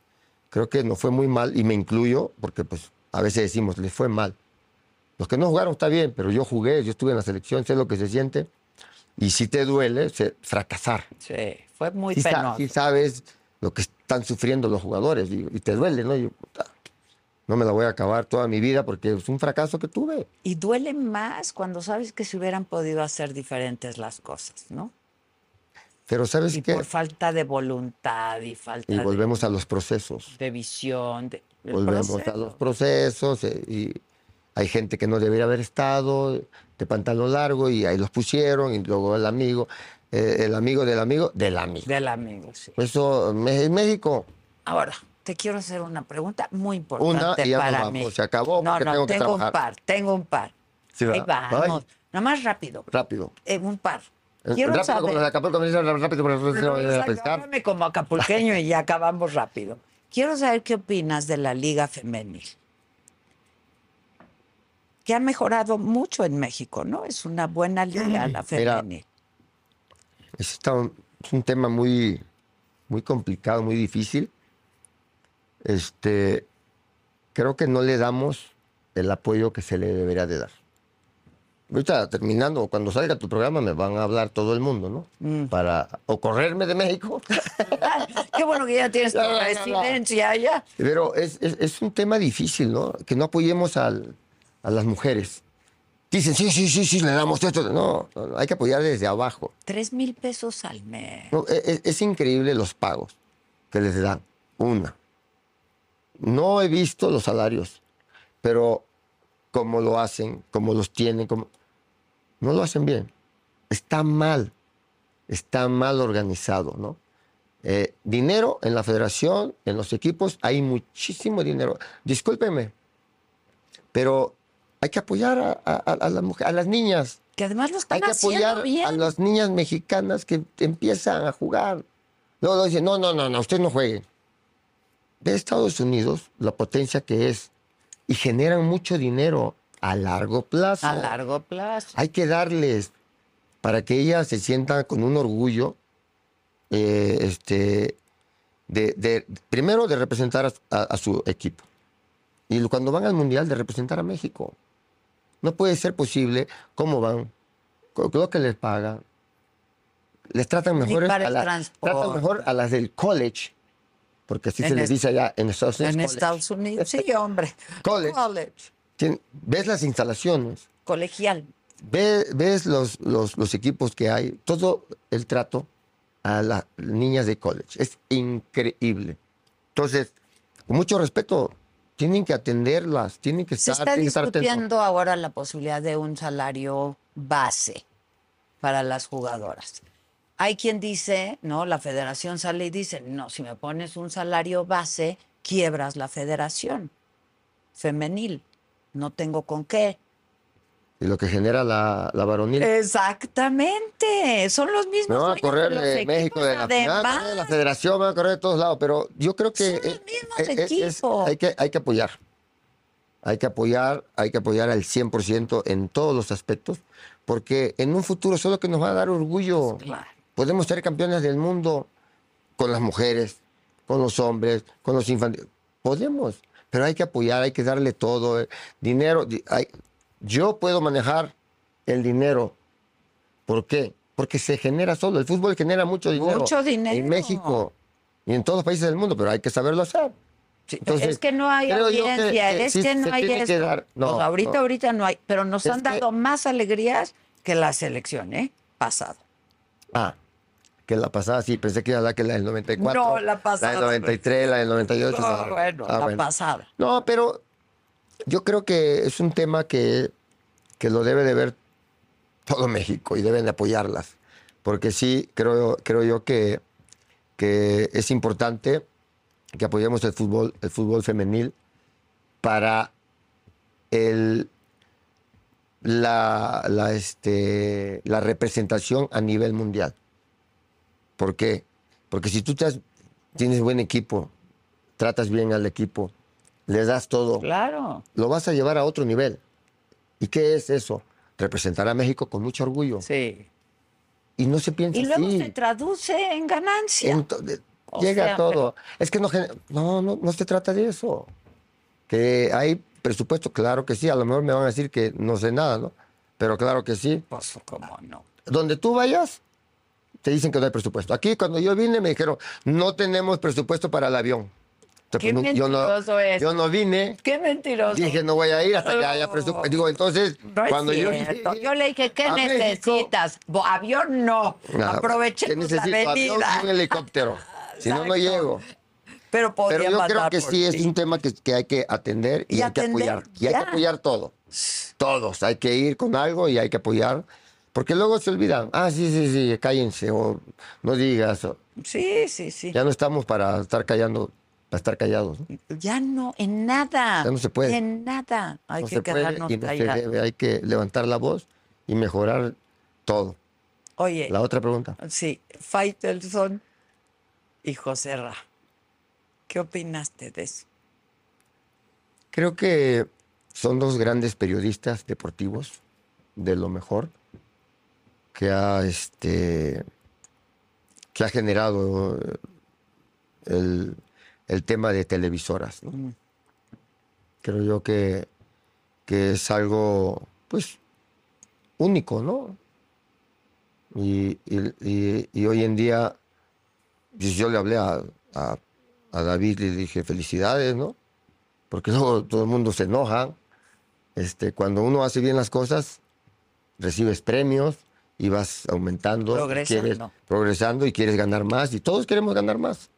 D: creo que no fue muy mal y me incluyo porque pues a veces decimos, le fue mal. Los que no jugaron está bien, pero yo jugué, yo estuve en la selección, sé lo que se siente y si te duele se- fracasar.
C: Sí, fue muy
D: Si
C: penoso.
D: sabes lo que están sufriendo los jugadores y, y te duele, ¿no? Yo, puta, no me la voy a acabar toda mi vida porque es un fracaso que tuve.
C: Y duele más cuando sabes que se hubieran podido hacer diferentes las cosas, ¿no?
D: Pero ¿sabes
C: Y
D: qué?
C: por falta de voluntad y falta
D: Y
C: de-
D: volvemos a los procesos.
C: de, visión. de- del
D: Volvemos Pues, a
C: proceso.
D: los procesos eh, y hay gente que no debería haber estado de pantalón largo y ahí los pusieron y luego el amigo, eh, el amigo del amigo del amigo.
C: Del amigo, sí.
D: Eso Me- en México,
C: Ahora, te quiero hacer una pregunta muy
D: una
C: importante
D: y ya nos
C: para
D: vamos,
C: mí.
D: se acabó
C: No,
D: porque
C: no,
D: tengo que
C: tengo un
D: trabajar.
C: par, tengo un par.
D: Sí,
C: Ahí
D: ¿verdad?
C: vamos.
D: Ay.
C: Nomás rápido.
D: rápido.
C: eh, un par.
D: Eh,
C: Quiero
D: rápido
C: saber.
D: como los de Acapulco, me dicen rápido, pero no se
C: Pero
D: van a ir a
C: exacto,
D: pescar.
C: háblame como acapulqueño y ya acabamos rápido. Quiero saber qué opinas de la Liga Femenil. Que ha mejorado mucho en México, ¿no? Es una buena liga la femenil.
D: Es, está un- es un tema muy, muy complicado, muy difícil. Este, creo que no le damos el apoyo que se le debería de dar. Ahorita terminando, cuando salga tu programa me van a hablar todo el mundo, ¿no? Para o correrme de México.
C: qué bueno que ya tienes tu
D: Ya, ya, ya, ya.
C: residencia ya.
D: Pero es, es- es un tema difícil, ¿no? Que no apoyemos al- a las mujeres. Dicen, sí, sí, sí, sí, le damos esto. No, no, no, hay que apoyar desde abajo.
C: Tres mil pesos al mes.
D: No, e- e- es, increíble los pagos que les dan. Una. No he visto los salarios, pero cómo lo hacen, cómo los tienen, cómo- no lo hacen bien. Está mal. Está mal organizado, ¿no? Eh, dinero en la federación, en los equipos, hay muchísimo dinero. Discúlpenme, pero hay que apoyar a, a- a- a las mujer- a las niñas.
C: Que además lo están
D: Hay que
C: haciendo
D: apoyar
C: bien.
D: a las niñas mexicanas que empiezan a jugar. Luego luego dicen, no, no, no, no, usted no juegue. Ve a Estados Unidos la potencia que es y generan mucho dinero a largo plazo.
C: A largo plazo.
D: Hay que darles para que ellas se sientan con un orgullo, eh, este, de, de- primero de representar a, a- a su equipo y lo- cuando van al mundial de representar a México. No puede ser posible cómo van, co- lo que les pagan. Les tratan mejor,
C: para
D: a,
C: el
D: la-
C: transporte.
D: tratan mejor a las del college, porque así se
C: En
D: les
C: es-
D: dice allá en Estados Unidos.
C: En
D: pues, college.
C: Estados Unidos. Sí, hombre.
D: College.
C: College.
D: Tien- ves las instalaciones,
C: Colegial.
D: ve- ves los, los, los equipos que hay, todo el trato a las niñas de college. Es increíble. Entonces, con mucho respeto, tienen que atenderlas, tienen que
C: Se
D: estar,
C: está
D: tienen que estar atentos.
C: discutiendo ahora la posibilidad de un salario base para las jugadoras. Hay quien dice, ¿no? La federación sale y dice, no, si me pones un salario base, quiebras la federación. femenil. No tengo con qué.
D: Y lo que genera la, la varonil.
C: Eh, Exactamente. Son los mismos.
D: Me van a
C: dueños
D: correr
C: de los
D: de México, de la,
C: además.
D: FNAC, de la Federación, me van a correr de todos lados, pero yo creo que eh, eh, es- es- hay, que, hay que apoyar. Hay que apoyar, hay que apoyar al 100% en todos los aspectos, porque en un futuro solo que nos va a dar orgullo. Podemos ser campeones del mundo con las mujeres, con los hombres, con los infantes. Podemos, pero hay que apoyar, hay que darle todo. eh, Dinero, di- hay- yo puedo manejar el dinero. ¿Por qué? Porque se genera solo. El fútbol genera mucho dinero.
C: Mucho dinero.
D: En México y en todos los países del mundo, pero hay que saberlo hacer. Entonces,
C: es que no hay
D: creo yo que-
C: audiencia,
D: que
C: es
D: sí
C: que no
D: se
C: hay
D: tiene que
C: esto.
D: dar- no,
C: O sea, ahorita,
D: no.
C: ahorita no hay, pero nos
D: Es
C: han
D: que-
C: dado más alegrías que la selección, ¿eh? Pasado.
D: Ah, que la pasada sí, pensé que iba a hablar que la del 94.
C: No, la pasada.
D: La del 93, la del 98.
C: No,
D: no.
C: bueno,
D: Ah,
C: la
D: bueno.
C: pasada.
D: No, pero yo creo que es un tema que, que lo debe de ver todo México y deben de apoyarlas. Porque sí, creo, creo yo que, que es importante que apoyemos el fútbol, el fútbol femenil para el, la, la, este, la representación a nivel mundial. ¿Por qué? Porque si tú te has- tienes buen equipo, tratas bien al equipo, le das todo,
C: Claro.
D: lo vas a llevar a otro nivel. ¿Y qué es eso? Representar a México con mucho orgullo.
C: Sí.
D: Y no se piensa
C: Y luego
D: así.
C: se traduce en ganancia.
D: Ento- de-
C: O
D: llega
C: sea,
D: todo. Es que no, gen- no, no, no se trata de eso. Que hay presupuesto, claro que sí. A lo mejor me van a decir que no sé nada, ¿no? Pero claro que sí.
C: Pues, ¿cómo no?
D: Donde tú vayas, te dicen que no hay presupuesto. Aquí, cuando yo vine, me dijeron, no tenemos presupuesto para el avión.
C: Qué
D: Entonces, pues, no- yo,
C: mentiroso
D: no,
C: es.
D: yo no vine,
C: Qué mentiroso.
D: dije, no voy a ir hasta que haya presupuesto. Digo, entonces,
C: No es
D: cuando yo
C: cierto. yo, le dije, ¿qué
D: a México-
C: necesitas? Bo- Avión no.
D: No, ¿qué
C: Aprovechemos la
D: necesito? Avión
C: avenida.
D: y un helicóptero. Si no, no
C: Exacto.
D: llego.
C: Pero podía
D: Pero yo creo
C: matar
D: que
C: por
D: sí es
C: ti.
D: un tema que, que hay que atender y,
C: Y
D: hay
C: atender,
D: que apoyar. Y hay que
C: ya.
D: apoyar todo. Todos. Hay que ir con algo y hay que apoyar. Porque luego se olvidan. Ah, sí, sí, sí, cállense o no digas. o-
C: Sí, sí, sí.
D: ya no estamos para estar callando, para estar callados. ¿no?
C: Ya no, en nada.
D: Ya no se puede.
C: En nada. Hay
D: No
C: que
D: se puede
C: quedarnos
D: y no se
C: callados.
D: debe. Hay que levantar la voz y mejorar todo.
C: Oye,
D: La otra pregunta.
C: sí, Faitelson y José Ra. ¿Qué opinaste de eso?
D: Creo que son dos grandes periodistas deportivos, de lo mejor, que ha, este, que ha generado eh, el, el tema de televisoras. ¿no? Creo yo que, que es algo, pues, único, ¿no? Y, y- y- y hoy en día, pues, yo le hablé a, a- a David, le dije, felicidades, ¿no? porque luego todo el mundo se enoja. Este, cuando uno hace bien las cosas, recibes premios y vas aumentando, y
C: Progresando.
D: quieres- progresando y quieres ganar más. Y todos queremos ganar más.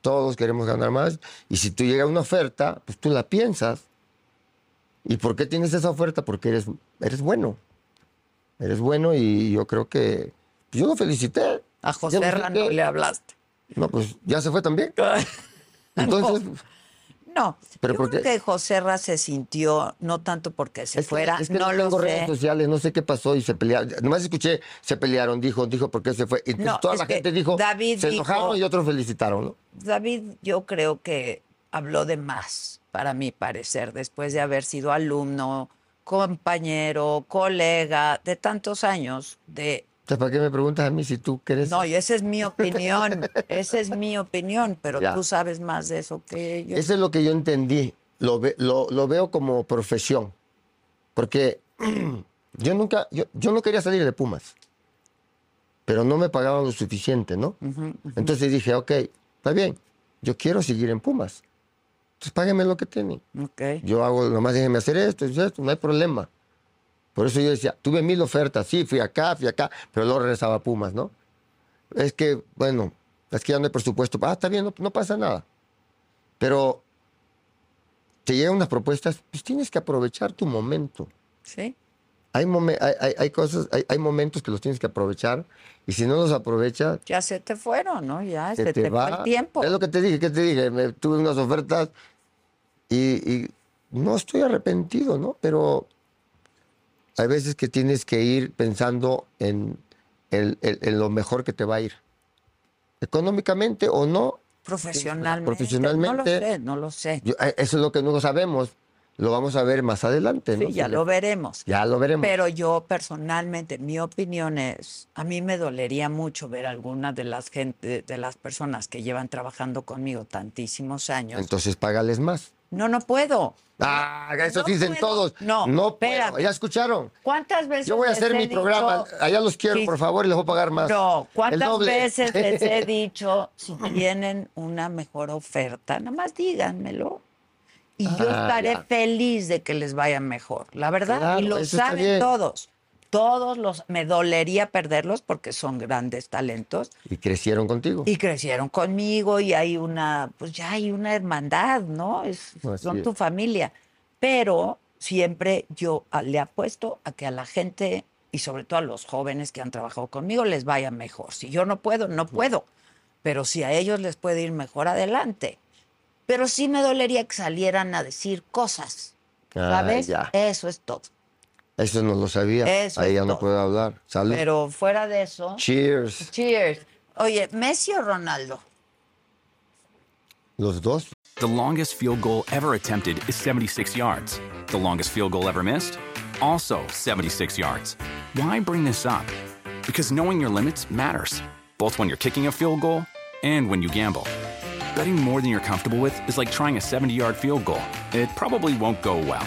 D: Todos queremos ganar más. Y si tú llega una oferta, pues tú la piensas. ¿Y por qué tienes esa oferta? Porque eres, eres bueno. Eres bueno y yo creo que... pues, Yo lo felicité.
C: A José
D: Yo
C: Ra
D: sé
C: no
D: qué.
C: le hablaste.
D: No, pues ya se fue también.
C: Ah,
D: Entonces,
C: No,
D: Pero
C: yo
D: porque-
C: creo que José Ra se sintió, no tanto porque se
D: Es que-
C: fuera,
D: es que
C: no lo
D: tengo redes
C: sé.
D: sociales, no sé qué pasó y se pelearon. Nomás escuché, se pelearon, dijo, dijo por qué se fue. Y pues,
C: No,
D: toda
C: es
D: la
C: que
D: gente dijo,
C: David
D: se
C: dijo-
D: enojaron y otros felicitaron, ¿no?
C: David, yo creo que habló de más, para mi parecer, después de haber sido alumno, compañero, colega de tantos años de
D: Entonces, ¿para qué me preguntas a mí si tú crees?
C: No, y esa es mi opinión, esa es mi opinión, pero
D: Ya.
C: tú sabes más de eso que yo.
D: Eso es lo que yo entendí. Lo, ve- lo, lo veo como profesión. Porque yo nunca, yo, yo no quería salir de Pumas. Pero no me pagaban lo suficiente, ¿no? Entonces dije, ok, está bien, yo quiero seguir en Pumas. Entonces páguenme lo que tienen.
C: Ok.
D: Yo hago, nomás déjeme hacer esto, y esto, no hay problema. Por eso yo decía, tuve mil ofertas, sí, fui acá, fui acá, pero luego regresaba a Pumas, ¿no? Es que, bueno, es que ya no hay presupuesto. Ah, está bien, no, no pasa nada. Pero te llegan unas propuestas, pues tienes que aprovechar tu momento.
C: Sí,
D: Hay, momen- hay, hay- hay cosas, hay, hay momentos que los tienes que aprovechar y si no los aprovechas,
C: ya se te fueron, ¿no? Ya se
D: se
C: te,
D: te
C: fue
D: Este, va.
C: el tiempo.
D: Es lo que te dije, que te dije, Me- tuve unas ofertas y, y no estoy arrepentido, ¿no? Pero hay veces que tienes que ir pensando en, el- el- en lo mejor que te va a ir. Económicamente o no.
C: Profesionalmente. No lo
D: Profesionalmente.
C: sé, no lo sé.
D: yo- eh, eso es lo que no sabemos. Lo vamos a ver más adelante, ¿no?
C: Sí, ya
D: Si
C: lo
D: le-
C: veremos.
D: Ya lo veremos.
C: Pero yo personalmente, mi opinión es, a mí me dolería mucho ver algunas de las gente, de las personas que llevan trabajando conmigo tantísimos años.
D: Entonces págales más.
C: no, no puedo.
D: Ah, eso
C: No
D: dicen
C: puedo.
D: todos.
C: No,
D: no puedo.
C: espérame.
D: Ya escucharon.
C: ¿Cuántas veces?
D: Yo voy a
C: les
D: hacer
C: he
D: mi
C: dicho-
D: programa. Allá los quiero,
C: Sí,
D: por favor, y les voy a pagar más.
C: No,
D: El
C: ¿cuántas
D: doble.
C: veces les he dicho si tienen una mejor oferta? Nada más díganmelo. Y yo
D: Ah,
C: estaré
D: ya.
C: feliz de que les vaya mejor, la verdad. y
D: Claro,
C: lo
D: eso está
C: saben
D: bien.
C: todos. Todos los. Me dolería perderlos porque son grandes talentos
D: Y crecieron contigo.
C: y crecieron conmigo y hay una. Pues ya hay una hermandad, ¿no? Es-
D: Así
C: son
D: es.
C: tu familia. Pero siempre yo a- le apuesto a que a la gente y sobre todo a los jóvenes que han trabajado conmigo les vaya mejor. Si yo no puedo, no puedo. Pero si a ellos les puede ir mejor, adelante. Pero sí me dolería que salieran a decir cosas.
D: Ah,
C: ¿Sabes?
D: ya.
C: Eso es todo.
D: Eso no lo sabía.
C: Eso
D: Ahí
C: es
D: ya no
C: todo.
D: puedo hablar. Salud.
C: Pero fuera de eso.
D: Cheers.
C: Cheers. Oye, ¿Messi o Ronaldo?
D: Los dos.
J: The longest field goal ever attempted is 76 yards. The longest field goal ever missed? Also 76 yards. Why bring this up? Because knowing your limits matters, both when you're kicking a field goal and when you gamble. Betting more than you're comfortable with is like trying a 70 yard field goal. It probably won't go well.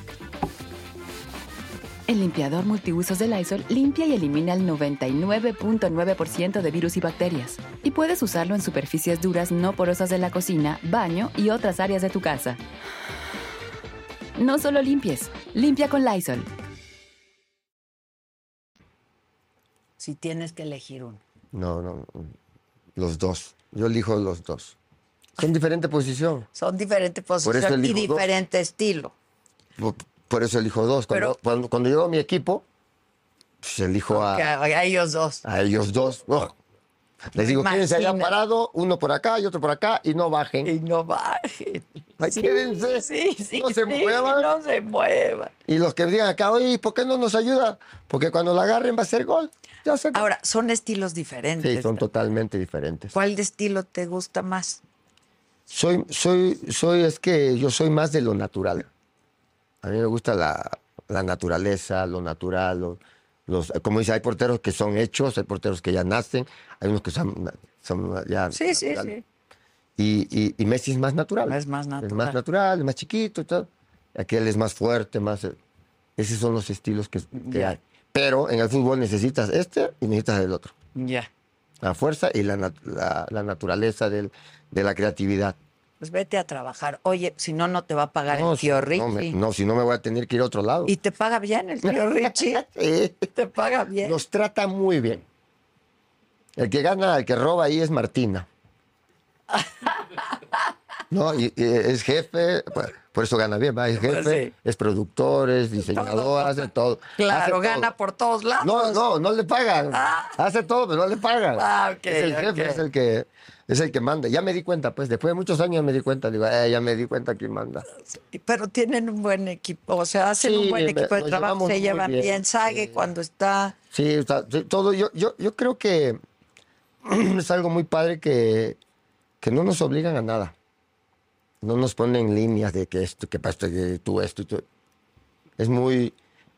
H: El limpiador multiusos de Lysol limpia y elimina el 99.9% de virus y bacterias. Y puedes usarlo en superficies duras no porosas de la cocina, baño y otras áreas de tu casa. No solo limpies, limpia con Lysol.
C: Si tienes que elegir uno.
D: No, no. no. Los dos. Yo elijo los dos. Son diferente posición.
C: Son diferentes posiciones y
D: elijo dos.
C: diferente estilo.
D: Por, por eso elijo dos. Cuando,
C: Pero-
D: cuando, cuando llevo a mi equipo, pues elijo a,
C: Que a, a ellos dos.
D: a ellos dos. No. Les digo, quédense allá
C: Imagínate.
D: parado, uno por acá y otro por acá, y no bajen.
C: Y no bajen.
D: Ay, quédense.
C: Sí, sí,
D: No se
C: sí,
D: muevan.
C: No se muevan.
D: Y los que digan acá, oye, ¿por qué no nos ayuda? Porque cuando la agarren va a ser gol. Ya se
C: Ahora, son estilos diferentes.
D: Sí, son totalmente diferentes.
C: ¿Cuál de estilo te gusta más?
D: Soy, soy, soy, es que yo soy más de lo natural. A mí me gusta la, la naturaleza, lo natural. lo- los, como dice, hay porteros que son hechos, hay porteros que ya nacen, hay unos que son, son ya.
C: Sí, sí,
D: natural.
C: sí.
D: Y, y- y Messi es más natural.
C: Es más
D: Es más
C: natural.
D: natural, es más chiquito y tal. Aquel es más fuerte, más. eh, Esos son los estilos que, que
C: Ya.
D: hay. Pero en el fútbol necesitas este y necesitas el otro.
C: Ya.
D: La fuerza y la, nat- la- la naturaleza del- de la creatividad.
C: Pues vete a trabajar. Oye, si no, no te va a pagar
D: No,
C: el
D: si-
C: tío
D: No, me-
C: Richie.
D: no, si no me voy a tener que ir a otro lado.
C: Y te paga bien el tío Richie.
D: Sí,
C: te paga bien.
D: Nos trata muy bien. El que gana, el que roba ahí es Martina. No, y, y es jefe, por- por eso gana bien, ¿va? es jefe,
C: Pues sí.
D: es productor, es diseñador, hace todo. hace
C: Claro,
D: todo.
C: gana por todos lados.
D: No, no, no le pagan. Hace todo, pero no le pagan.
C: Ah, ok,
D: es el jefe,
C: ok.
D: es el que es el que manda. Ya me di cuenta, pues, después de muchos años me di cuenta, digo, eh, ya me di cuenta quién manda.
C: Pero tienen un buen equipo. O sea, hacen un
D: Sí,
C: buen
D: me-
C: equipo de
D: nos
C: trabajo.
D: llevamos
C: Se
D: muy
C: llevan bien.
D: bien.
C: Sague cuando está.
D: Sí, o sea, sí, todo. Yo, yo, yo creo que es algo muy padre que, que no nos obligan a nada. No nos ponen líneas de que esto, que para esto, que tú, esto, y tú. Es muy,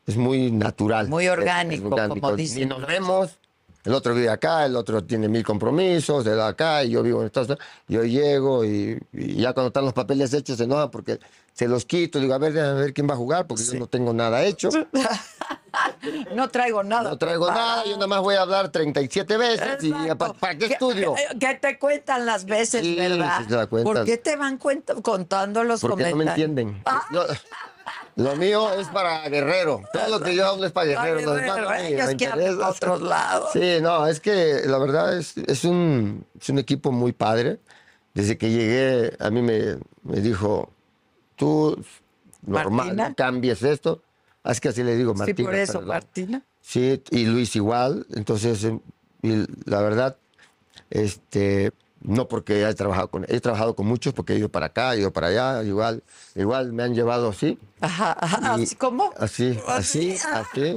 D: es muy natural.
C: Muy
D: Es- es
C: orgánico, como dicen.
D: Ni nos vemos. El otro vive acá, el otro tiene mil compromisos, él acá, y yo vivo en Estados Unidos. Yo llego y, y ya cuando están los papeles hechos se enojan porque se los quito. Digo, a ver, déjame ver quién va a jugar porque yo no tengo nada hecho.
C: No traigo nada.
D: No traigo nada, yo nada más voy a hablar 37 veces y
C: Exacto. eh,
D: ¿para, para qué
C: Que-
D: estudio?
C: Que, que te cuentan las veces,
D: Sí,
C: ¿verdad?
D: sí te la
C: ¿Por
D: cuentan.
C: qué te van cuento- contando los
D: Porque no
C: comentarios? Ah.
D: me entienden. Yo- Lo mío es para Guerrero. Todo lo que yo hablo es para Guerrero. Los demás no me-
C: ellos
D: me
C: quieren
D: interesa.
C: otros lados.
D: Sí, no, es que la verdad es, es, un, es un equipo muy padre. Desde que llegué, a mí me, me dijo, tú normal,
C: ¿Martina?
D: no cambies esto. Así que así le digo, Martina.
C: sí, por eso,
D: perdón.
C: Martina.
D: Sí, y Luis igual. Entonces, eh, y la verdad, este, no porque he trabajado con, he trabajado con muchos, porque he ido para acá, he ido para allá, igual, igual me han llevado así,
C: Ajá, ajá.
D: Y-
C: ¿Así como?
D: así, así,
C: Así.
D: así.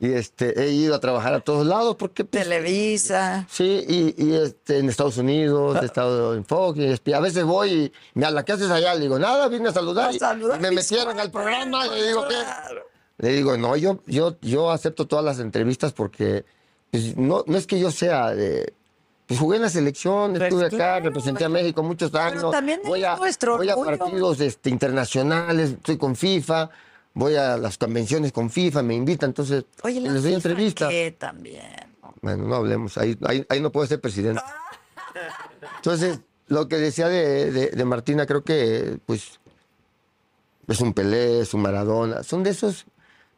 D: Y este, he ido a trabajar a todos lados porque pues,
C: Televisa.
D: Sí, y, y, este, en Estados Unidos,
C: Ah.
D: he estado en Fox, y ESPN. a veces voy y me hablan, ¿qué haces allá? Le digo, nada, vine a saludar.
C: A saludar,
D: y me
C: mis
D: metieron al programa, le digo, ¿qué? Le digo, no, yo, yo, yo acepto todas las entrevistas porque pues, no, no es que yo sea de... Pues jugué en la selección,
C: Pues
D: estuve acá,
C: claro,
D: representé a México muchos años.
C: también es
D: voy a,
C: nuestro
D: voy a
C: orgullo.
D: partidos este, internacionales, estoy con FIFA, voy a las convenciones con FIFA, me invitan, entonces
C: Oye, la
D: les doy
C: FIFA,
D: entrevistas.
C: ¿qué también.
D: Bueno, no hablemos. Ahí, ahí, ahí no puedo ser presidente. Entonces, lo que decía de, de- de Martina, creo que pues es un Pelé, es un Maradona. Son de esos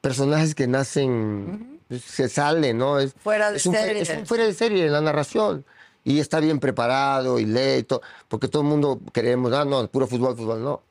D: personajes que nacen, pues, se salen, ¿no? Es,
C: Fuera de
D: es un,
C: serie.
D: Es un fuera de serie en la narración. Y está bien preparado y lee y todo. Porque todo el mundo creemos, ah, no, puro fútbol, fútbol, no.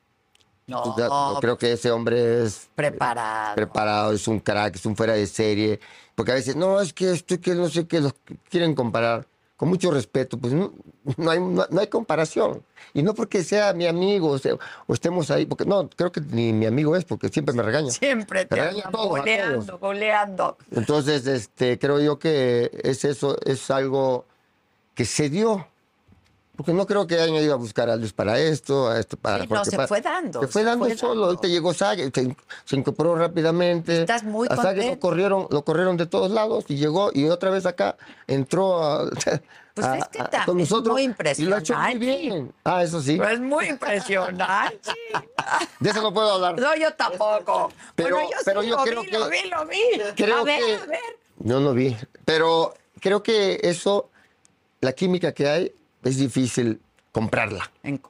C: No,
D: Pues, ya-
C: Oh.
D: no creo que ese hombre es
C: preparado.
D: preparado, es un crack, es un fuera de serie. Porque a veces, no, es que esto, que no sé qué, los quieren comparar. Con mucho respeto, pues no, no hay, no, no hay comparación. Y no porque sea mi amigo o, sea, o estemos ahí, porque no, creo que ni mi amigo es, porque siempre me regaña.
C: Siempre te
D: Pero
C: andan
D: a todos, a
C: goleando, goleando.
D: Entonces, este, creo yo que es eso, es algo que se dio. Porque no creo que hayan ido a buscar a Luis para esto, a esto para
C: Sí, no,
D: Jorge
C: se
D: para-
C: fue dando,
D: Se fue
C: se
D: dando
C: fue
D: solo.
C: dando.
D: Ahorita llegó Sague, se, in- se incorporó rápidamente.
C: Estás muy
D: a Sague
C: contento.
D: lo corrieron, lo corrieron de todos lados y llegó y otra vez acá entró a,
C: Pues
D: a-
C: es que
D: a-
C: también
D: con
C: es
D: nosotros.
C: muy
D: y lo ha hecho muy
C: impresionante.
D: bien. Ah, eso sí.
C: Pero es muy impresionante.
D: De eso no puedo hablar.
C: No, yo tampoco.
D: Pero-
C: bueno, yo sí
D: pero yo
C: lo
D: creo
C: vi,
D: que-
C: lo vi, lo vi.
D: creo
C: a ver,
D: que-
C: a ver.
D: No lo vi. Pero creo que eso, la química que hay, es difícil comprarla,
C: En-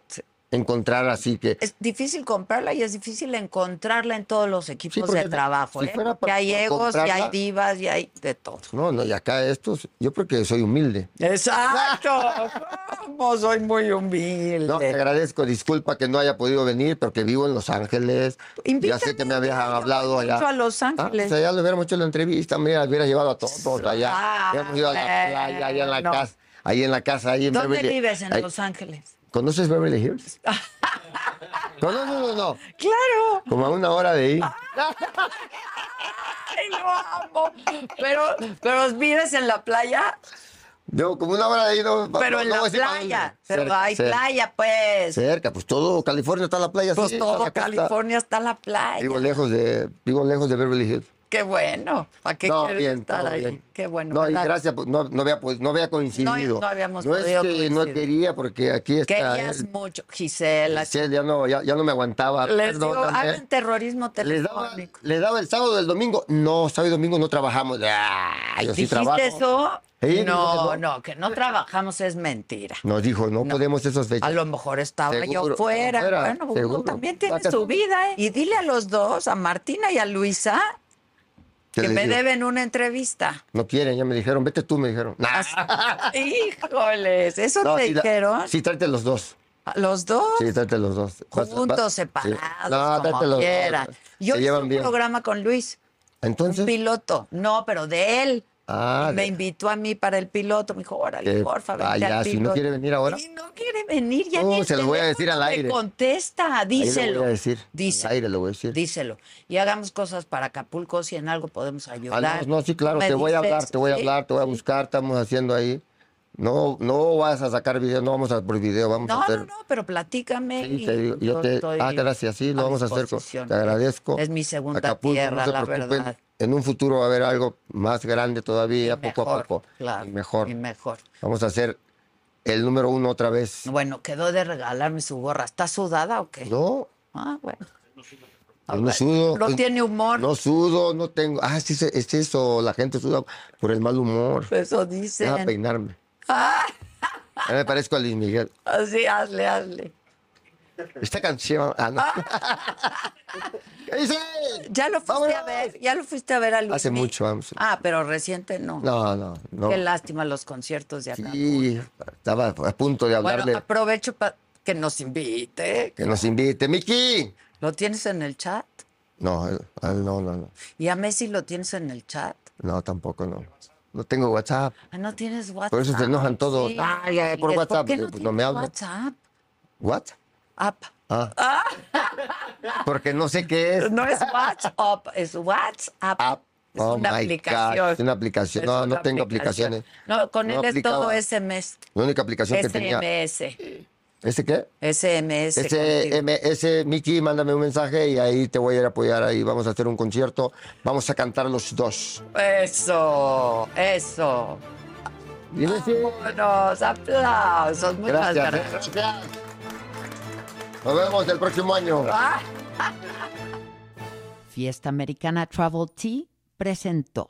D: encontrar así que.
C: Es difícil comprarla y es difícil encontrarla en todos los equipos
D: porque
C: de trabajo.
D: si
C: ¿eh?
D: fuera
C: Que
D: para
C: hay egos, que hay
D: comprarla-
C: divas, y hay de todo.
D: No, no, y acá estos, yo porque soy humilde.
C: Exacto. Como soy muy humilde.
D: No, te agradezco, disculpa que no haya podido venir, pero que vivo en Los Ángeles. ya sé que
C: Invítame,
D: me habías
C: mira, yo
D: hablado
C: voy
D: allá.
C: mucho a Los Ángeles.
D: Ah, pues allá le hubiéramos hecho la entrevista, mira, hubiera llevado a todos allá.
C: Ah,
D: hubiéramos ido a la playa, allá en la
C: no.
D: casa, ahí en la casa, ahí en
C: ¿Dónde
D: Beverly-
C: vives en
D: ahí-
C: Los Ángeles?
D: ¿Conoces Beverly Hills? ¿Conoces o no?
C: Claro.
D: Como a una hora de ahí.
C: Ah. Ay, lo amo. Pero, pero vives en la playa,
D: No, como una hora de ahí. No,
C: pero
D: no-
C: en la
D: no voy a decir para dónde.
C: playa. Pero
D: Cerca,
C: hay
D: cerca,
C: playa, pues.
D: Cerca, pues todo California está la playa.
C: Pues
D: sí, está
C: todo
D: la costa.
C: California está la playa.
D: Vivo lejos de, vivo lejos de Beverly Hills.
C: Qué bueno. ¿Para qué
D: no,
C: quieres
D: bien,
C: estar
D: todo
C: ahí?
D: bien.
C: Qué bueno.
D: No, y
C: ¿verdad?
D: gracias, pues, no, no, había, pues, no había coincidido.
C: no habíamos
D: No es
C: podido
D: que no
C: coincidir.
D: quería, porque aquí está.
C: Querías
D: él.
C: mucho, Gisela.
D: Sí, ya no, ya, ya no me aguantaba.
C: Les digo,
D: Perdóname.
C: hagan terrorismo
D: ¿Eh? Les daba,
C: telefónico.
D: les daba el sábado, el domingo. No, sábado y domingo no trabajamos. Ah, yo sí
C: ¿Dijiste
D: trabajo.
C: eso?
D: Ella dijo
C: no,
D: que no.
C: no, que no trabajamos es mentira.
D: Nos dijo, no, podemos esas
C: A
D: fechas.
C: lo mejor estaba yo
D: Seguro,
C: fuera.
D: fuera,
C: bueno, uno
D: seguro.
C: también tiene
D: Vacaciones.
C: su vida, ¿eh? Y dile a los dos, a Martina y a Luisa,
D: ¿Qué
C: que
D: les
C: me
D: digo?
C: deben una entrevista.
D: No quieren, ya me dijeron, vete tú, me dijeron. Nah.
C: Híjoles, eso
D: No,
C: te
D: sí, la-
C: dijeron.
D: sí, tráete los dos.
C: ¿A ¿Los dos?
D: Sí, tráete los dos. Vas- va-
C: Juntos,
D: sí.
C: separados,
D: No, tráete
C: como
D: los
C: quieran.
D: dos.
C: Yo
D: Se
C: hice
D: llevan
C: un
D: bien.
C: programa con Luis, un
D: Entonces,
C: piloto. No, pero de él.
D: ah,
C: me invitó a mí para el piloto. Me dijo, órale,
D: Que
C: porfa, vente
D: vaya,
C: al
D: si no
C: piloto.
D: quiere venir ahora.
C: Si no quiere venir, ya
D: No,
C: ni el
D: se lo voy a decir
C: teléfono
D: al
C: me
D: aire.
C: contesta,
D: ahí le
C: díselo.
D: voy a decir. al
C: Díselo,
D: aire le voy a decir.
C: díselo. Y hagamos cosas para Acapulco si en algo podemos
D: Ah,
C: ayudar.
D: no, no, sí, claro,
C: Me
D: te voy a
C: dices,
D: hablar, te voy a
C: sí.
D: hablar, te voy a buscar, estamos haciendo ahí. No, no vas a sacar video, no vamos a por video, vamos a
C: No,
D: hacer.
C: no, no, pero platícame.
D: Sí,
C: y
D: te digo, yo te-
C: estoy
D: ah, gracias, sí, lo
C: a
D: vamos a hacer. con-
C: disposición. ¿eh?
D: Te agradezco.
C: Es mi segunda
D: Acapulco, no
C: tierra,
D: se
C: la
D: preocupen,
C: verdad.
D: pues, En un futuro va a haber algo más grande todavía, poco
C: Mejor,
D: a poco.
C: Claro,
D: y mejor.
C: Y mejor.
D: Vamos a hacer el número uno otra vez.
C: Bueno, quedó de regalarme su gorra. ¿Está sudada o qué?
D: No,
C: Ah, bueno.
D: yo no sudo.
C: No pues,
D: eh,
C: tiene humor.
D: No sudo, no tengo. Ah, sí, sí, es eso, la gente suda por el mal humor.
C: Eso dicen.
D: Deja
C: Ah.
D: peinarme. Ya me parezco a Luis Miguel.
C: Así, hazle, hazle.
D: Esta canción. Ah, no. ¿Qué dices?
C: Ah. Ya lo fuiste a ver, ya lo fuiste a ver a Luis.
D: Hace
C: Mi.
D: mucho, vamos.
C: Ah, pero reciente no.
D: No, no, no.
C: Qué lástima los conciertos de acá.
D: Sí, estaba a punto de
C: bueno,
D: hablarle
C: aprovecho para que nos invite.
D: que nos invite. ¡Miki!
C: ¿Lo tienes en el chat?
D: No, él- a él no, no, no.
C: ¿Y a Messi lo tienes en el chat?
D: No, tampoco, no. No tengo WhatsApp.
C: Ah, no tienes WhatsApp.
D: Por eso se enojan todos.
C: Sí.
D: Ay, ay, por
C: ¿Y
D: WhatsApp.
C: qué
D: Eh,
C: no,
D: pues, no
C: tienes
D: me hablan.
C: WhatsApp?
D: ¿What?
C: App.
D: Ah. Porque no sé qué es.
C: No es WhatsApp, es WhatsApp. Es
D: Oh
C: una
D: my
C: aplicación.
D: God, es una aplicación.
C: Es
D: No,
C: una
D: no tengo
C: aplicación.
D: aplicaciones.
C: No, con
D: No
C: él es todo
D: aplicaba.
C: SMS.
D: La única aplicación que tenía.
C: SMS.
D: ¿Ese qué?
C: SMS.
D: Ese, M- ese Miki, mándame un mensaje y ahí te voy a ir a apoyar. Ahí vamos a hacer un concierto. Vamos a cantar los dos.
C: Eso, eso.
D: Dile sí.
C: Buenos aplausos, muchas
D: Gracias, ¿eh?
C: gracias.
D: Nos vemos el próximo año.
E: Fiesta Americana Travel Tea presentó.